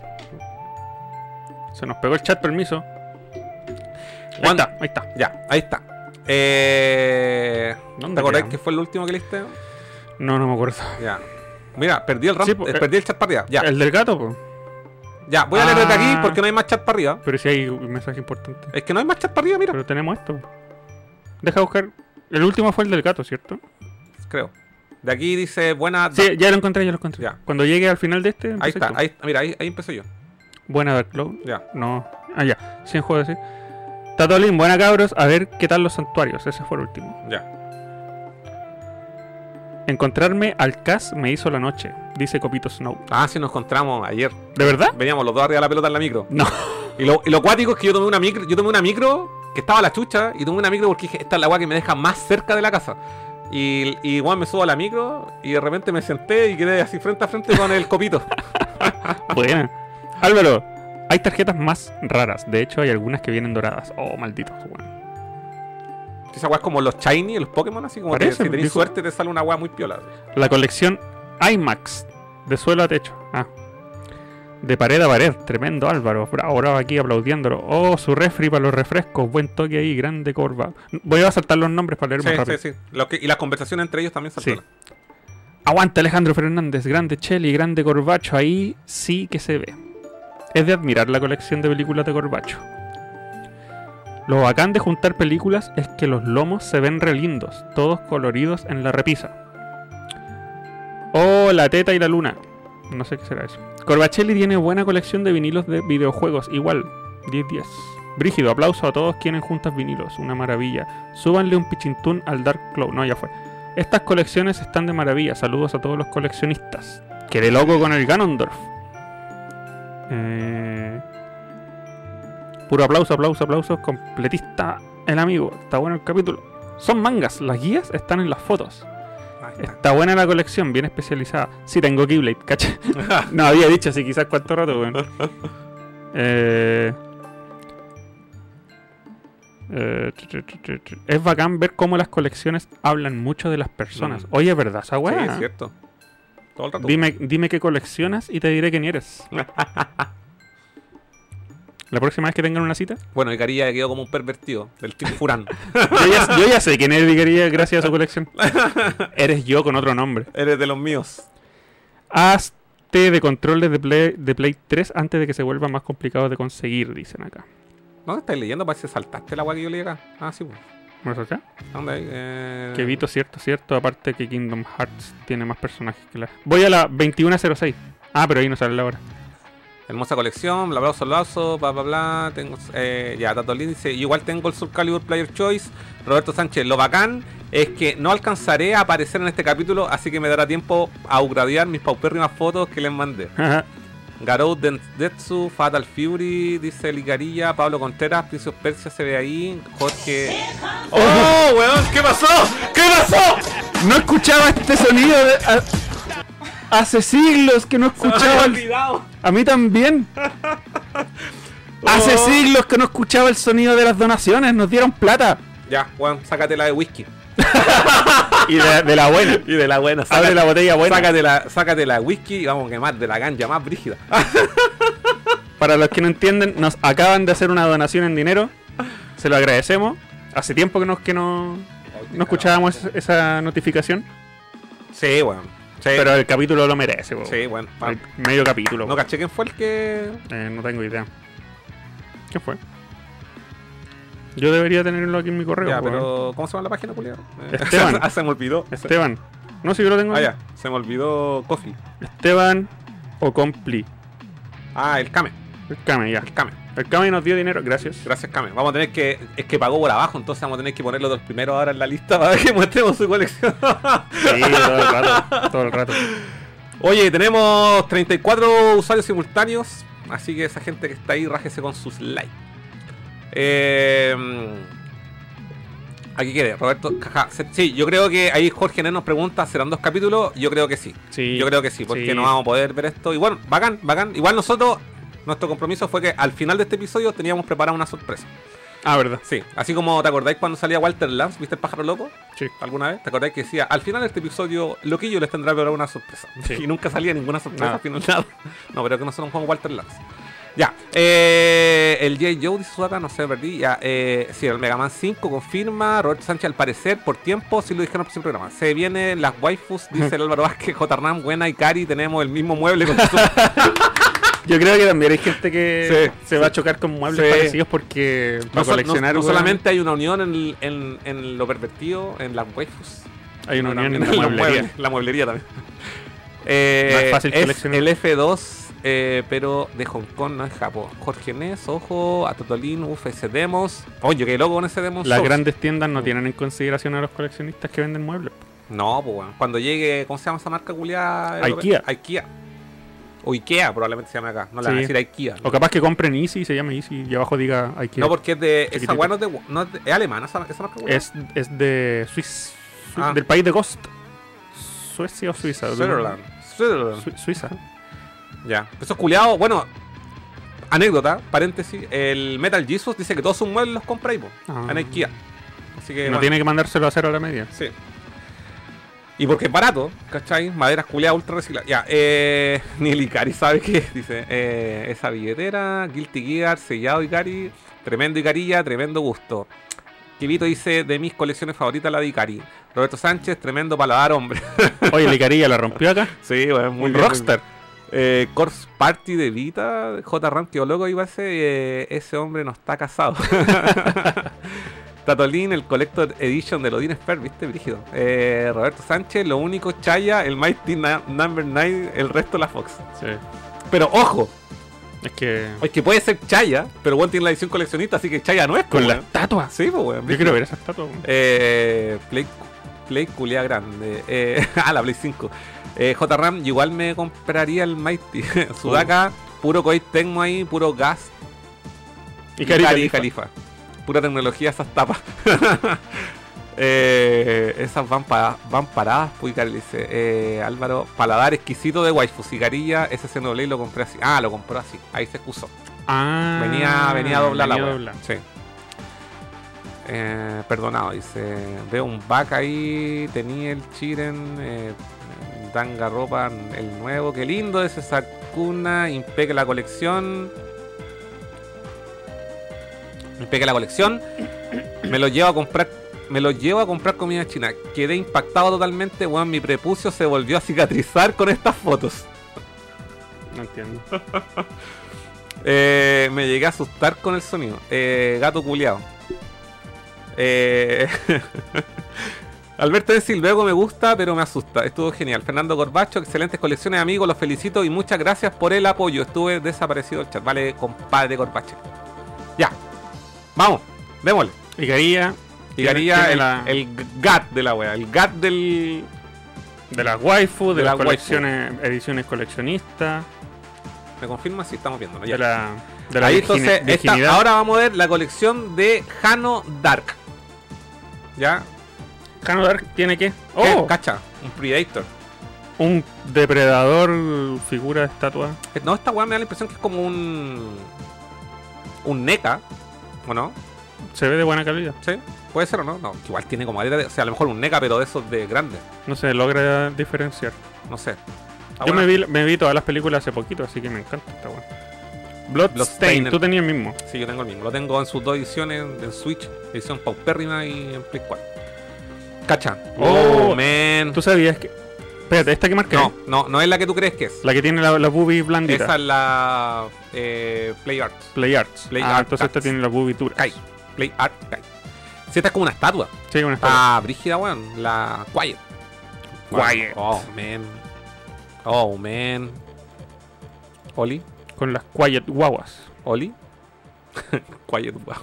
D: Se nos pegó el chat, permiso. Ahí
C: Juan-
D: está, ahí está.
C: Ya, ahí está. Eh,
D: ¿Dónde
C: ¿Te acordás
D: quedamos?
C: que fue el último que leíste?
D: No, no me acuerdo.
C: Ya. Mira, perdí el, ram-
D: Sí, po,
C: eh,
D: eh,
C: perdí el chat para arriba. Ya,
D: El del gato, po.
C: ya. Voy a leer desde aquí
D: Ah.
C: porque no hay más chat para arriba.
D: Pero si hay un mensaje importante.
C: Es que no hay más chat para arriba, mira.
D: Pero tenemos esto. Deja buscar. El último fue el del gato, ¿cierto?
C: Creo. De aquí dice buenas.
D: Sí, ya lo encontré, ya lo encontré.
C: Ya.
D: Cuando llegue al final de este.
C: ahí
D: empecé
C: está,
D: tú.
C: ahí está. Mira, ahí, ahí empecé yo.
D: Buena Dark Cloud.
C: Ya.
D: No. Ah, ya. Sin juego sí. Tatolín, buena cabros. A ver qué tal los santuarios. Ese fue el último.
C: Ya.
D: Encontrarme al Cas me hizo la noche, dice Copito Snow.
C: Ah, sí, nos encontramos ayer.
D: ¿De verdad?
C: Veníamos los dos arriba de la pelota en la micro.
D: No.
C: Y lo, y lo cuático es que yo tomé una micro, yo tomé una micro que estaba a la chucha y tomé una micro porque dije, esta es la weá que me deja más cerca de la casa. Y, y weón, me subo a la micro y de repente me senté y quedé así frente a frente con el copito.
D: Buena. Álvaro, hay tarjetas más raras. De hecho, hay algunas que vienen doradas. Oh, malditos, weón.
C: Esa weá es como los shiny, los Pokémon, así como
D: Parece,
C: que si tenés
D: dijo.
C: suerte te sale una weá muy piola.
D: La colección IMAX, de suelo a techo. Ah. De pared a pared, tremendo Álvaro. Bravo, bravo aquí aplaudiéndolo. Oh, su refri para los refrescos. Buen toque ahí, grande corva. Voy a saltar los nombres para leer más
C: Sí,
D: rápido.
C: sí, sí. Lo que- y las conversaciones entre ellos también
D: Sí.
C: saltaron.
D: Aguanta Alejandro Fernández, grande Cheli, grande Corbacho, ahí sí que se ve. Es de admirar la colección de películas de Corbacho. Lo bacán de juntar películas es que los lomos se ven relindos, todos coloridos en la repisa. Oh, la teta y la luna. No sé qué será eso. Corbacelli tiene buena colección de vinilos de videojuegos, igual. 10-10. Brígido, aplauso a todos quienes juntas vinilos, una maravilla. Súbanle un pichintún al Dark Cloud. No, ya fue. Estas colecciones están de maravilla. Saludos a todos los coleccionistas. Quedé loco con el Ganondorf. Eh, Puro aplauso, aplauso, aplauso. Completista el amigo. Está bueno el capítulo. Son mangas. Las guías están en las fotos. Está buena la colección, bien especializada. Sí, tengo Keyblade, cacha. no había dicho así, quizás cuánto rato, weón. Eh, eh, tr- tr- tr- tr- tr- es bacán ver cómo las colecciones hablan mucho de las personas.
C: Mm.
D: Oye, es verdad, esa
C: Sí,
D: weá.
C: es cierto. Todo el rato.
D: Dime, dime qué coleccionas y te diré quién eres. La próxima vez que tengan una cita,
C: Bueno, el Carilla quedó como un pervertido, del tipo Furán.
D: yo ya, yo ya sé quién eres, Vicaría, gracias a su colección. Eres yo con otro nombre.
C: Eres de los míos.
D: Hazte de controles de Play, de Play 3 antes de que se vuelva más complicado de conseguir, dicen acá.
C: ¿Dónde estáis leyendo? Parece que saltaste la weá que yo leí acá. Ah, sí, pues.
D: ¿Me lo salté?
C: ¿Dónde hay? Eh...
D: Que Vito, cierto, cierto. Aparte que Kingdom Hearts tiene más personajes que la. Voy a la 2106. Ah, pero ahí no sale la hora.
C: Hermosa colección, bla bla bla, bla, bla, bla, bla. Tengo, eh, ya, Tatolín dice, igual tengo el Soul Calibur Player Choice. Roberto Sánchez, lo bacán es que no alcanzaré a aparecer en este capítulo, así que me dará tiempo a upgradear mis paupérrimas fotos que les mandé. Garou Dendetsu, Fatal Fury, dice Ligarilla, Pablo Contreras, Prince of Persia se ve ahí, Jorge... ¡Oh, weón! ¿Qué pasó? ¿Qué pasó?
D: no escuchaba este sonido hace siglos que no escuchaba. A mí también.
C: Oh.
D: Hace siglos que no escuchaba el sonido de las donaciones. Nos dieron plata.
C: Ya, weón, sácatela de whisky.
D: Y de, de la buena.
E: Y de la buena.
D: Abre la botella buena.
C: Sácatela, sácatela de whisky y vamos a quemar de la ganja más brígida. Ah,
D: Para los que no entienden, nos acaban de hacer una donación en dinero. Se lo agradecemos. Hace tiempo que no, que no, no escuchábamos es- esa notificación.
C: Sí, weón. Sí,
D: Pero el capítulo lo merece, po.
C: sí weón.
D: El medio capítulo.
C: No
D: po.
C: caché quién fue el que.
D: Eh, no tengo idea. ¿Qué fue? Yo debería tenerlo aquí en mi correo.
C: ya,
D: po, eh. weón.
C: pero. ¿Cómo se llama la página, culiao? Eh,
D: Esteban.
C: ah, se me olvidó.
D: Esteban. No, si yo lo tengo.
C: Ah, ya. Se me olvidó Coffee.
D: Esteban o Compli.
C: Ah, el Kame.
D: El Kame, ya.
C: El Kame.
D: El Kame nos dio dinero, gracias.
C: Gracias, Kame. Vamos a tener que. Es que pagó por abajo, entonces vamos a tener que ponerlo de los primeros ahora en la lista para que mostremos su colección.
D: Sí, todo el rato. Todo el rato.
C: Oye, tenemos 34 usuarios simultáneos. Así que esa gente que está ahí, rájese con sus likes. Eh, aquí quiere, Roberto. Jaja. Se- Sí, yo creo que ahí Jorge Nen nos pregunta: ¿serán dos capítulos? Yo creo que sí.
D: Sí.
C: Yo creo que sí, porque
D: Sí.
C: no vamos a poder ver esto. Y bueno, bacán, bacán. Igual nosotros, nuestro compromiso fue que al final de este episodio teníamos preparada una sorpresa.
D: Ah, verdad.
C: Sí, así como te acordáis cuando salía Walter Lance, ¿viste el pájaro loco?
D: Sí.
C: ¿Alguna vez? ¿Te acordáis que decía, al final de este episodio, Loquillo les tendrá preparada una sorpresa?
D: Sí.
C: Y nunca salía ninguna sorpresa,
D: Nada.
C: al final nada. No, pero que nosotros con Walter Lance. Ya, eh, el J. Joe dice Suata, no sé, perdí. Ya, eh, sí, el Mega Man 5 confirma. Robert Sánchez, al parecer, por tiempo, sí lo dijeron al principio del programa. Se vienen las waifus, dice el Álvaro Vázquez, J. Hernán, Buena y Cari. Tenemos el mismo mueble con su-
D: Yo creo que también hay gente que
C: Sí,
D: se va a chocar con muebles
C: Sí.
D: parecidos porque para
C: No, so-
D: coleccionar
C: no- no
D: weón,
C: solamente hay una unión en, en- en lo pervertido, en las waifus.
D: hay
C: sino
D: una unión en
C: también
D: la
C: los
D: mueblería.
C: muebles, la mueblería también. Eh,
D: Más fácil
C: es
D: coleccionar.
C: el F2, eh, pero de Hong Kong, no es Japón. Jorge Nes, ojo, a Totolín, uf, ese demos. Oye, qué loco con ese demos.
D: Las
C: Sos.
D: grandes tiendas no tienen en consideración a los coleccionistas que venden muebles.
C: No, pues weón. Cuando llegue, ¿cómo se llama esa marca culiada?
D: Ikea.
C: Ikea. O Ikea probablemente se llama acá. No le van a
D: Sí.
C: decir Ikea.
D: O capaz que compren Easy y se llama Easy y abajo diga Ikea.
C: No, porque es de. Esa
D: Chiquitito.
C: weá no es de. no es de- es alemana esa, esa marca weón.
D: es, es de Suiza,
C: Ah.
D: del país de Ghost. Suecia o Suiza. de-
C: Sutherland. Sutherland.
D: Sui- Suiza.
C: Ya. Esos culiados, bueno, anécdota, paréntesis, el Metal Jesus dice que todos sus muebles los compra ahí, po,
D: Ah.
C: en Ikea. Así que
D: no
C: bueno,
D: tiene que mandárselo a cero a la media.
C: sí. Y porque es barato, ¿cachai? Maderas culiadas ultra recicladas. Ya, eh. Ni el Ikari sabe qué. Dice, eh, esa billetera, Guilty Gear, sellado Ikari, tremendo Icarilla, tremendo gusto. Kivito dice, de mis colecciones favoritas la de Ikari. Roberto Sánchez, tremendo paladar hombre.
D: Oye, Licarilla la rompió acá.
C: Sí, bueno, muy bien,
D: Un
C: muy
D: rockstar.
C: bien. Eh, Corpse Party de Vita, J. Ram, que loco iba a ser, eh, ese hombre no está casado. Tatolín, el Collector Edition de Lodin Esper, viste, brígido. Eh, Roberto Sánchez, lo único Chaya, el Mighty Na- Number 9, el resto la Fox.
D: Sí.
C: Pero ojo,
D: Es que.
C: es que puede ser Chaya, pero bueno, tiene la edición coleccionista, así que Chaya no es,
D: Con
C: pues,
D: la
C: weón.
D: estatua.
C: Sí, pues, weón,
D: Yo
C: brígido.
D: quiero ver esa estatua. weón.
C: Eh, Play, Play culia grande. Eh, ah, la Play 5. Eh, JRAM, igual me compraría el Mighty. Sudaka, puro Koei Tecmo ahí, puro gas.
D: Y Cari
C: Cali
D: Califa.
C: Califa. Pura tecnología esas tapas. Eh, esas van, pa- van paradas, pues Cari dice. Eh, Álvaro, paladar exquisito de waifu. Cigarilla, ese Xenoblade lo compré así. Ah, lo compró así. Ahí se excusó.
D: Ah,
C: Venía, venía a doblar la
D: venía a
C: wea.
D: doblar.
C: Sí. Eh, perdonado, dice. Veo un back ahí. Tenía el Chiren. Eh, Danga ropa, el nuevo. Qué lindo ese Sakuna. Impeque la colección. Impeque la colección. Me lo llevo a comprar. Me lo llevo a comprar comida china. Quedé impactado totalmente, weón. Mi prepucio se volvió a cicatrizar con estas fotos.
D: No entiendo.
C: Eh, me llegué a asustar con el sonido. Eh, gato culiao. Eh, Alberto Ensil, luego me gusta, pero me asusta. Estuvo genial. Fernando Corbacho, excelentes colecciones, amigos. Los felicito y muchas gracias por el apoyo. Estuve desaparecido del chat. Vale, compadre Corbacho. Ya. Vamos. Démosle.
D: Licarilla
C: Y
D: Tiene-
C: haría
D: tiene
C: el,
D: la-
C: el GAT de la wea. El GAT del.
D: de las waifu, de,
C: De
D: las
C: las
D: colecciones, ediciones coleccionistas,
C: Me confirma si estamos viendo.
D: de la, de la
C: Oh, Ahí
D: virgini-
C: entonces, esta-
D: virginidad.
C: ahora vamos a ver la colección de Hano Dark. ¿Ya?
D: Cano Dark tiene que.
C: ¿Qué?
D: ¡Oh!
C: Cacha, un Predator.
D: Un depredador, figura, estatua.
C: Eh, No, esta weá me da la impresión que es como un. Un NECA. ¿O no?
D: Se ve de buena calidad.
C: ¿Sí? ¿Puede ser o no? No, que igual tiene como areta de- O sea, a lo mejor un NECA, pero de esos de grandes.
D: No se logra diferenciar.
C: No sé. Está
D: Yo
C: buena.
D: me vi, me vi todas las películas hace poquito, así que me encanta esta weá. Bloodstain,
C: Bloodstained.
D: tú tenías el mismo.
C: Sí, yo tengo el mismo. Lo tengo en sus dos ediciones, en Switch, edición paupérrima y en Play 4. Cacha.
D: Oh,
C: Oh, man.
D: ¿Tú sabías que.? Espérate, esta que marqué.
C: No, no, no es la que tú crees que es.
D: La que tiene la, la boobie blandita.
C: Esa es la eh, Play Arts.
D: Play Arts.
C: Play
D: ah,
C: Arts.
D: entonces esta tiene la boobie dura.
C: Kai. Play Art Kai. Sí, esta es como una estatua.
D: Sí, una estatua.
C: Ah, brígida, weón. La Quiet.
D: Quiet.
C: Oh, man. Oh, man. Oli.
D: Con las Quiet Guaguas.
C: Oli. quiet, wow.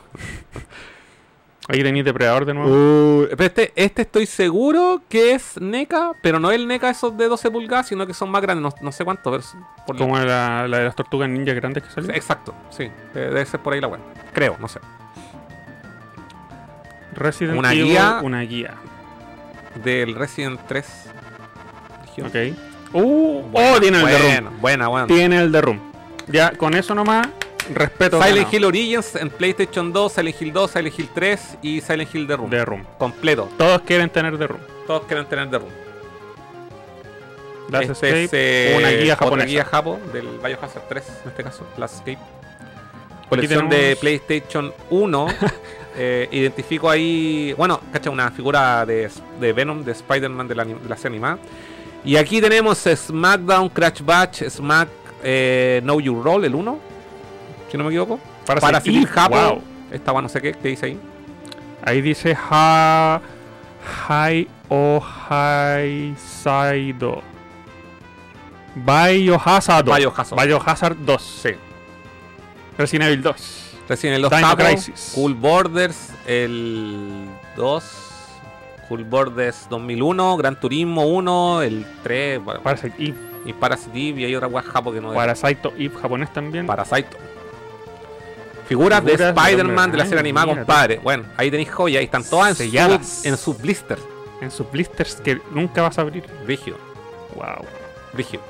D: Ahí tenéis depredador de nuevo.
C: Pero este, este estoy seguro que es NECA, pero no es el NECA esos de 12 pulgadas, sino que son más grandes. No, no sé cuántos, pero son Uh, por lo-
D: como la, la de las tortugas ninja grandes que salió.
C: Exacto, sí. Eh, Debe ser por ahí la weón. Creo, no sé.
D: Resident
C: una
D: Evil,
C: guía.
D: Una guía.
C: Del Resident 3.
D: Ok. Uh, oh, tiene el de Room.
C: bueno, buena, buena.
D: Tiene el de Room. Ya, con eso nomás, respeto.
C: Silent
D: ganado.
C: Hill Origins en PlayStation 2, Silent Hill 2, Silent Hill 3 y Silent Hill The Room.
D: De Room.
C: Completo.
D: Todos quieren tener de Room.
C: Todos quieren tener The Room.
D: Last
C: Este
D: Escape,
C: es, eh,
D: una guía
C: otra
D: japonesa.
C: guía japo del Biohazard 3, en este caso, Last Escape. colección
D: tenemos-
C: de PlayStation 1. eh, identifico ahí, bueno, cacha, una figura de, de Venom, de Spider-Man de la, anim- de la serie animada. Y aquí tenemos SmackDown, Crash Batch, Smack, eh, Know Your Role, el 1, si no me equivoco. Para, seguir
D: Eve,
C: Japón.
D: wow.
C: Esta, bueno, no sé qué, ¿qué dice ahí?
D: Ahí dice ha, Hai o Hai Saido. Biohazard.
C: Biohazard.
D: Biohazard 2.
C: Sí.
D: Resident Evil 2.
C: Recién el 2
D: Dino Crisis.
C: Cool Borders, el 2. Cool Borders 2001, Gran Turismo 1, el 3, bueno,
D: Parasite Eve.
C: y Parasite Eve, y hay otra guay japo que no es.
D: Parasite Eve japonés también.
C: Parasite. Figuras, de
D: Figuras de
C: Spider-Man de la
D: Spider-Man,
C: serie animada,
D: mira tú.
C: compadre. Bueno, ahí tenéis joyas, ahí están todas en
D: Selladas.
C: su, en su blister.
D: En sus blisters que nunca vas a abrir.
C: Rígido,
D: Wow.
C: rígido.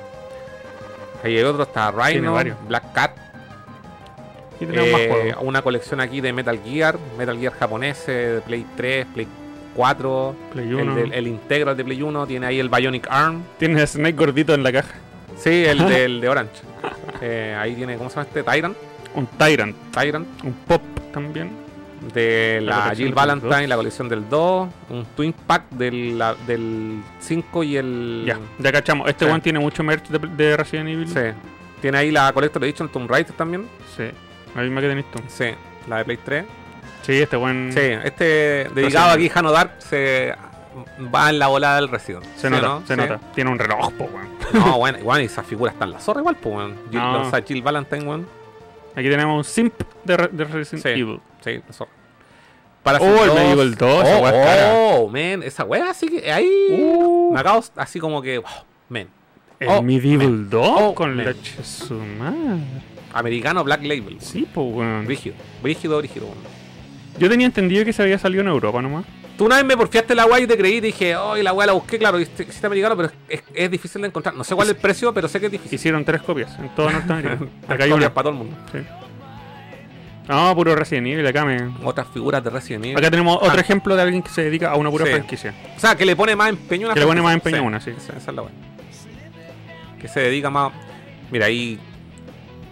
C: Ahí el otro está
D: Tiene
C: Rhino,
D: varios.
C: Black Cat,
D: Aquí tenemos más
C: eh,
D: juegos.
C: una colección aquí de Metal Gear, Metal Gear japonés, eh, de Play 3, Play 4,
D: Play
C: el,
D: 1.
C: del, el Integral de Play 1, tiene ahí el Bionic Arm,
D: Tiene Snake gordito en la caja.
C: sí, el del de Orange. Eh, ahí tiene, ¿cómo se llama este? Tyrant,
D: Un Tyrant.
C: Tyrant.
D: Un Pop también.
C: de
D: La
C: la,
D: colección
C: Jill
D: del
C: Valentine,
D: dos.
C: la colección del 2, un Twin Pack del, la- del 5 y el.
D: Ya, ya cachamos. Este
C: Sí.
D: one tiene mucho merch de, de Resident Evil.
C: Sí. Tiene ahí la Collector Edition Tomb Raider también.
D: Sí. La misma que tenés tú.
C: Sí. La de Play 3.
D: Sí, este buen.
C: Sí. Este dedicado aquí,
D: Resident
C: Hano Dark, se va en la volada del Resident. ¿Sí
D: Se nota,
C: o no?
D: se
C: Sí.
D: nota. Tiene un reloj, po, weón.
C: No, bueno, igual esas figuras están la zorra igual, pues, weón. Jill-
D: No.
C: o sea, Jill Valentine, weón.
D: Aquí tenemos un simp de, Re- de Resident
C: Sí.
D: Evil.
C: Sí, la zorra. Para
D: Oh, el Medieval 2, esa
C: Oh,
D: weá es cara.
C: oh, man, esa wea así que ahí.
D: Uh.
C: Me acabo así como que. wow, man.
D: El
C: Oh,
D: Medieval 2
C: Oh,
D: con
C: men.
D: la chesumar.
C: Americano Black Label.
D: Sí, po, weón.
C: Brígido, brígido, brígido. weón.
D: Yo tenía entendido que se había salido en Europa nomás.
C: Tú una vez me porfiaste la guay y te creí y dije, oh, y la guay la busqué, claro, y este- existe americano, pero es, es difícil de encontrar. No sé cuál es el precio, pero sé que es difícil.
D: Hicieron tres copias en toda Norteamérica. Acá hay
C: Acá
D: una.
C: para todo el mundo.
D: Sí. No, puro Resident Evil. Acá, me...
C: Otras figuras de Resident Evil.
D: acá tenemos otro
C: Ah.
D: ejemplo de alguien que se dedica a una pura
C: Sí.
D: franquicia.
C: O sea, que le pone más empeño a una
D: Que le pone
C: franquicia.
D: más empeño a una, sí.
C: Esa, esa es la guay. Que se dedica más. Mira, ahí.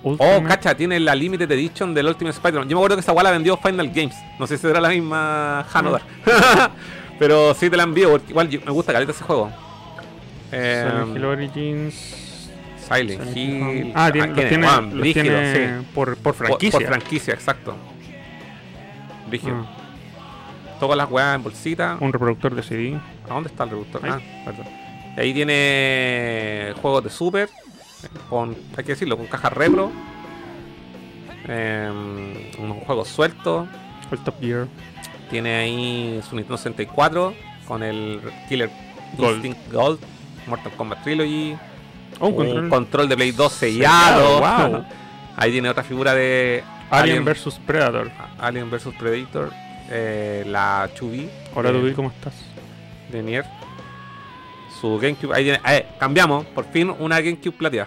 C: Oh,
D: Ultimate-
C: cacha, tiene la Limited Edition del Ultimate Spider-Man. Yo me acuerdo que esa guay la vendió Final Games. No sé si será la misma Hanodar. pero sí te la envío, porque igual yo- me gusta caleta ese juego.
D: Silent Hill
C: Eh,
D: Origins.
C: Silent
D: Silent Hill
C: Hill.
D: Home. Ah, tiene, los tiene,
C: Juan,
D: los
C: brígido,
D: tiene
C: sí.
D: por, por
C: Por-
D: franquicia.
C: Por, franquicia, exacto. Brígido.
D: Ah,
C: Todas las weas en bolsita.
D: un reproductor de CD.
C: ¿A dónde está el reductor?
D: Ahí.
C: Ah, perdón. Y ahí tiene juegos de Super. Con, hay que decirlo, con caja retro. Eh, unos juegos sueltos.
D: El Top Gear.
C: Tiene ahí su Nintendo 64. Con el Killer
D: Gold.
C: Instinct Gold. Mortal Kombat Trilogy.
D: Oh, un
C: un
D: control.
C: control, de Play 2 sellado.
D: Sellado, wow.
C: Ahí tiene otra figura de
D: Alien vs Predator.
C: Alien vs Predator, eh, la Chubi
D: Hola,
C: de,
D: Dubi, ¿cómo estás?
C: de Nier. Su GameCube, ahí tiene, eh, cambiamos, por fin una GameCube plateada.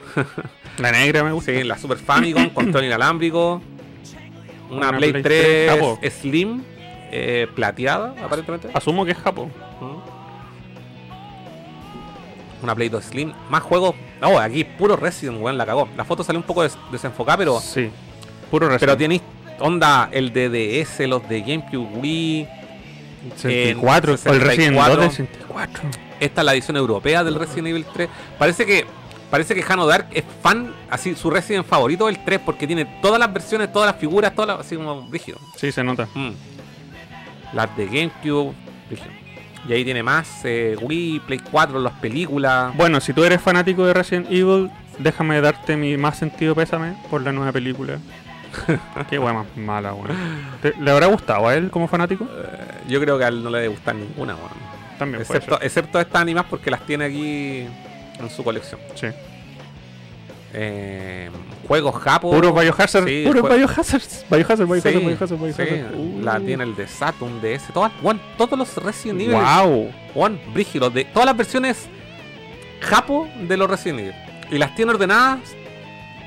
D: La negra me gusta.
C: sí, la Super Famicom, control inalámbrico, una,
D: Una
C: Play, Ah,
D: Play
C: 3
D: Japo.
C: Slim eh, plateada, aparentemente.
D: Asumo que es Japo.
C: Mm. Una Play 2 Slim, más juegos. Oh, aquí puro Resident, weón, la cagó. La foto salió un poco des- desenfocada, pero
D: Sí. Puro resto.
C: Pero tienes onda el DDS, los de GameCube Wii.
D: 64.
C: en
D: o el Resident 2
C: 64.
D: de 64.
C: Esta es la edición europea del Resident Evil 3. Parece que parece que Hano Dark es fan, así su Resident favorito del 3 porque tiene todas las versiones, todas las figuras, todas las, así como rígido.
D: Sí, se nota.
C: Mm. Las de GameCube, brígido. Y ahí tiene más eh, Wii, Play 4, las películas.
D: Bueno, si tú eres fanático de Resident Evil, déjame darte mi más sentido pésame por la nueva película. Qué wea más mala, weón. ¿Te- ¿Le habrá gustado a él como fanático?
C: Eh, Yo creo que a él no le debe gustar ninguna, weón.
D: También puede
C: Excepto, excepto estas animas porque las tiene aquí en su colección.
D: ser. Sí.
C: Eh, juegos japo.
D: Puros Biohazard,
C: Sí,
D: puros
C: jue-
D: Biohazards, Biohazard, Biohazard,
C: Sí,
D: Biohazard, Biohazard.
C: sí,
D: Uh.
C: La tiene el de Saturn, de ese. Todas, weón, todos los Resident Evil.
D: Wow.
C: Juan, brígido. De, todas las versiones japo de los Resident Evil. Y las tiene ordenadas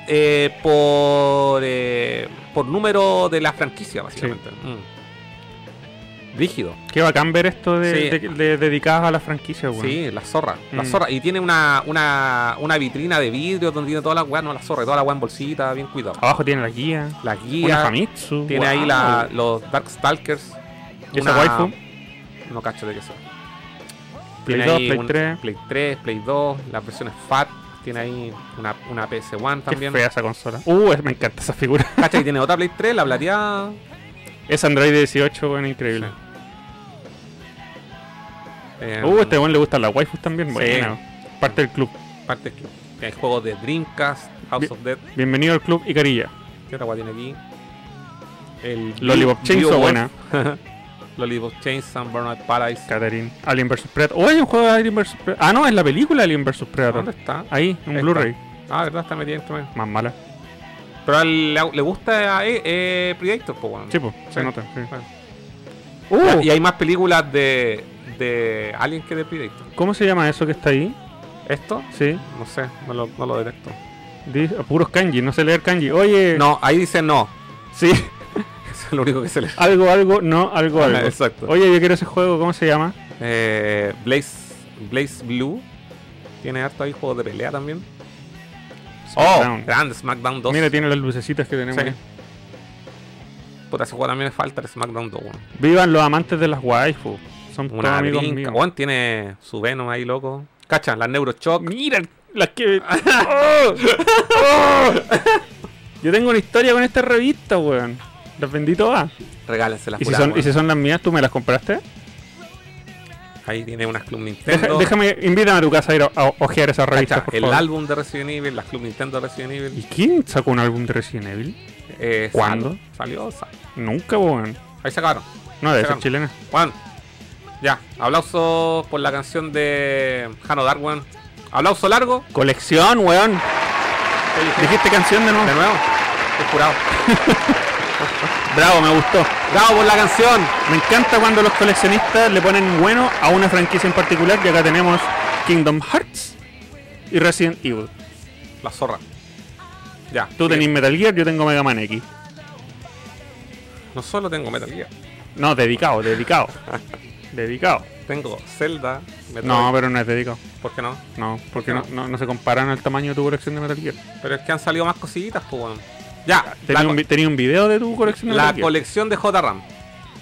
C: eh, por, eh, por número de la franquicia, básicamente. Mm. Rígido.
D: Qué bacán ver esto de,
C: Sí.
D: de- de- dedicadas a las franquicias, weón.
C: Sí, la zorra. La
D: Mm.
C: zorra. Y tiene una, una, una vitrina de vidrio donde tiene toda la weá, no la zorra, toda la weá en bolsita, bien cuidado.
D: Abajo tiene la guía.
C: La
D: Una
C: guía.
D: Famitsu.
C: Tiene ahí
D: wow.
C: la, los Darkstalkers.
D: ¿Y esa waifu?
C: No cacho de qué son.
D: Play
C: Tiene
D: 2,
C: ahí
D: Play
C: un
D: 3.
C: Play 3, Play 2, las versiones FAT. Tiene ahí una, una PS1
D: Qué
C: también.
D: fea esa consola. Uh, es- me encanta esa figura.
C: Cacha que tiene otra Play 3, la plateada.
D: Es Android 18, weón, increíble.
C: Eh,
D: Uh, a este weón le gustan las waifus también,
C: Sí.
D: bueno. Parte del club.
C: parte del club. Hay juegos de Dreamcast, House
D: Bien.
C: of Dead.
D: Bienvenido al club Icarilla.
C: ¿Qué otra guay tiene aquí? El
D: Lollipop
C: Bio-
D: Chainsaw,
C: Bioware.
D: buena.
C: Lollipop Chainsaw, Burnout Paradise.
D: Catherine. Alien vs Predator. Oh, hay un juego de Alien vs Predator. Ah, no, es la película Alien vs
C: ¿Dónde
D: Predator.
C: está?
D: Ahí, un
C: Esta.
D: Blu-ray.
C: Ah, verdad, está metida entre medio.
D: Más mala.
C: Pero a él le, le gusta a eh, eh, Predator, pues bueno.
D: Sí, po, se
C: Sí.
D: nota. sí.
C: Bueno. Ah,
D: Uh,
C: Y hay más películas de, de Alien que de Predator.
D: ¿Cómo se llama eso que está ahí?
C: ¿Esto?
D: Sí.
C: No sé, no lo, no lo detecto.
D: Dice- puros kanji, no sé leer kanji. Oye.
C: No, ahí dice no.
D: Sí.
C: Eso es lo único que se le.
D: Algo, algo, no, algo, algo.
C: Exacto.
D: Oye, yo quiero ese juego, ¿cómo se llama?
C: Eh, Blaze, Blaze Blue. Tiene harto ahí juegos de pelea también.
D: Smackdown.
C: Oh, grande, SmackDown 2.
D: Mira, tiene las lucecitas que tenemos.
C: Sí.
D: aquí.
C: Puta, ese juego también le falta el SmackDown 2, weón.
D: Vivan los amantes de las waifu. Son todos
C: Una
D: amigos
C: brinca.
D: míos.
C: Weón, tiene su Venom ahí, loco. Cacha, las Neurochoc.
D: Mira, las que. ¡Oh! ¡Oh! Yo tengo una historia con esta revista, weón. Las vendí todas.
C: Regálenselas,
D: ¿Y si,
C: pura,
D: son,
C: weón.
D: ¿Y si son las mías, tú me las compraste?
C: Ahí tiene unas Club
D: Deja-
C: Nintendo.
D: déjame, invítame a tu casa a ir a, a ojear esas revistas,
C: Cacha,
D: por
C: el
D: favor.
C: álbum de Resident Evil, las Club Nintendo de Resident
D: ¿Y
C: Evil.
D: quién sacó un álbum de Resident Evil?
C: Eh,
D: ¿Cuándo?
C: Salió, salió.
D: Nunca, weón.
C: Ahí sacaron.
D: No, debe ser
C: Sacamos.
D: chilena.
C: Juan, ya, aplauso por la canción de Hano Dark, weón. Aplauso largo.
D: Colección, weón. Dijiste canción de nuevo.
C: De nuevo, estoy jurado.
D: Bravo, me gustó.
C: Bravo por la canción.
D: Me encanta cuando los coleccionistas le ponen bueno a una franquicia en particular. Y acá tenemos Kingdom Hearts y Resident Evil.
C: La zorra. Ya.
D: Tú tenés Metal Gear, yo tengo Mega Man X.
C: No solo tengo Metal Gear,
D: No, dedicado, dedicado. dedicado.
C: tengo Zelda, Metal
D: No, pero no es dedicado.
C: ¿Por qué no?
D: No,
C: ¿Por qué
D: porque no, no, no se comparan al tamaño de tu colección de Metal Gear.
C: Pero es que han salido más cositas, pues, weón. Ya, la,
D: Tenía un,
C: co-
D: vi- tenía un video de tu colección de
C: la
D: Metal Gear.
C: colección de JRAM.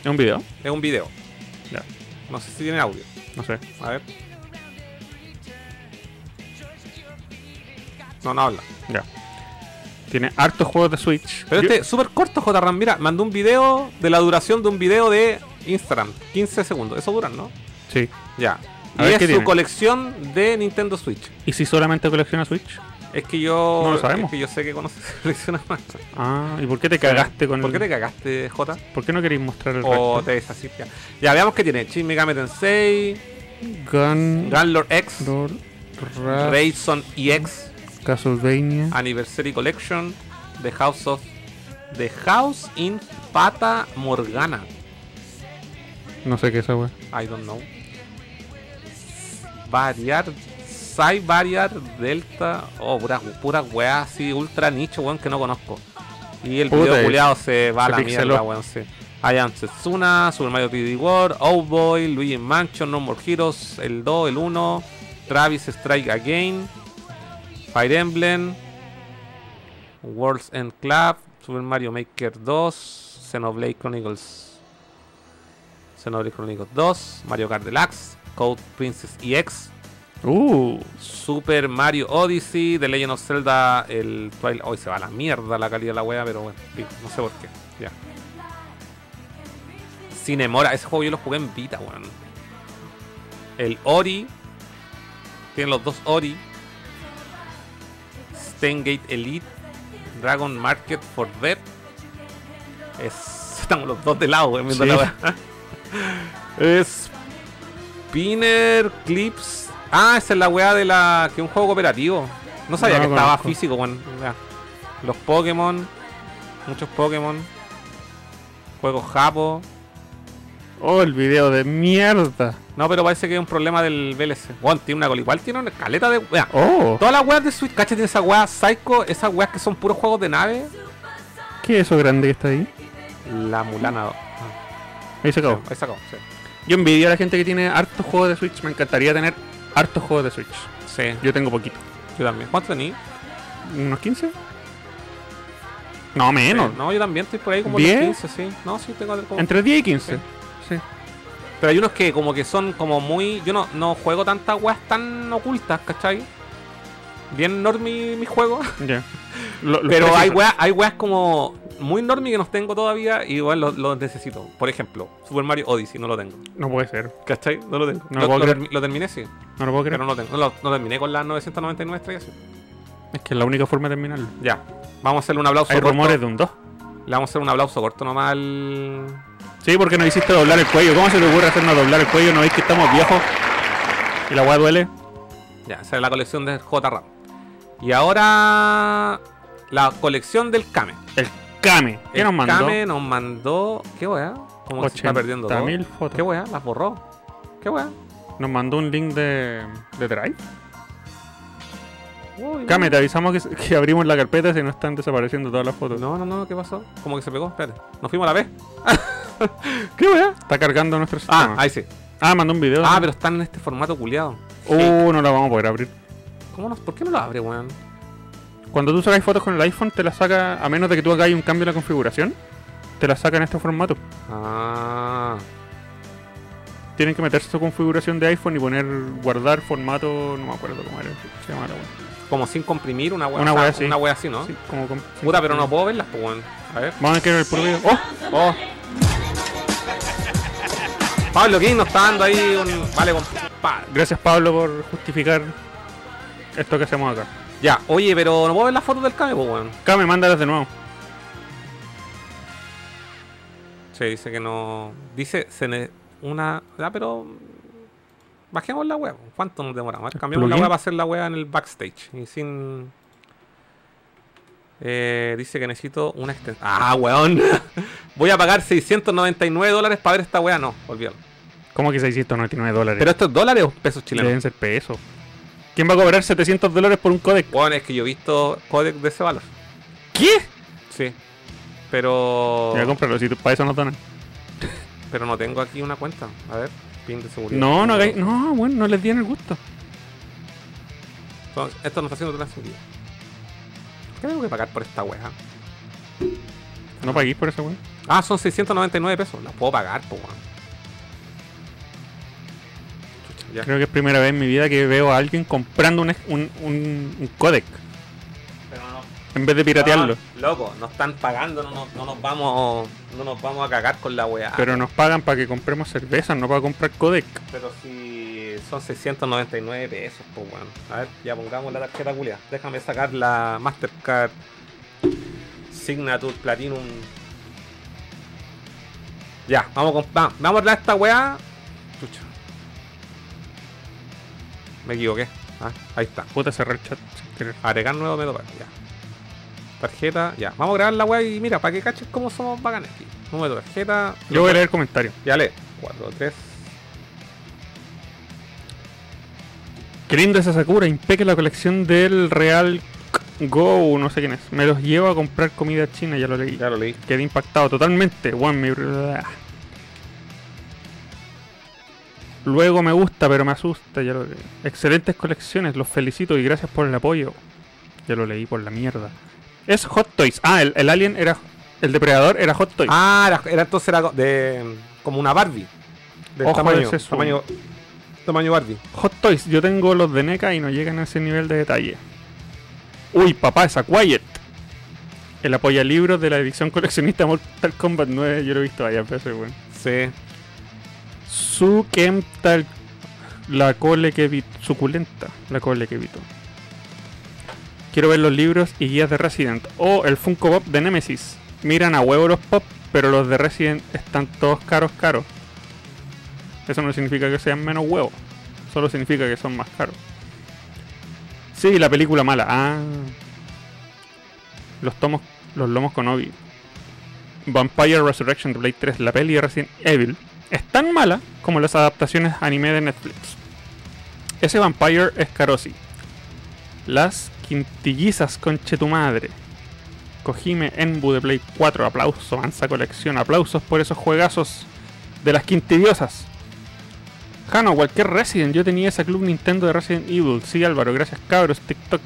D: ¿Es un video?
C: Es un video.
D: Ya.
C: No sé si tiene audio.
D: No sé.
C: A ver. No, no habla.
D: Ya. Tiene hartos juegos de Switch.
C: Pero
D: Yo-
C: este es súper corto, JRAM. Mira, mandó un video de la duración de un video de Instagram. 15 segundos. Eso duran, ¿no?
D: Sí.
C: Ya.
D: A
C: y
D: ver
C: es su
D: qué tiene.
C: colección de Nintendo Switch.
D: ¿Y si solamente colecciona Switch?
C: Es que yo.
D: No lo sabemos.
C: Es que yo sé que conoces seleccionas más.
D: Ah, ¿y por qué te cagaste con
C: ¿Por qué
D: el...
C: te cagaste, J?
D: ¿Por qué no queréis mostrar el
C: O
D: resto?
C: te deshaciste. Ya veamos qué tiene. Shin Megami Tensei,
D: Gun...
C: Gunlord X,
D: Lord Ra-
C: Rayson EX,
D: Castlevania.
C: Ah. Anniversary Collection, The House of. The House in Pata Morgana.
D: No sé qué es esa wea.
C: I don't know. Variar. Sai Variar Delta. Oh, pura, pura weá así, ultra nicho, weón, que no conozco. Y el
D: Puta,
C: video
D: eh.
C: culiado se va a
D: Se
C: la
D: pixeló.
C: mierda, weón, sí. I Am Setsuna, Super Mario 3D World, Oh Boy, Luigi Mansion, No More Heroes, el 2, el 1, Travis Strike Again, Fire Emblem, World's End Club, Super Mario Maker 2, Xenoblade Chronicles Xenoblade Chronicles 2, Mario Kart Deluxe, Code Princess E EX,
D: Uh,
C: Super Mario Odyssey, The Legend of Zelda, el Twilight. Hoy se va a la mierda la calidad de la wea, pero bueno, pico, no sé por qué. Ya. Cinemora, ese juego yo lo jugué en Vita, weón. El Ori. Tiene los dos Ori. Stengate Elite. Dragon Market for Dead. Es- estamos los dos de lado, weón, viendo
D: Sí.
C: la wea. Es Spinner Clips. Ah, esa es la weá de la. que es un juego cooperativo. No sabía
D: No
C: que
D: lo
C: estaba
D: conozco.
C: físico, weón. Ya. Los Pokémon. Muchos Pokémon. Juegos Japo.
D: oh, el video de mierda.
C: No, pero parece que es un problema del VLC. Weón, tiene una cola. Igual tiene una caleta de. weá.
D: Oh,
C: Todas las weas de Switch, cacha, tiene esa weá Psycho, esas weas que son puros juegos de nave.
D: ¿qué es eso grande que está ahí?
C: La Mulana 2.
D: Ahí se acabó.
C: Ahí se acabó, sí.
D: Yo envidio a la gente que tiene hartos juegos de Switch. Me encantaría tener hartos juegos de Switch.
C: Sí, yo,
D: Yo tengo poquito.
C: yo también. ¿Cuánto tenés?
D: ¿Unos 15? No, menos.
C: Sí, No, yo también estoy por ahí como
D: ¿Diez?
C: los 15, sí. No, sí, tengo como...
D: Entre 10 y 15. Sí.
C: Pero hay unos que como que son como muy... Yo no, no juego tantas weas tan ocultas, ¿cachai? Bien normie mi juego.
D: Ya. Lo- los
C: Pero
D: precios
C: hay
D: son-
C: weas, hay weas como muy normie que no tengo todavía y igual los los necesito. Por ejemplo, Super Mario Odyssey no lo tengo.
D: No puede ser.
C: ¿Cachai? No lo tengo.
D: No
C: lo,
D: lo puedo
C: lo
D: creer.
C: termi- lo terminé, sí.
D: No lo puedo creer.
C: Pero no lo tengo. No lo, no lo terminé con las 999 estrellas. sí.
D: Es que es la única forma de terminarlo.
C: Ya. Vamos a hacerle un aplauso
D: Hay
C: corto.
D: rumores de un 2.
C: Le vamos a hacer un aplauso corto nomás al...
D: Sí, porque no hiciste doblar el cuello. ¿Cómo se te ocurre hacernos doblar el cuello? ¿No veis que estamos viejos? ¿Y la weá duele?
C: Ya, esa es la colección del J-Ram. Y ahora la colección del Kame.
D: El Kame. ¿Qué
C: El
D: nos mandó?
C: Kame nos mandó. ¿Qué weá? Como que se está perdiendo todo.
D: 80.000
C: ¿Qué
D: fotos.
C: weá? Las borró. ¿Qué weá?
D: Nos mandó un link de, de Drive.
C: Uy,
D: Kame, te avisamos que, que abrimos la carpeta si no están desapareciendo todas las fotos.
C: No, no, no, ¿qué pasó? Como que se pegó, espérate. Nos fuimos a la vez. ¿Qué weá?
D: Está cargando nuestro
C: Ah,
D: sistema.
C: ahí sí.
D: Ah, mandó un video.
C: Ah, pero está en este formato culiado.
D: Uh, no la vamos a poder abrir.
C: ¿Cómo nos, ¿Por qué no lo abre, weón?
D: Cuando tú sacas fotos con el iPhone, te las saca, a menos de que tú hagas un cambio en la configuración, te las saca en este formato.
C: Ah.
D: Tienen que meterse su configuración de iPhone y poner guardar formato, no me acuerdo cómo era, se llama la wea.
C: Como sin comprimir una weá.
D: Una
C: o sea,
D: weá así.
C: Una weá así, ¿no?
D: Sí, como con-
C: Puta,
D: sí,
C: pero
D: sí.
C: no puedo verlas, pues, weón. A ver.
D: Vamos a querer el puro video. ¡Oh!
C: Oh. Pablo King nos está dando ahí un. Vale, compadre.
D: Gracias, Pablo, por justificar esto que hacemos acá.
C: Ya, oye, pero no puedo ver las fotos del cable, pues, weón.
D: Acá me mandas de nuevo.
C: Se dice que no. Dice, se ne... una. Ya, pero. mm, Bajemos la web. ¿Cuánto nos demoramos? A ver, cambiamos la
D: plugin?
C: web para hacer la web en el backstage. Y sin. Eh, dice que necesito una extensión. ¡Ah, weón! Voy a pagar 699 dólares para ver esta wea. No, olvídalo.
D: ¿Cómo que 699 dólares?
C: ¿Pero esto es dólares o pesos chilenos?
D: Deben ser pesos. ¿Quién va a cobrar 700 dólares por un codec?
C: Bueno, es que yo he visto códex de ese valor.
D: ¿Qué?
C: Sí. Pero.
D: Ya cómpralo, si tú- para eso no donan.
C: Pero no tengo aquí una cuenta. A ver, pin de seguridad.
D: No, no hagáis. No, bueno, no les dieron el gusto.
C: Entonces, esto no está haciendo toda la seguridad. ¿Por qué tengo que pagar por esta weá?
D: No paguéis por eso, weón.
C: Ah, son 699 pesos. La puedo pagar, po, weón. Chucha, ya.
D: Creo que es primera vez en mi vida que veo a alguien comprando un, un, un- un codec
C: Pero no.
D: en vez de piratearlo.
C: No, loco, nos están pagando, no, nos- no nos vamos. No nos vamos a cagar con la weá.
D: Pero nos pagan para que compremos cerveza, no para comprar codec.
C: Pero si son 699 pesos, pues bueno. A ver, ya pongamos la tarjeta culia. Déjame sacar la Mastercard Signature Platinum. Ya, vamos con, va- vamos a hablar de esta weá. Chucha. Me equivoqué. Ah, ahí está.
D: Puta, cerrar el chat sin querer.
C: Agregar nuevo método para- ya. Tarjeta, ya. Vamos a grabar la weá y mira, para que caches cómo somos bacanes aquí. Número de tarjeta.
D: Yo voy a leer comentarios.
C: Ya le. 4, 3.
D: Qué linda esa Sakura, impeque la colección del Real Go, no sé quién es. Me los llevo a comprar comida china, ya lo leí.
C: Ya lo leí.
D: Quedé impactado totalmente. One me... Luego me gusta, pero me asusta. Ya lo leí. Excelentes colecciones, los felicito y gracias por el apoyo. Ya lo leí por la mierda. Es Hot Toys. Ah, el, el alien era. El depredador era Hot Toys.
C: Ah, era, era- entonces era de como una Barbie. De
D: Ojo
C: tamaño,
D: ese es un-
C: tamaño tamaño Barbie.
D: Hot Toys, yo tengo los de NECA y no llegan a ese nivel de detalle. Uy, papá, esa Quiet. El apoya libros de la edición coleccionista Mortal Kombat 9, yo lo he visto allá, pero soy bueno.
C: Sí.
D: Su tal la cole que evito. Suculenta, la cole que evito. Quiero ver los libros y guías de Resident. O el Funko Pop de Nemesis. Miran a huevo los pop, pero los de Resident están todos caros, caros. Eso no significa que sean menos huevos. Solo significa que son más caros. Sí, la película mala. Ah. Los tomos, los lomos con Obi. Vampire Resurrection de Blade 3, la peli de Resident Evil, es tan mala como las adaptaciones anime de Netflix. Ese Vampire es Karosi. Las quintillizas conche tu madre. Kojime Enbu de Play 4, aplauso, mansa colección, aplausos por esos juegazos. de las quintidiosas. Jano, cualquier Resident. Yo tenía esa club Nintendo de Resident Evil. Sí, Álvaro, gracias cabros. TikTok.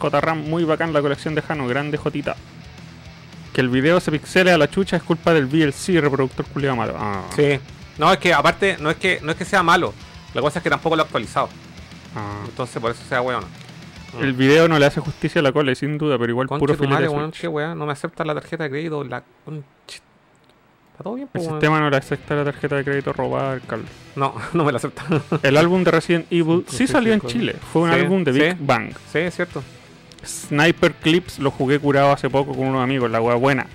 D: JRAM, muy bacán la colección de Jano. Grande Jotita. Que el video se pixele a la chucha es culpa del VLC reproductor culiado malo. Ah,
C: Sí. No, es que aparte, no es que, no es que sea malo. La cosa es que tampoco lo ha actualizado.
D: ah.
C: Entonces por eso sea weón.
D: El video no le hace justicia a la cole, sin duda, pero igual puro
C: Mm. Conche tu
D: filete
C: madre,
D: de
C: weón,
D: Switch.
C: qué weón. No me aceptan la tarjeta de crédito. La conche- Está todo bien,
D: El
C: pues, weón.
D: sistema no le acepta la tarjeta de crédito robada, Carlos.
C: No, no me la aceptan.
D: El álbum de Resident Evil sí
C: sí,
D: salió en
C: sí.
D: Chile. Fue un
C: Sí,
D: álbum de
C: sí.
D: Big Bang.
C: sí, es cierto.
D: Sniper Clips lo jugué curado hace poco con unos amigos, la wea buena.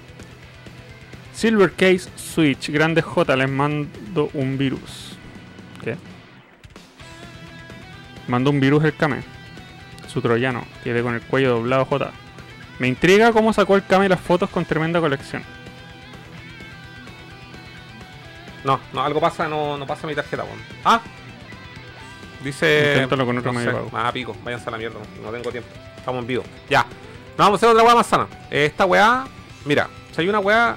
D: Silver Case Switch, grande J, les mando un virus. ¿Qué? Mandó un virus el Kame. Su troyano, quedé con el cuello doblado J. Me intriga cómo sacó el Kame las fotos con tremenda colección.
C: No, no, algo pasa, no, no pasa mi tarjeta, weón. Ah. Dice.
D: Inténtalo con otro
C: no
D: medio
C: sé.
D: pago.
C: Ah, pico, váyanse a la mierda, no tengo tiempo. Estamos en vivo. Ya. Nos vamos a hacer otra weá más sana. Eh, Esta weá, mira, si hay una weá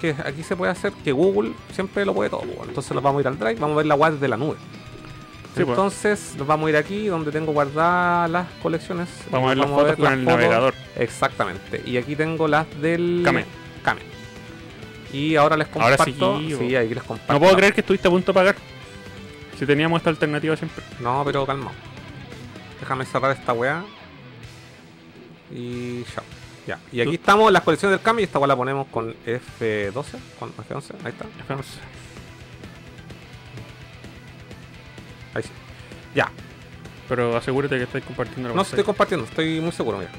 C: que aquí se puede hacer, que Google siempre lo puede todo, weón. Entonces nos vamos a ir al Drive, vamos a ver la weá desde la nube.
D: Sí, pues.
C: Entonces nos vamos a ir aquí donde tengo guardadas las colecciones.
D: Vamos a ver las
C: Vamos a ver
D: fotos con
C: las
D: el
C: fotos.
D: navegador.
C: Exactamente. Y aquí tengo las del
D: Kame.
C: Kame. Y ahora les
D: Ahora sí,
C: comparto.
D: bo.
C: sí, aquí les comparto.
D: No puedo
C: la-
D: creer que estuviste a punto de pagar. Si teníamos esta alternativa siempre.
C: No, pero calma. Déjame cerrar esta weá. Y ya. Ya. Y aquí estamos en las colecciones del cambio. Y esta weá la ponemos con F12. Con F11. Ahí está. Ahí sí. Ya.
D: Pero asegúrate que estáis compartiendo la
C: No, si
D: pantalla.
C: estoy compartiendo. Estoy muy seguro, mira.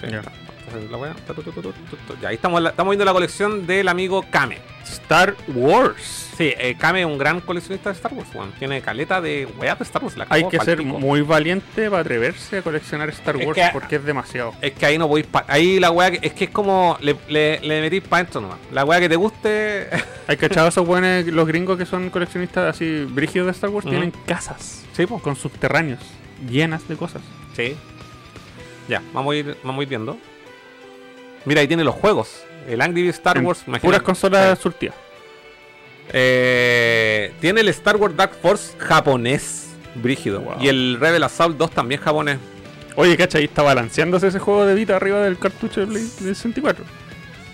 C: Sí.
D: Ya.
C: está. Entonces, la weá, ta, tu, tu, tu, tu, tu, tu. Ya, ahí estamos, en la- estamos viendo la colección del amigo Kame.
D: Star Wars.
C: Sí, eh, Kame es un gran coleccionista de Star Wars, weón. Tiene caleta de weá de Star Wars. la
D: Hay
C: cagó
D: que
C: pa'l
D: ser
C: pico.
D: muy valiente para atreverse a coleccionar Star
C: Oh, Es
D: Wars
C: que-
D: porque es demasiado.
C: Es que ahí no podéis. pa- Ahí la weá. que- Es que es como. Le, le, le metís pa' dentro nomás. La weá que te guste.
D: Hay cachado esos buenos, los gringos que son coleccionistas así brígidos de Star Wars,
C: Ujú.
D: tienen casas
C: sí, pues.
D: con subterráneos llenas de cosas.
C: Sí. Ya, vamos a, ir, vamos a ir viendo. Mira, ahí tiene los juegos. El Angry Birds Star
D: En
C: Wars.
D: puras
C: imagínate.
D: consolas
C: Sí.
D: surtidas.
C: Eh, tiene el Star Wars Dark Force japonés. Brígido.
D: Wow.
C: Y el Rebel Assault 2 también japonés.
D: Oye, cacha, ahí está balanceándose ese juego de Vita arriba del cartucho de Play de 64.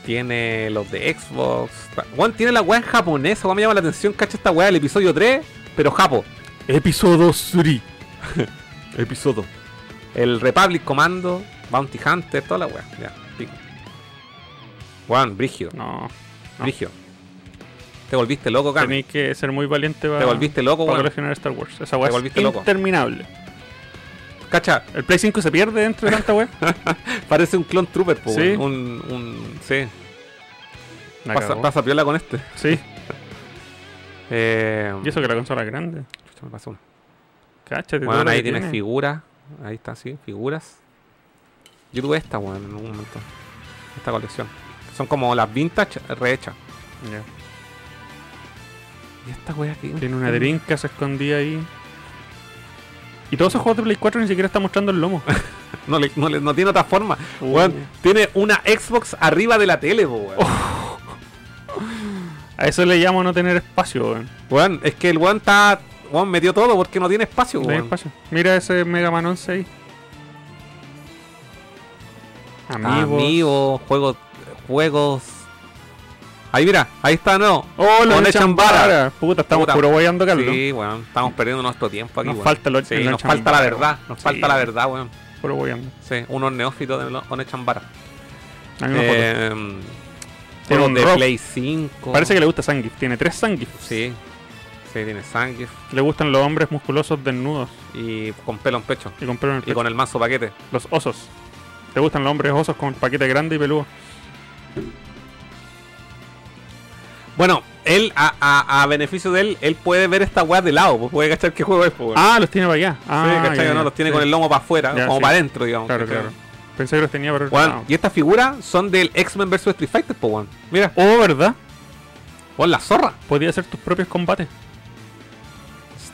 C: Tiene los de Xbox. Juan tiene la weá en japonés. Esa weá me llama la atención. Cacha esta weá del episodio 3. Pero japo.
D: Episodio 3.
C: Episodio. El Republic Commando, Bounty Hunter, toda la weá. Ya, pico. Weón, brígido,
D: No, no.
C: brígido. Te volviste loco, Cami.
D: tenéis que ser muy valiente para,
C: Te volviste loco,
D: para
C: weón.
D: coleccionar Star Wars. Esa
C: Pues Te
D: weá es
C: volviste loco.
D: interminable.
C: Cacha,
D: El Play 5 se pierde dentro de tanta weá.
C: parece un clon trooper, po,
D: Sí.
C: weón. Un, un. Sí.
D: La
C: Pasa,
D: cagó.
C: pasa piola con este.
D: Sí,
C: Eh,
D: y eso que la consola es grande.
C: chucha, me pasó una.
D: Cáchate. todo
C: Weón,
D: lo
C: ahí
D: que
C: tienes
D: tiene.
C: figuras. Ahí está, sí, figuras. Yo tuve esta, weón, en algún momento. Esta colección. Son como las vintage rehechas.
D: Ya.
C: Y esta weá aquí.
D: Tiene una drinka se escondía ahí. Y todos esos juegos de Play 4 ni siquiera está mostrando el lomo.
C: No, le- no le- no tiene otra forma. Weón, tiene una Xbox arriba de la tele, po, weón.
D: A eso le llamo no tener espacio, weón.
C: Weón, es que el weón está. Weón metió todo porque no tiene espacio,
D: No hay
C: weón.
D: espacio. Mira ese Mega Man 11 ahí. Amigos.
C: Amigos, juegos. Juegos. Ahí mira, ahí está, no.
D: ¡Oh, lo
C: Con
D: de
C: echan
D: Chambara!
C: vara.
D: Puta, estamos
C: Puta.
D: puro guayando, Carlos.
C: Sí, weón, estamos perdiendo nuestro tiempo aquí,
D: Nos
C: weón.
D: falta lo-
C: Sí,
D: el
C: nos
D: Onechambara,
C: falta la verdad, nos
D: Sí.
C: falta la verdad, weón.
D: Puro guayando.
C: Sí, unos neófitos de lo- Onechambara.
D: Hay una foto.
C: Eh,
D: Tiene un
C: juegos de
D: rock.
C: Play 5.
D: Parece que le gusta Sangif. Tiene tres Sangif.
C: Sí. Sí, tiene sangre
D: Le gustan los hombres musculosos desnudos
C: y con pelo en pecho.
D: y con pelo en el
C: Y
D: pecho.
C: con el mazo paquete.
D: Los osos. ¿Te gustan los hombres osos con paquete grande y peludo?
C: Bueno, él, a, a- a beneficio de él, él puede ver esta weá de lado, pues puede cachar qué juego es, pues. weón.
D: Ah, los tiene para allá. Ah,
C: sí, ¿cachai?
D: ya, ya,
C: no los tiene
D: sí.
C: con el lomo para afuera,
D: Ya,
C: como
D: sí.
C: para adentro, digamos.
D: Claro,
C: ¿cachai?
D: claro. Pensé que los tenía para el
C: Weón,
D: lado.
C: y estas figuras son del X-Men vs Street Fighter, pues, weón. Mira,
D: Oh, ¿verdad?
C: weón, la zorra.
D: Podía hacer tus propios combates.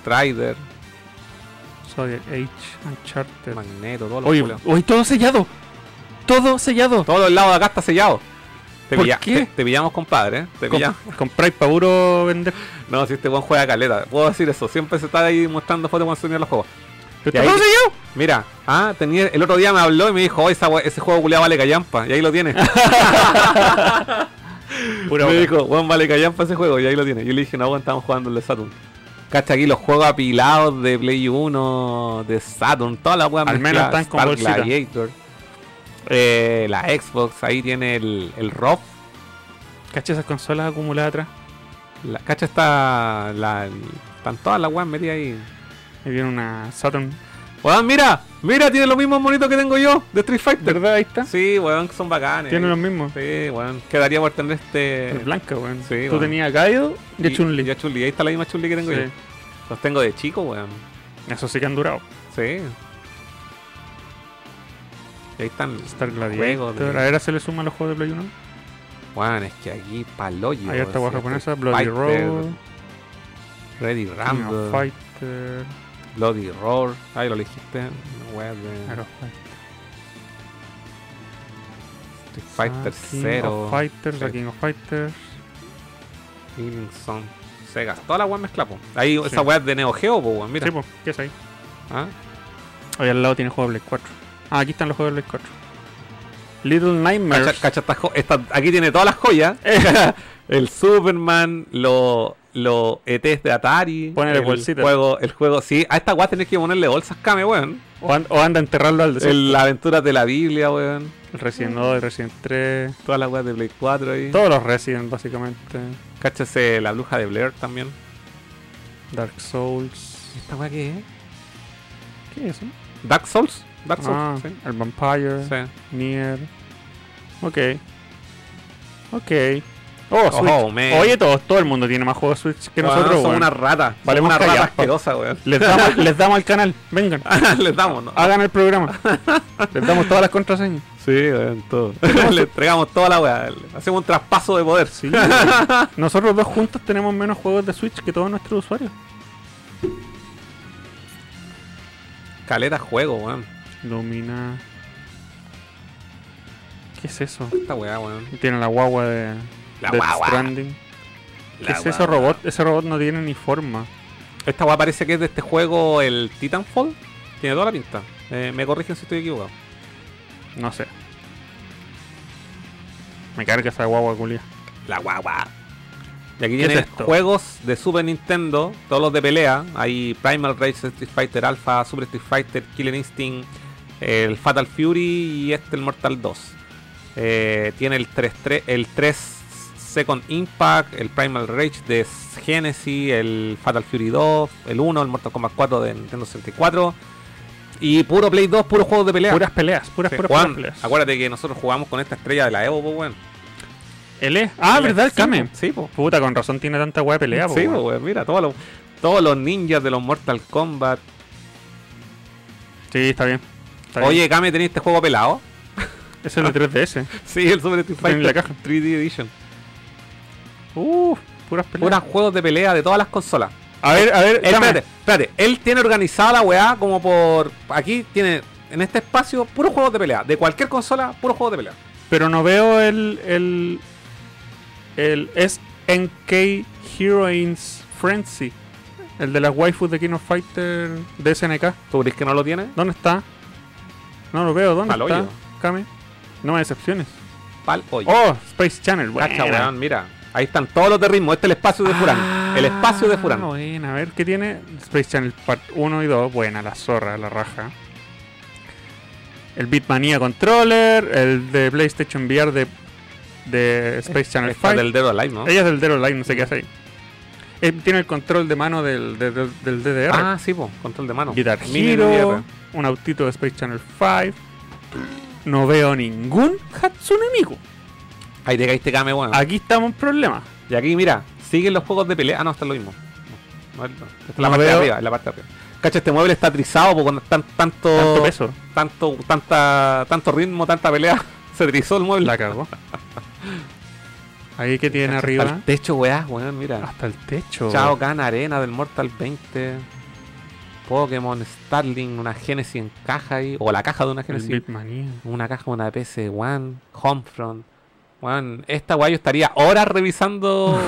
C: Strider,
D: Zodiac Age, Uncharted.
C: Magneto, todo lo
D: Oye, oye, todo sellado. Todo sellado.
C: Todo el lado de acá está sellado. Te,
D: ¿Por
C: pilla-
D: qué?
C: te- te pillamos, compadre. ¿eh? Te
D: Com-
C: pillamos.
D: compráis para puro vender.
C: No, si este buen juega caleta. Puedo decir eso. Siempre se está ahí mostrando fotos cuando se unieron los juegos.
D: Pero
C: De
D: te
C: ahí-
D: puse yo.
C: Mira, ah, tenía, el otro día me habló y me dijo, oh, esa we- ese juego culiado vale callampa. Y ahí lo tiene.
D: Pura
C: me
D: boca.
C: dijo, bueno, vale callampa ese juego. Y ahí lo tiene. Yo le dije, no, bueno, estamos jugando el de Saturn. Cacha aquí los juegos apilados de Play 1, de Saturn, todas las weas
D: Al menos
C: mezcladas.
D: están con
C: Star
D: bolsita.
C: Gladiator. Eh, la Xbox, ahí tiene el, el ROF.
D: Cacha esas consolas acumuladas atrás.
C: La, cacha está. La, están todas las weas metidas ahí.
D: Ahí viene una Saturn.
C: Weón, mira, mira, tiene los mismos monitos que tengo yo de Street Fighter.
D: ¿Verdad? Ahí está.
C: Sí, weón, que son bacanes.
D: Tiene los mismos.
C: Sí, weón. Quedaría por tener este.
D: Es blanca, weón.
C: Sí,
D: Tú
C: weón.
D: tenías a Kaido y a
C: Y-
D: Chun-Li.
C: y a Chun-Li. Ahí está la misma Chun-Li que tengo
D: Sí.
C: yo. Los tengo de chico, weón.
D: Eso sí que han durado.
C: Sí. Y ahí están. los
D: Star Gladiator.
C: juegos de-
D: A ver, se le suman los juegos de Play 1.
C: Weón, es que aquí paloyo.
D: Ahí está
C: weón,
D: weón
C: sí,
D: japonesa.
C: Street
D: Bloody
C: Fighter,
D: Road.
C: Ready
D: King of
C: Rumble.
D: Fighter.
C: Bloody Roar. Ahí lo elegiste. Weón, de
D: Aero
C: Street Fighter
D: King
C: 0.
D: of Fighters.
C: Sí.
D: a King of Fighters.
C: Healing Song. Sega. Toda la weón mezcla, po. Ahí esa
D: Sí.
C: weá es de Neo Geo, po, weón. Mira.
D: Sí, pues, ¿qué es ahí?
C: Ah,
D: Ahí al lado tiene juegos de Play 4. Ah, aquí están los juegos de Play 4. Little Nightmares.
C: Cacha, cacha estas jo- estas- aquí tiene todas las joyas.
D: Eh.
C: el Superman, los lo ETs de Atari.
D: Ponele
C: el
D: bolsita.
C: Juego, el juego, sí. A esta weá tenés que ponerle bolsas Kame, weón.
D: O, an- o anda a enterrarlo al desierto.
C: El- La aventura de la Biblia, weón.
D: El Resident 2, Resident 3.
C: Todas las weas de Play 4 ahí.
D: Todos los Resident, básicamente.
C: Cáchase la bruja de Blair también.
D: Dark Souls.
C: ¿Esta weá qué es?
D: ¿Qué es eso?
C: Dark Souls. Dark Souls,
D: Ah,
C: sí.
D: el Vampire.
C: Sí.
D: Nier. Ok. Ok. Oh, Switch.
C: Oh, man.
D: Oye, todos, todo el mundo tiene más juegos de Switch que
C: Weón,
D: nosotros,
C: somos
D: weón.
C: una rata. Vale,
D: Valemos
C: una rata
D: callampa.
C: asquerosa, weón.
D: Les damos, les damos al canal. Vengan.
C: Les damos, ¿no?
D: Hagan el programa. Les damos todas las contraseñas.
C: Sí, weón, todo. Le entregamos toda la weá. Le Hacemos un traspaso de poder.
D: Sí. Nosotros dos juntos tenemos menos juegos de Switch que todos nuestros usuarios.
C: Caleta juego, weón.
D: Lumina. ¿Qué es eso?
C: Esta weá, weón.
D: Tiene la guagua de
C: La
D: Death
C: guagua.
D: Stranding. ¿Qué
C: La
D: es eso
C: guagua.
D: robot? Ese robot no tiene ni forma.
C: Esta weá parece que es de este juego, el Titanfall. Tiene toda la pinta. Eh, me corrigen si estoy equivocado.
D: No sé. Me carga esa guagua culia.
C: La guagua. Y aquí
D: ¿Qué es
C: tiene
D: esto?
C: juegos de Super Nintendo, todos los de pelea. Hay Primal Rage, Street Fighter Alpha, Super Street Fighter, Killer Instinct, el Fatal Fury y este, el Mortal 2. Eh, tiene el 3, tre- el 3 Second Impact, el Primal Rage de Genesis, el Fatal Fury 2, el 1, el Mortal Kombat 4 de Nintendo 64. Y puro Play 2, puro juego de pelea.
D: Puras peleas, puras,
C: Sí,
D: puras,
C: Juan,
D: puras peleas.
C: acuérdate que nosotros jugamos con esta estrella de la Evo, pues, weón.
D: ¿El E? Ah, ¿verdad? El
C: Sí,
D: Kame.
C: po, Sí, po.
D: Puta, con razón tiene tanta guay de pelea, po,
C: Sí,
D: weón.
C: po, weón, mira, todos los, todos los ninjas de los Mortal Kombat.
D: Sí, está bien. Está bien.
C: Oye, ah. Kame, ¿tenés este juego pelado?
D: Ese es el de 3DS.
C: Sí, el Super Street
D: Está en
C: Fighter
D: la caja.
C: 3D Edition.
D: Uff, puras peleas.
C: Puras juegos de pelea de todas las consolas.
D: A ver, a ver,
C: Él- espérate, espérate. Él tiene organizada la weá como por. Aquí tiene, en este espacio, puros juegos de pelea. De cualquier consola, puros juegos de pelea.
D: Pero no veo el. El. El SNK Heroines Frenzy. El de las waifus de King of Fighter de SNK.
C: ¿Tú crees que no lo tiene?
D: ¿Dónde está? No lo veo. ¿Dónde
C: Al
D: está?
C: hoyo.
D: Kame. No me decepciones.
C: Pal, oye.
D: Oh, Space Channel.
C: Cacha,
D: buena.
C: weón, mira. Ahí están todos los de ritmo. Este es el espacio de Furán.
D: Ah,
C: el espacio de Furán.
D: Buena, a ver qué tiene Space Channel Part 1 y 2. Buena, la zorra, la raja. El Beatmania Controller, el de PlayStation VR de, de Space Channel
C: Está
D: 5.
C: del dedo live, ¿no? Mm.
D: Ella es del Dead Online, no sé qué hace ahí. Eh, tiene el control de mano del, del, del- del DDR.
C: Ah, sí, po. Control de mano.
D: Guitar
C: Mini
D: Hero,
C: DDR.
D: un autito de Space Channel 5. No veo ningún Hatsune Miku.
C: Ahí te caíste, Kame, weón.
D: Aquí estamos en problema.
C: Y aquí, mira, siguen los juegos de pelea. Ah, no, está lo mismo. No, no, Esta es la
D: No
C: parte de
D: veo.
C: arriba, es la parte de arriba. Cacha, este mueble está trizado porque cuando tan- tanto,
D: Tanto peso.
C: tanto, tanta, tanto ritmo, tanta pelea. Se trizó el mueble.
D: La cagó. Ahí que tiene
C: Cacha, Hasta
D: arriba.
C: el techo, weá, weón, mira.
D: Hasta el techo.
C: Chao, Gan Arena del Mortal 20. Pokémon Starling, una Genesis en caja ahí. O la caja de una
D: El
C: Genesis.
D: Beatmania.
C: Una caja, una PC One, Homefront. Weón, esta weá yo estaría horas revisando.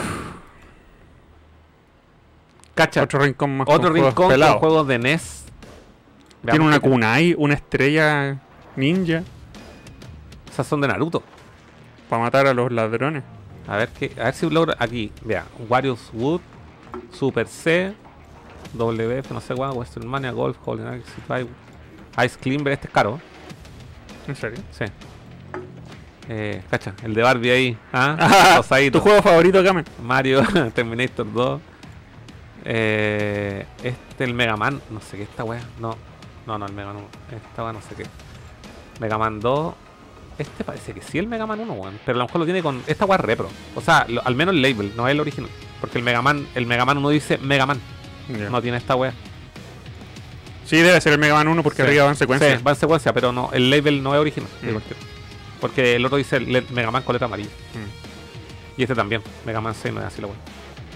C: Cacha.
D: Otro rincón más.
C: Otro
D: con juegos
C: rincón con
D: pelados.
C: juegos de NES.
D: Tiene
C: Veamos
D: una
C: qué tal.
D: kunai, una estrella ninja
C: Esas son de Naruto.
D: para matar a los ladrones.
C: A ver, qué, a ver si logro. Aquí, vea. Warriors Wood, Super C, WF, no sé cuál, Western Mania, Golf, Holy Knight, Sci-Fi, Ice Climber. Este es caro,
D: ¿En serio?
C: sí. Eh, cacha, el de Barbie ahí. Ah, rosadito.
D: ¿Tu juego favorito, Game?
C: Mario, Terminator 2. Eh, este, el Mega Man, no sé qué esta wea. No, no, no, el Mega Man 1. Esta wea no sé qué. Mega Man 2. Este parece que sí el Mega Man 1, weón. Pero a lo mejor lo tiene con. Esta wea es repro. O sea, lo- al menos el label, no es el original. Porque el Mega Man, el Mega Man 1 dice Mega Man. No tiene esta wea.
D: Sí, debe ser el Mega Man 1
C: Sí.
D: porque arriba va en secuencia.
C: Sí, va en secuencia, pero no, el label no es original. de
D: Mm.
C: cualquier- Porque el otro dice le- Mega Man con letra amarilla.
D: Mm.
C: Y este también, Mega Man 6 no es así la weá.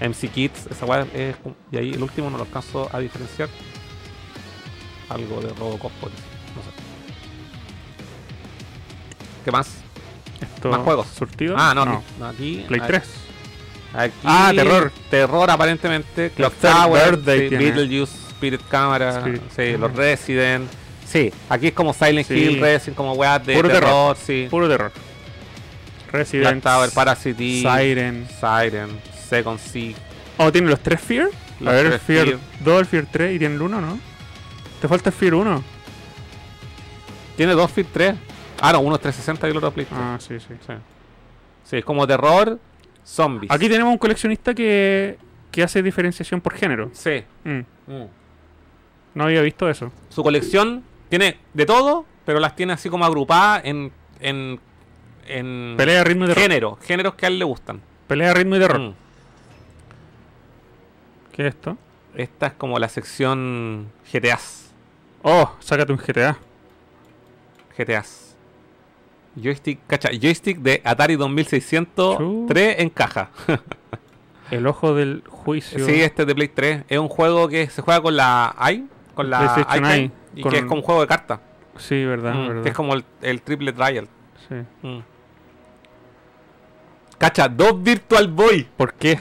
C: MC Kids, esa weá es. un- Y ahí el último no lo alcanzo a diferenciar. Algo de Robocop, por decir, no sé. ¿Qué más?
D: Esto-
C: ¿Más juegos?
D: ¿Surtido?
C: Ah, no, no. aquí.
D: Play
C: a-
D: 3.
C: aquí-
D: Ah, terror.
C: Terror, aparentemente. Clock
D: Third
C: Tower,
D: Birthday
C: sí,
D: tiene.
C: Beetlejuice, Spirit Camera,
D: Spirit
C: sí,
D: Camera.
C: los Resident. Sí, aquí es como Silent
D: Sí.
C: Hill, Resident, como weá de
D: Puro terror.
C: terror, sí.
D: Puro terror.
C: Clock
D: Resident
C: Tower, Parasite,
D: Siren.
C: Siren, Second Seek.
D: Oh, tiene los tres Fear.
C: Los
D: a ver, el
C: tres
D: Fear,
C: Fear.
D: 2, el Fear 3 y tiene el 1, ¿no? Te falta el Fear 1.
C: Tiene dos Fit 3. Ah, no, uno es 360 y el otro Play 3.
D: Ah, sí, sí.
C: Sí. Sí, es como terror, zombies.
D: Aquí tenemos un coleccionista que, que hace diferenciación por género.
C: Sí.
D: Mm, no había visto eso.
C: Su colección tiene de todo, pero las tiene así como agrupadas en. en. en.
D: Pelea, ritmo y terror.
C: Mm. género. Géneros que a él le gustan.
D: Pelea, ritmo y terror.
C: Mm.
D: ¿Qué es esto?
C: Esta es como la sección GTAs.
D: Oh, sácate un GTA.
C: GTAs. Joystick, cacha, joystick de Atari 2603 en caja.
D: El ojo del juicio.
C: Sí, este es de Play 3. Es un juego que se juega con la i, con la
D: PlayStation
C: iPad,
D: Eye,
C: y
D: con-
C: que es como un juego de cartas.
D: Sí, verdad,
C: Mm,
D: verdad.
C: que es como el, el triple trial.
D: Sí.
C: Mm. Cacha, dos Virtual Boy.
D: ¿Por qué?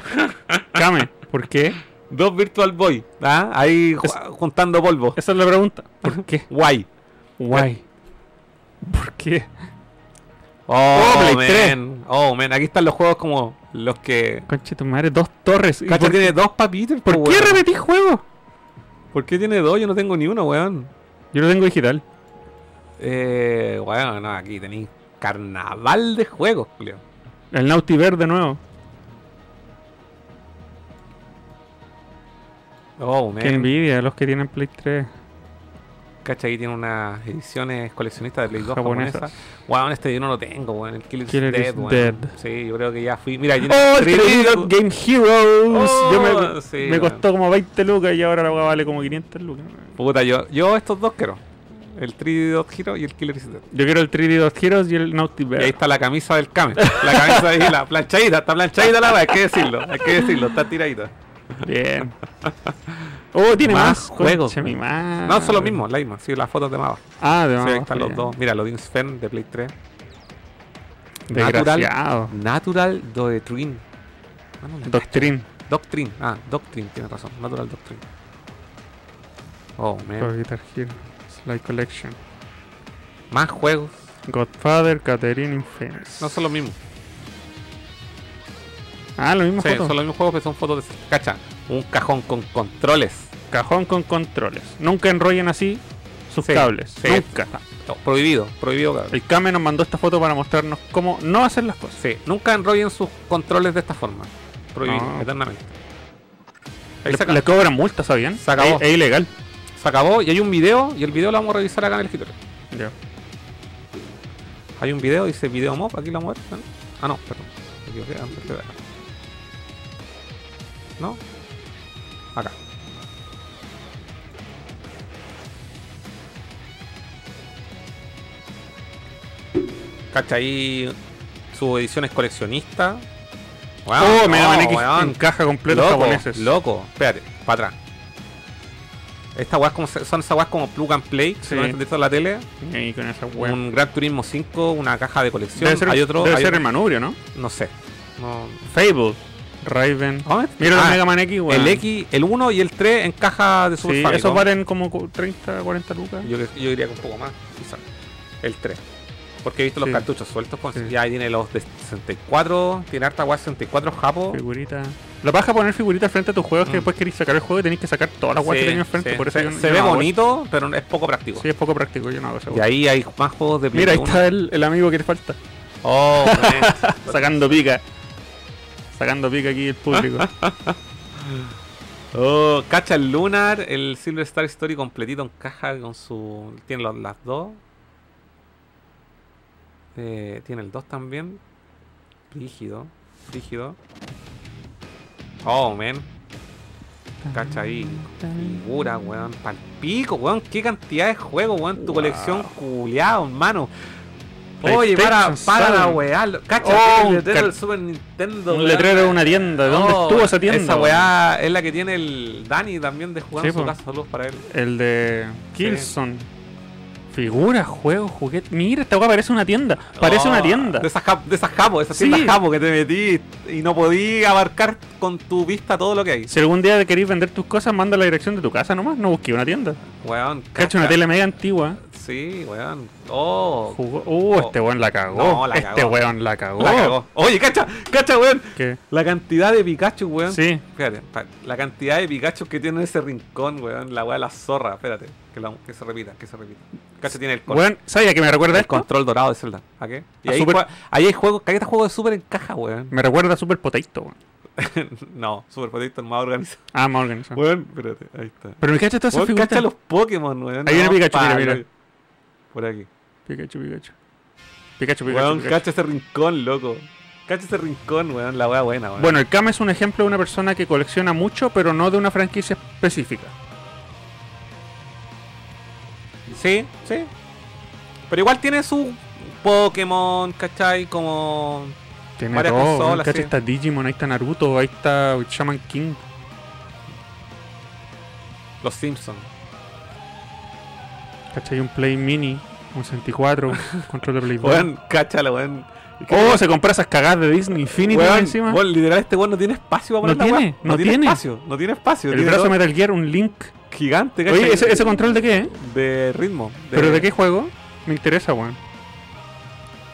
D: Came, ¿por qué?
C: Dos Virtual Boy. ¿ah? Ahí ju- juntando polvo.
D: Esa es la pregunta. ¿Por qué?
C: Guay.
D: Guay. ¿Por qué?
C: Oh,
D: Oh, Play
C: man. Oh, man. Aquí están los juegos como los que.
D: Conche tu madre, dos torres. ¿Y
C: Cacha
D: ¿Por,
C: tiene dos papitos.
D: ¿por
C: po,
D: qué
C: weón.
D: repetí juego?
C: ¿Por qué tiene dos? Yo no tengo ni uno, weón.
D: Yo lo tengo digital.
C: Eh, weón, no, aquí tenéis carnaval de juegos, Julio.
D: El Naughty Bear de nuevo.
C: Oh,
D: Qué
C: man.
D: envidia los que tienen Play 3
C: Cacha, aquí tiene unas ediciones coleccionistas de Play 2 japonesas.
D: japonesas.
C: Weón, este yo no lo tengo, weón. El Killer,
D: Killer
C: is
D: is
C: Dead, weón.
D: dead.
C: Sí, yo creo que ya fui. Mira, tiene
D: ¡Oh, el
C: Thriller,
D: Trinidad
C: weón.
D: Game Heroes! Yo me,
C: Oh, sí,
D: me
C: weón.
D: costó como 20 lucas y ahora la weá vale como 500 lucas.
C: Puta, yo, yo estos dos quiero. El 3D Dot Hero y el Killer is Dead.
D: Yo quiero el 3D 2 Heroes y el Naughty Bear.
C: Y ahí está la camisa del Kame. La camisa ahí, la planchadita. Está planchadita la weá, hay que decirlo. Hay que decirlo, está tiradita.
D: Bien. Oh, tiene
C: Más
D: más,
C: juegos,
D: conche mi madre.
C: No, son los mismos, la misma. Sí, las fotos de mapa.
D: Ah, de
C: Sí,
D: más.
C: ahí están los dos. Mira, los de Sven de Play 3.
D: Desgraciado.
C: Natural Doctrine. Ah, no, la-
D: Doctrine.
C: Doctrine. Ah, Doctrine, tienes razón. Natural Doctrine. Oh, man.
D: Por Guitar Hero. Sly Collection.
C: Más juegos.
D: Godfather, Catherine Infamous.
C: No son los mismos.
D: Ah, lo mismo
C: Sí,
D: foto.
C: son los mismos juegos, pero son fotos de. Cacha, un cajón con controles.
D: Cajón con controles. Nunca enrollen así sus
C: Sí,
D: cables.
C: sí.
D: Nunca.
C: No, Oh, prohibido, prohibido, cabrón.
D: El Kame nos mandó esta foto para mostrarnos cómo no hacer las cosas.
C: Sí, nunca enrollen sus controles de esta forma. Prohibido,
D: No.
C: eternamente. Ahí
D: Ah. Le,
C: se, acabó,
D: le cobran multas, ¿sabían?
C: Se acabó.
D: Es, es ilegal.
C: se acabó y hay un video, y el video lo vamos a revisar acá en el escritorio. Hay un video, dice video mob, aquí lo vamos a ver. ¿no? Ah, no, perdón. Me equivoqué, antes de ver. ¿No? Acá. Cacha ahí su edición es coleccionista. Weón,
D: oh, Mega Man
C: Ah, no,
D: X
C: weón.
D: en caja completa
C: loco,
D: japoneses.
C: Loco, espérate, para atrás. Estas weas como, son esas weas como plug and play, que
D: Sí.
C: no de toda la tele.
D: Y con esa wea.
C: Un Gran Turismo 5, una caja de colección.
D: Debe ser,
C: hay otro,
D: debe
C: hay
D: ser
C: otro-
D: el manubrio, ¿no?
C: no sé. No-
D: Fable, Raven.
C: ¿Cómo es?
D: Mira
C: Ah,
D: el Mega Man X, weón.
C: El X, el 1 y el 3 en caja de Super
D: Sí,
C: Famicom.
D: esos valen como cu- 30, 40 lucas.
C: Yo, yo diría que un poco más, quizás. El 3. Porque he visto los
D: Sí.
C: cartuchos sueltos. Con,
D: Sí.
C: Ya ahí tiene los de 64. Tiene harta guay 64 japo.
D: Figuritas. La paja es poner figuritas frente a tus juegos
C: Mm.
D: que después queréis sacar el juego y tenéis que sacar todas las weas
C: Sí,
D: que tenías frente.
C: sí.
D: Por eso
C: se
D: yo-
C: se
D: yo
C: ve
D: no hago
C: bonito, pero es poco práctico.
D: eso. Sí, es poco práctico, yo no hago esa
C: Y
D: wea.
C: ahí hay más juegos de Play
D: Mira, ahí
C: 1.
D: está el, el amigo que te falta.
C: Oh, man.
D: Sacando pica. Sacando pica aquí el público.
C: Oh, cacha el Lunar, el Silver Star Story completito en caja con su. Tiene los- las dos. Eh, tiene el 2 también. Rígido, rígido. Oh, man. Cacha ahí. Figura, weón. Palpico, weón. Qué cantidad de juegos, weón. Tu colección culiado, hermano. Oye, para,
D: PlayStation
C: para la
D: Sound.
C: weá. lo- Cacha, tiene el
D: Oh, un
C: letrero
D: car-
C: del Super Nintendo.
D: Un
C: weón.
D: letrero de una tienda. ¿De dónde
C: Oh,
D: estuvo esa tienda?
C: Esa
D: weón?
C: weá es la que tiene el Dani también de jugar
D: Sí,
C: en su
D: po.
C: casa. Saludos para él.
D: El de Kilson. Figuras, juegos, juguetes. Mira, esta weá parece una tienda. Parece
C: Oh,
D: una tienda.
C: De esas, jap- de esas japos, esas
D: Sí.
C: tiendas japos que te metí y no podí abarcar con tu vista todo lo que hay.
D: Si algún día queréis vender tus cosas, manda la dirección de tu casa nomás. No busqué una tienda.
C: Weón,
D: Cacho, una
C: cacha.
D: tele mega antigua.
C: Sí, weón. Oh,
D: Jugó. Uh, este weón la cagó.
C: No, la
D: este
C: cagó.
D: weón la cagó.
C: la cagó. Oye, cacha, cacha, weón.
D: ¿Qué?
C: La cantidad de Pikachu, weón.
D: Sí.
C: Espérate, pa- la cantidad de Pikachu que tiene en ese rincón, weón. La weá de la zorra. Espérate, que, la- que se repita, que se repita. Cacha tiene el cor-
D: Weón, ¿sabes a qué me recuerda
C: El
D: esto? Ah,
C: control dorado de Zelda. ¿A qué? Y
D: A
C: ahí,
D: Super-
C: jue- ahí hay juegos, caleta juegos de super en caja, weón.
D: Me recuerda a Super Potato, weón.
C: no, Super Potato es más organizado.
D: Ah, más organizado.
C: Weón, espérate, ahí está.
D: Pero me cacha todas esas
C: Weón,
D: figuritas.
C: cacha los Pokémon, weón.
D: Ahí viene Pikachu,
C: pa,
D: mira, mira.
C: loco. Por aquí.
D: Pikachu, Pikachu. Pikachu, Pikachu.
C: weón,
D: Pikachu.
C: cacha ese rincón, loco. Cacha ese rincón, weón. La wea buena, weón.
D: Bueno, el Kame es un ejemplo de una persona que colecciona mucho, pero no de una franquicia específica.
C: sí, sí. Pero igual tiene su Pokémon, ¿cachai? Como.
D: Tiene
C: Varias
D: todo,
C: consolas,
D: weón, cacha,
C: sí.
D: está Digimon, ahí está Naruto, ahí está Shaman King.
C: Los Simpsons.
D: ¿Cachai? Un Play Mini, un 64, control de Play Boy.
C: Weón, cáchala, weón.
D: Oh, se compra esas cagadas de Disney Infinity
C: weón,
D: encima.
C: weón, literal, este weón no tiene espacio para poner
D: No
C: la
D: tiene,
C: weá. No,
D: no
C: tiene,
D: tiene.
C: espacio, no tiene espacio.
D: el
C: tiene
D: brazo
C: todo
D: de Metal Gear, un Link.
C: gigante, ¿cachai?
D: Oye, ¿ese, ese control de qué? eh?
C: De ritmo.
D: ¿Pero de qué juego? Me interesa, weón.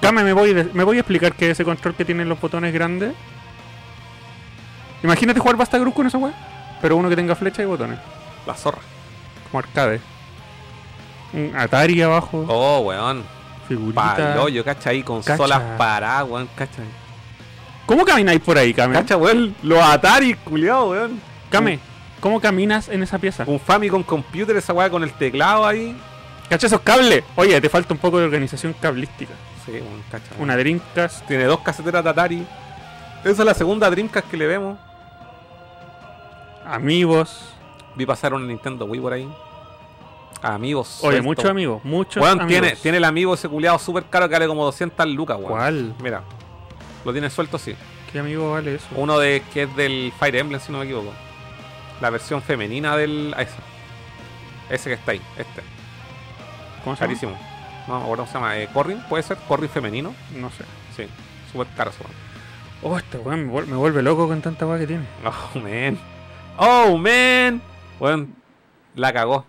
D: Dame, me voy, de- me voy a explicar qué es ese control que tiene los botones grandes. Imagínate jugar Basta Group con esa weón. Pero uno que tenga flecha y botones.
C: La zorra.
D: Como arcade. Un Atari abajo.
C: Oh, weón.
D: figurita.
C: Paloyo, cacha ahí, consolas
D: Cacha.
C: paradas, weón, cacha. ahí.
D: ¿Cómo camináis por ahí, Kame?
C: Cacha, weón, los Atari, culiao, weón.
D: Kame, ¿cómo caminas en esa pieza?
C: Un Famicom Computer, esa weá con el teclado ahí.
D: ¿Cacha esos cables? Oye, te falta un poco de organización cablística.
C: Sí, weón, cacha.
D: Una Dreamcast.
C: Tiene dos caseteras de Atari. Esa es la segunda Dreamcast que le vemos.
D: Amigos.
C: Vi pasar una Nintendo Wii por ahí. Amigos.
D: Oye,
C: sueltos.
D: muchos amigos. Muchos
C: Weón,
D: amigos.
C: tiene, tiene el amigo ese culiado súper caro que vale como 200 lucas, weón.
D: ¿Cuál?
C: Mira, lo tiene suelto, sí.
D: ¿Qué amigo vale eso?
C: Uno de que es del Fire Emblem, si no me equivoco. La versión femenina del. ah, Ese, ese que está ahí, este.
D: ¿Cómo se llama?
C: Carísimo. No, ahora se llama eh, Corrin, puede ser. Corrin femenino.
D: No sé.
C: Sí, súper caro ese weón.
D: Oh, este weón me, vuel- me vuelve loco con tanta weá que tiene.
C: Oh, man. Oh, man. Bueno, la cagó.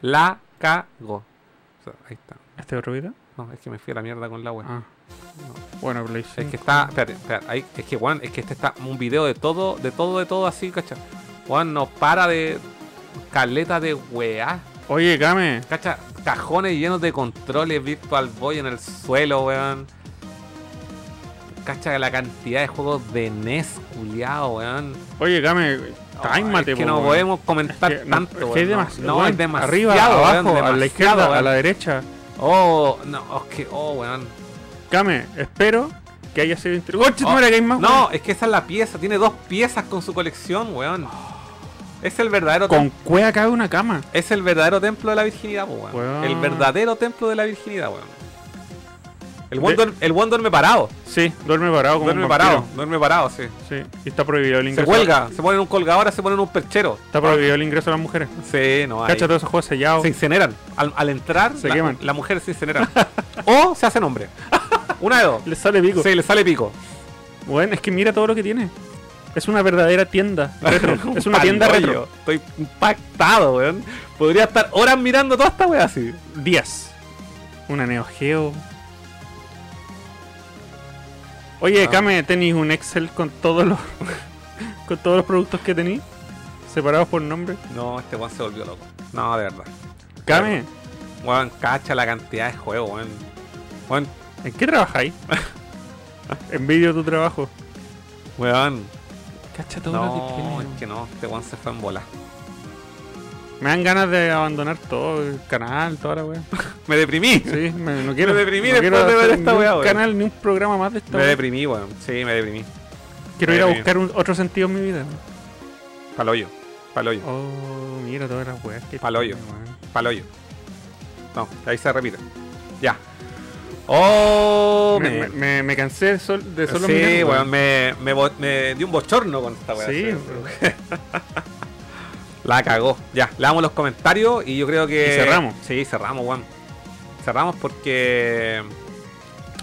C: La cagó. O sea, ahí está.
D: ¿Este otro video?
C: No, es que me fui a la mierda con la web.
D: Ah. Bueno, Play
C: Es que
D: 5.
C: está, espérate, espérate, ahí- es que Juan, es que este está un video de todo, de todo, de todo así, cacha. Juan no para de caleta de weá,
D: Oye, Kame.
C: cacha, cajones llenos de controles Virtual Boy en el suelo, weón. Cacha la cantidad de juegos de NES, culiao, weón.
D: Oye, Kame. Táimate,
C: es que no podemos comentar
D: Es que no-
C: tanto,
D: es que
C: weón.
D: hay demasiado.
C: no,
D: weón.
C: es demasiado.
D: Arriba,
C: weón,
D: abajo, a la
C: demasiado,
D: izquierda, a
C: weón.
D: la derecha.
C: Oh, no, es que, oh, weón.
D: Kame, espero que haya sido inter... ¡Oh,
C: Oh,
D: que hay más!
C: no,
D: weón!
C: es que esa es la pieza. Tiene dos piezas con su colección, weón. Es el verdadero
D: Con
C: tem-
D: cueva cabe una cama.
C: Es el verdadero templo de la virginidad, po, weón.
D: Weón.
C: El verdadero templo de la virginidad, weón. El buen,
D: De-
C: duer- el buen duerme parado.
D: Sí, duerme parado como
C: Duerme
D: un
C: parado,
D: vampiro.
C: duerme parado, sí.
D: Sí, y está prohibido el
C: Se
D: ingreso.
C: cuelga, se pone en un colgador, se pone en un perchero.
D: Está prohibido el ingreso a las mujeres.
C: Sí, no hay.
D: Cacha todos esos juegos sellados.
C: Se incineran. Al, al entrar,
D: Se
C: la,
D: queman.
C: la mujer se incinera. o se hacen hombre. Una de dos.
D: Le sale pico.
C: Sí, le sale pico.
D: Bueno, es que mira todo lo que tiene. Es una verdadera tienda retro. es una
C: Pal
D: tienda
C: hoyo.
D: retro.
C: Estoy impactado, weón. Podría estar horas mirando toda esta wea así.
D: 10. Una Neo Geo. Oye,
C: Ah.
D: Kame, tenéis un Excel con todos los con todos los productos que tenéis separados por nombre.
C: No, este weón se volvió loco. No, de verdad.
D: Kame,
C: Weón, cacha la cantidad de juegos, weón. Weón,
D: ¿en qué trabajáis? Envidio tu trabajo.
C: weón.
D: Cacha todo lo que
C: No,
D: tiene.
C: es que no, este weón se fue en bola.
D: Me dan ganas de abandonar todo el canal, toda la wea.
C: Me deprimí.
D: Sí, me- no quiero.
C: Me deprimí
D: no quiero
C: después de ver
D: hacer
C: esta
D: ni
C: wea,
D: un
C: wea.
D: canal ni un programa más de esta
C: Me
D: wea.
C: deprimí, weón. Sí, me deprimí.
D: Quiero
C: me
D: ir a
C: deprimí.
D: buscar un- otro sentido en mi vida.
C: Paloyo. Paloyo.
D: Oh, mira todas las weas que.
C: Pal hoyo.
D: tiene, weón.
C: Paloyo. No, ahí se repite. Ya. Oh,
D: me,
C: me-
D: me- me- me cansé de, sol- de solo
C: sí,
D: mirar,
C: weón,
D: weón.
C: me, me, bo- me dio un bochorno con esta weá.
D: Sí,
C: Sí.
D: weón.
C: La cagó. Ya, le damos los comentarios y yo creo que.
D: Y cerramos.
C: Sí, cerramos, weón. Cerramos porque.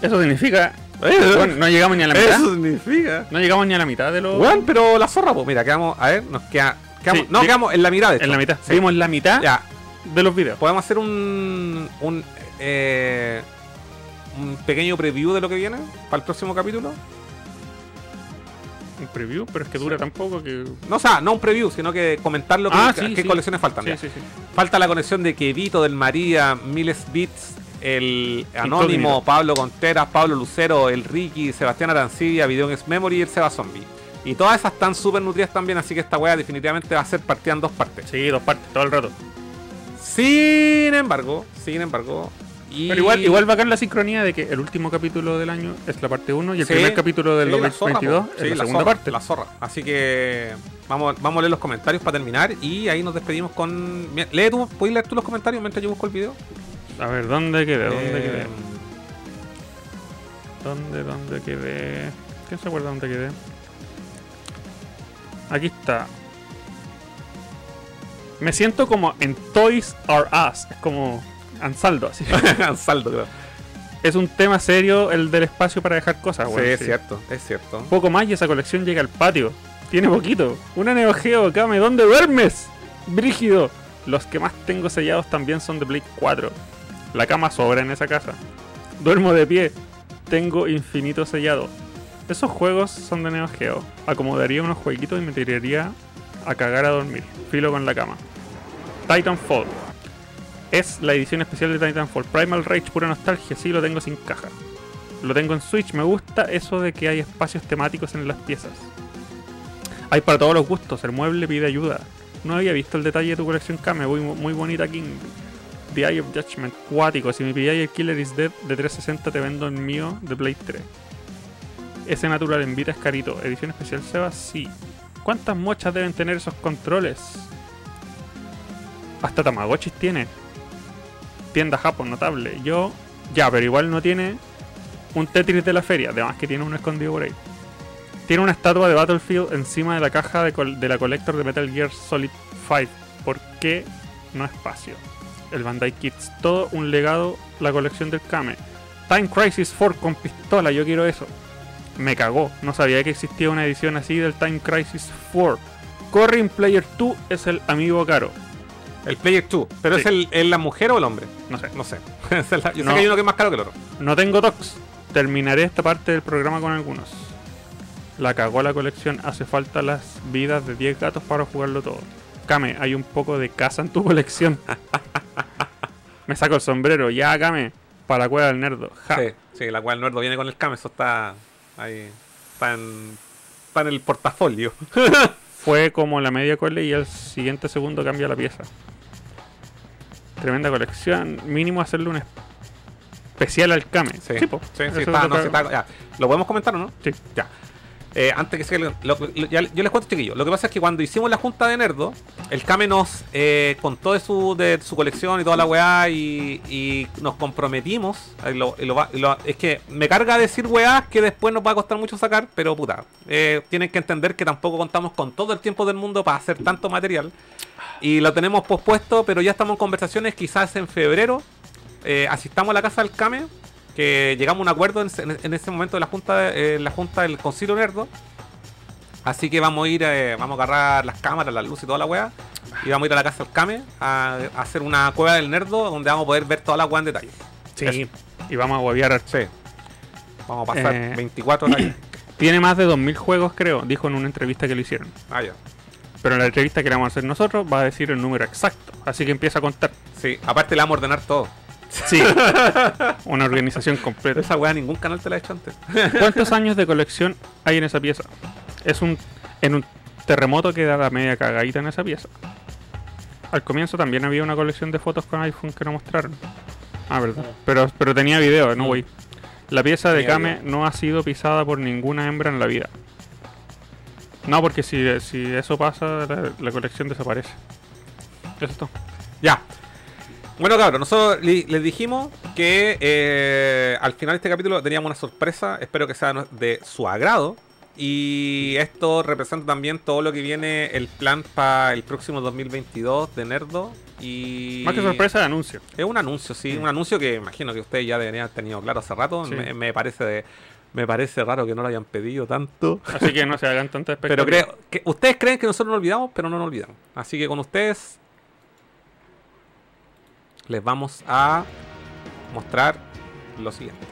D: Eso significa.
C: Eh,
D: Weón, no llegamos ni a la mitad.
C: Eso significa.
D: No llegamos ni a la mitad de los.
C: Weón, pero la zorra, pues. Mira, quedamos. A ver, nos queda. quedamos-
D: Sí,
C: no,
D: di-
C: quedamos en la mirada. de
D: en
C: hecho.
D: la mitad.
C: Sí.
D: Vimos la mitad
C: Ya,
D: de los videos.
C: podemos hacer un. Un. eh, un pequeño preview de lo que viene para el próximo capítulo.
D: Un preview, pero es que dura tan poco que.
C: No, o sea, no un preview, sino que comentar lo que,
D: Ah, sí,
C: qué
D: sí.
C: colecciones faltan. ya.
D: Sí, sí, sí.
C: Falta la conexión de Quevito del María, Miles Beats, el Anónimo,
D: Incógnito.
C: Pablo Contreras, Pablo Lucero, el Ricky, Sebastián Arancibia, Video Games Memory y el Seba Zombie. Y todas esas están súper nutridas también, así que esta wea definitivamente va a ser partida en dos partes.
D: Sí, dos partes, todo el rato.
C: Sin embargo, sin embargo. y-
D: Pero igual, igual bacán la sincronía de que el último capítulo del año es la parte 1 y el
C: Sí,
D: primer capítulo del
C: sí, la zorra,
D: 2022
C: po.
D: es
C: Sí,
D: la, segunda
C: zorra,
D: parte.
C: La zorra. Así que vamos, vamos a leer los comentarios para terminar y ahí nos despedimos con. Mira, Lee tú, ¿puedes leer tú los comentarios mientras yo busco el video?
D: A ver, ¿dónde quedé? ¿Dónde
C: Eh,
D: quedé? ¿Dónde, dónde quedé? ¿Quién se acuerda dónde quedé? Aquí está. Me siento como en Toys R Us. Es como Ansaldo, así.
C: Saldo, creo.
D: es un tema serio el del espacio para dejar cosas,
C: sí,
D: weón.
C: es cierto, es cierto.
D: Poco más y esa colección llega al patio. Tiene poquito. Una Neo Geo, Kame, ¿dónde duermes? Brígido. Los que más tengo sellados también son de Play 4. La cama sobra en esa casa. Duermo de pie. Tengo infinito sellado. Esos juegos son de Neo Geo. Acomodaría unos jueguitos y me tiraría a cagar a dormir. Filo con la cama. Titanfall. Es la edición especial de Titanfall. Primal Rage, pura nostalgia. Sí, lo tengo sin caja. Lo tengo en Switch. Me gusta eso de que hay espacios temáticos en las piezas. Hay para todos los gustos. El mueble pide ayuda. No había visto el detalle de tu colección Kame. Muy, muy bonita King. The Eye of Judgment. Cuático. Si me pilláis el Killer is Dead de 360 te vendo el mío de Play 3. Ese natural en Vita es carito. Edición especial Seba, sí. ¿Cuántas mochas deben tener esos controles? Hasta Tamagotchis tiene. Tienda Japón, notable. Yo. Ya, pero igual no tiene un Tetris de la feria, además que tiene uno escondido por ahí. Tiene una estatua de Battlefield encima de la caja de, col- de la colector de Metal Gear Solid 5. ¿Por qué no espacio? El Bandai Kids, todo un legado, la colección del Kame. Time Crisis 4 con pistola, yo quiero eso. Me cagó, no sabía que existía una edición así del Time Crisis 4. Corrin Player 2 es el amigo caro.
C: El Player 2. ¿Pero
D: Sí.
C: es, el, es la mujer o el hombre?
D: No sé.
C: No sé. Esa es la- Yo
D: No.
C: sé que hay uno que es más caro que el otro.
D: No tengo tox. Terminaré esta parte del programa con algunos. La cagó la colección. Hace falta las vidas de 10 gatos para jugarlo todo. Kame, hay un poco de casa en tu colección. Me saco el sombrero. Ya, Kame. Para la cueva del nerdo. Ja.
C: Sí, sí, la cual Nerdo viene con el cam, eso está ahí. Está en, está en el portafolio.
D: Fue como la media cole y al siguiente segundo cambia la pieza. Tremenda colección. Mínimo hacerle un es- especial al Kame.
C: Sí, sí,
D: po.
C: sí,
D: Eso
C: está, no,
D: es lo
C: sí,
D: que-
C: está- ya. ¿Lo podemos comentar o no?
D: Sí.
C: Ya. Eh, antes que se lo- lo- lo- ya- yo les cuento, chiquillos. Lo que pasa es que cuando hicimos la junta de Nerdo, el Kame nos eh, contó de su, de su colección y toda la weá y, y nos comprometimos. Ahí lo- y lo va- y lo- es que me carga decir weá que después nos va a costar mucho sacar, pero puta. eh, tienen que entender que tampoco contamos con todo el tiempo del mundo para hacer tanto material. Y lo tenemos pospuesto, pero ya estamos en conversaciones. Quizás en febrero eh, asistamos a la casa del Kame que llegamos a un acuerdo en, en- en ese momento de la junta de- eh, la junta del concilio nerdo así que vamos a ir eh, vamos a agarrar las cámaras las luces y toda la weá y vamos a ir a la casa del Kame a, a hacer una cueva del nerdo donde vamos a poder ver toda la weá en detalle
D: Sí. Y vamos a huevear.
C: sí vamos a pasar
D: Eh.
C: 24 horas ahí.
D: Tiene más de 2.000 juegos, creo, dijo en una entrevista que le hicieron.
C: ah ya
D: Pero en la entrevista que le vamos a hacer nosotros va a decir el número exacto. Así que empieza a contar.
C: sí aparte le vamos a ordenar todo
D: Sí. Una organización completa.
C: pero esa weá ningún canal te la ha hecho antes
D: ¿Cuántos años de colección hay en esa pieza? Es un. En un terremoto queda la media cagadita en esa pieza. Al comienzo también había una colección de fotos con iPhone que no mostraron. Ah, Mm. verdad. Pero, pero tenía video, no voy. La pieza de
C: Tenía
D: Kame no ha sido pisada por ninguna hembra en la vida. No, porque si, si eso pasa, la, la colección desaparece. Eso es todo.
C: Ya. Bueno, cabrón, nosotros li- les dijimos que eh, al final de este capítulo teníamos una sorpresa. Espero que sea no- de su agrado. Y esto representa también todo lo que viene el plan para el próximo 2022 de Nerdo. Y
D: Más que sorpresa, de anuncio.
C: Es un anuncio, sí. Un anuncio que imagino que ustedes ya deberían haber tenido claro hace rato.
D: Sí.
C: Me, me parece, me parece raro que no lo hayan pedido tanto.
D: Así que no se hagan tantas
C: Pero
D: expectativas.
C: creo que ustedes creen que nosotros nos olvidamos, pero no nos olvidamos. Así que con ustedes les vamos a mostrar lo siguiente.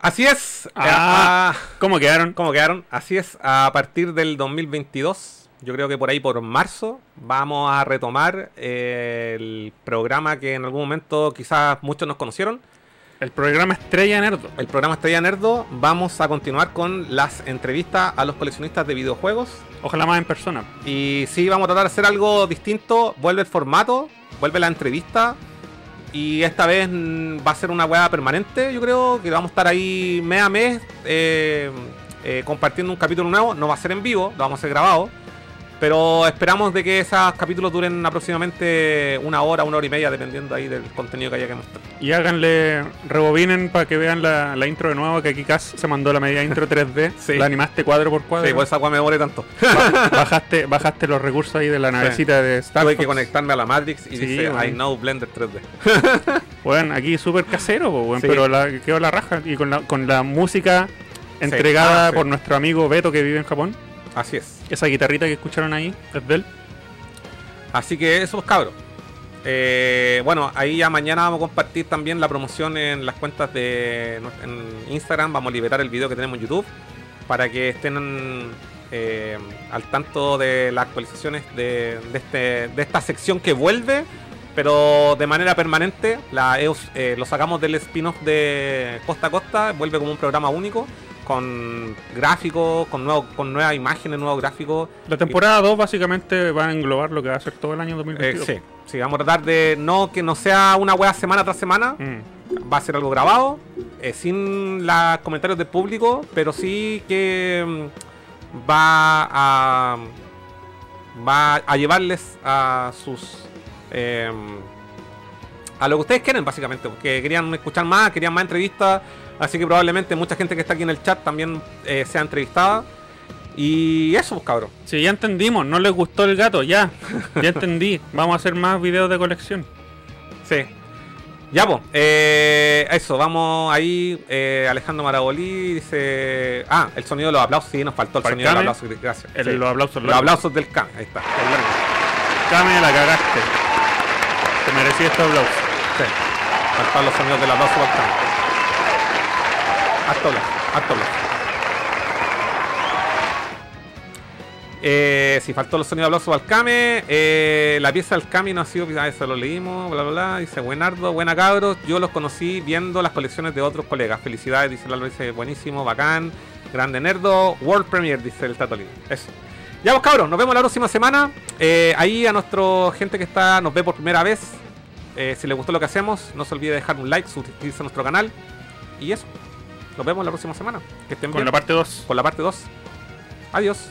C: Así es.
D: Ah.
C: eh, ah,
D: ¿Cómo quedaron?
C: ¿Cómo quedaron? Así es. A partir del 2022, yo creo que por ahí por marzo, vamos a retomar eh, el programa que en algún momento quizás muchos nos conocieron.
D: El programa Estrella Nerdo.
C: el programa Estrella Nerdo, vamos a continuar con las entrevistas a los coleccionistas de videojuegos.
D: Ojalá más en persona.
C: Y sí, vamos a tratar de hacer algo distinto. Vuelve el formato, vuelve la entrevista. Y esta vez mm, va a ser una hueá permanente, yo creo, que vamos a estar ahí mes a mes eh, eh, compartiendo un capítulo nuevo. No va a ser en vivo, lo vamos a hacer grabado. Pero esperamos de que esos capítulos duren aproximadamente una hora, una hora y media, dependiendo ahí del contenido que haya que mostrar.
D: Y háganle, rebobinen para que vean la, la intro de nuevo, que aquí Kaz se mandó la media intro 3D,
C: Sí.
D: la animaste cuadro por cuadro,
C: Sí, por esa hueá me demoré tanto.
D: ba- bajaste, bajaste los recursos ahí de la navecita de Star
C: Tuve que
D: Fox.
C: conectarme a la Matrix y
D: Sí,
C: dice
D: weón.
C: I know Blender 3D.
D: Weón, aquí súper casero, po, weón,
C: Sí.
D: pero la, quedó la raja, y con la, con la música entregada
C: Ah, sí.
D: por nuestro amigo Beto que vive en Japón,
C: Así es.
D: esa guitarrita que escucharon ahí, es de él,
C: Así que esos cabros. Eh, bueno, ahí ya mañana vamos a compartir también la promoción en las cuentas de nues- en Instagram. Vamos a liberar el video que tenemos en YouTube para que estén eh, al tanto de las actualizaciones de, de este- de esta sección que vuelve, pero de manera permanente. La EOS, eh, lo sacamos del spin-off de Costa a Costa, vuelve como un programa único con gráficos, con, nuevo- con nuevas imágenes, nuevos gráficos.
D: la temporada 2 básicamente va a englobar lo que va a ser todo el año
C: Eh,
D: 2022.
C: sí, sí, vamos a tratar de no que no sea una wea semana tras semana.
D: Mm.
C: Va a ser algo grabado, eh, sin los comentarios del público, pero sí que mm, va a va a llevarles a sus eh, a lo que ustedes quieren básicamente, porque querían escuchar más, querían más entrevistas, así que probablemente mucha gente que está aquí en el chat también eh, sea entrevistada. Y eso, pues, cabrón.
D: Sí, ya entendimos, no les gustó el gato, ya, ya entendí, vamos a hacer más videos de colección.
C: Sí. Ya, pues. eh, eso, vamos ahí. eh, Alejandro Marabolí dice. Ah, el sonido de los aplausos. Sí, nos faltó el
D: Para el
C: sonido de
D: Kame.
C: los aplausos. Gracias.
D: El-
C: Sí.
D: Los aplausos
C: Los
D: largos.
C: aplausos del can. Ahí está.
D: El largo. Kame, la cagaste. Te merecí este aplauso.
C: Sí. Faltaron los sonidos del aplauso para el can. Harto aplauso, harto aplauso. Eh, si faltó los sonidos de aplausos al Kame, eh, la pieza del Kame no ha sido, ah, eso lo leímos, bla, bla, bla. Dice, buenardo, buena cabros. Yo los conocí viendo las colecciones de otros colegas. Felicidades, dice Lalo, dice, buenísimo, bacán, grande nerdo, world premiere, dice el Tatolín. Eso. Ya vos cabros, nos vemos la próxima semana. Eh, ahí a nuestro gente que está, nos ve por primera vez. eh, si les gustó lo que hacemos, no se olvide de dejar un like, suscribirse a nuestro canal. Y eso. Nos vemos la próxima semana. Que estén
D: Con
C: bien.
D: la parte 2.
C: Con la parte 2. Adiós.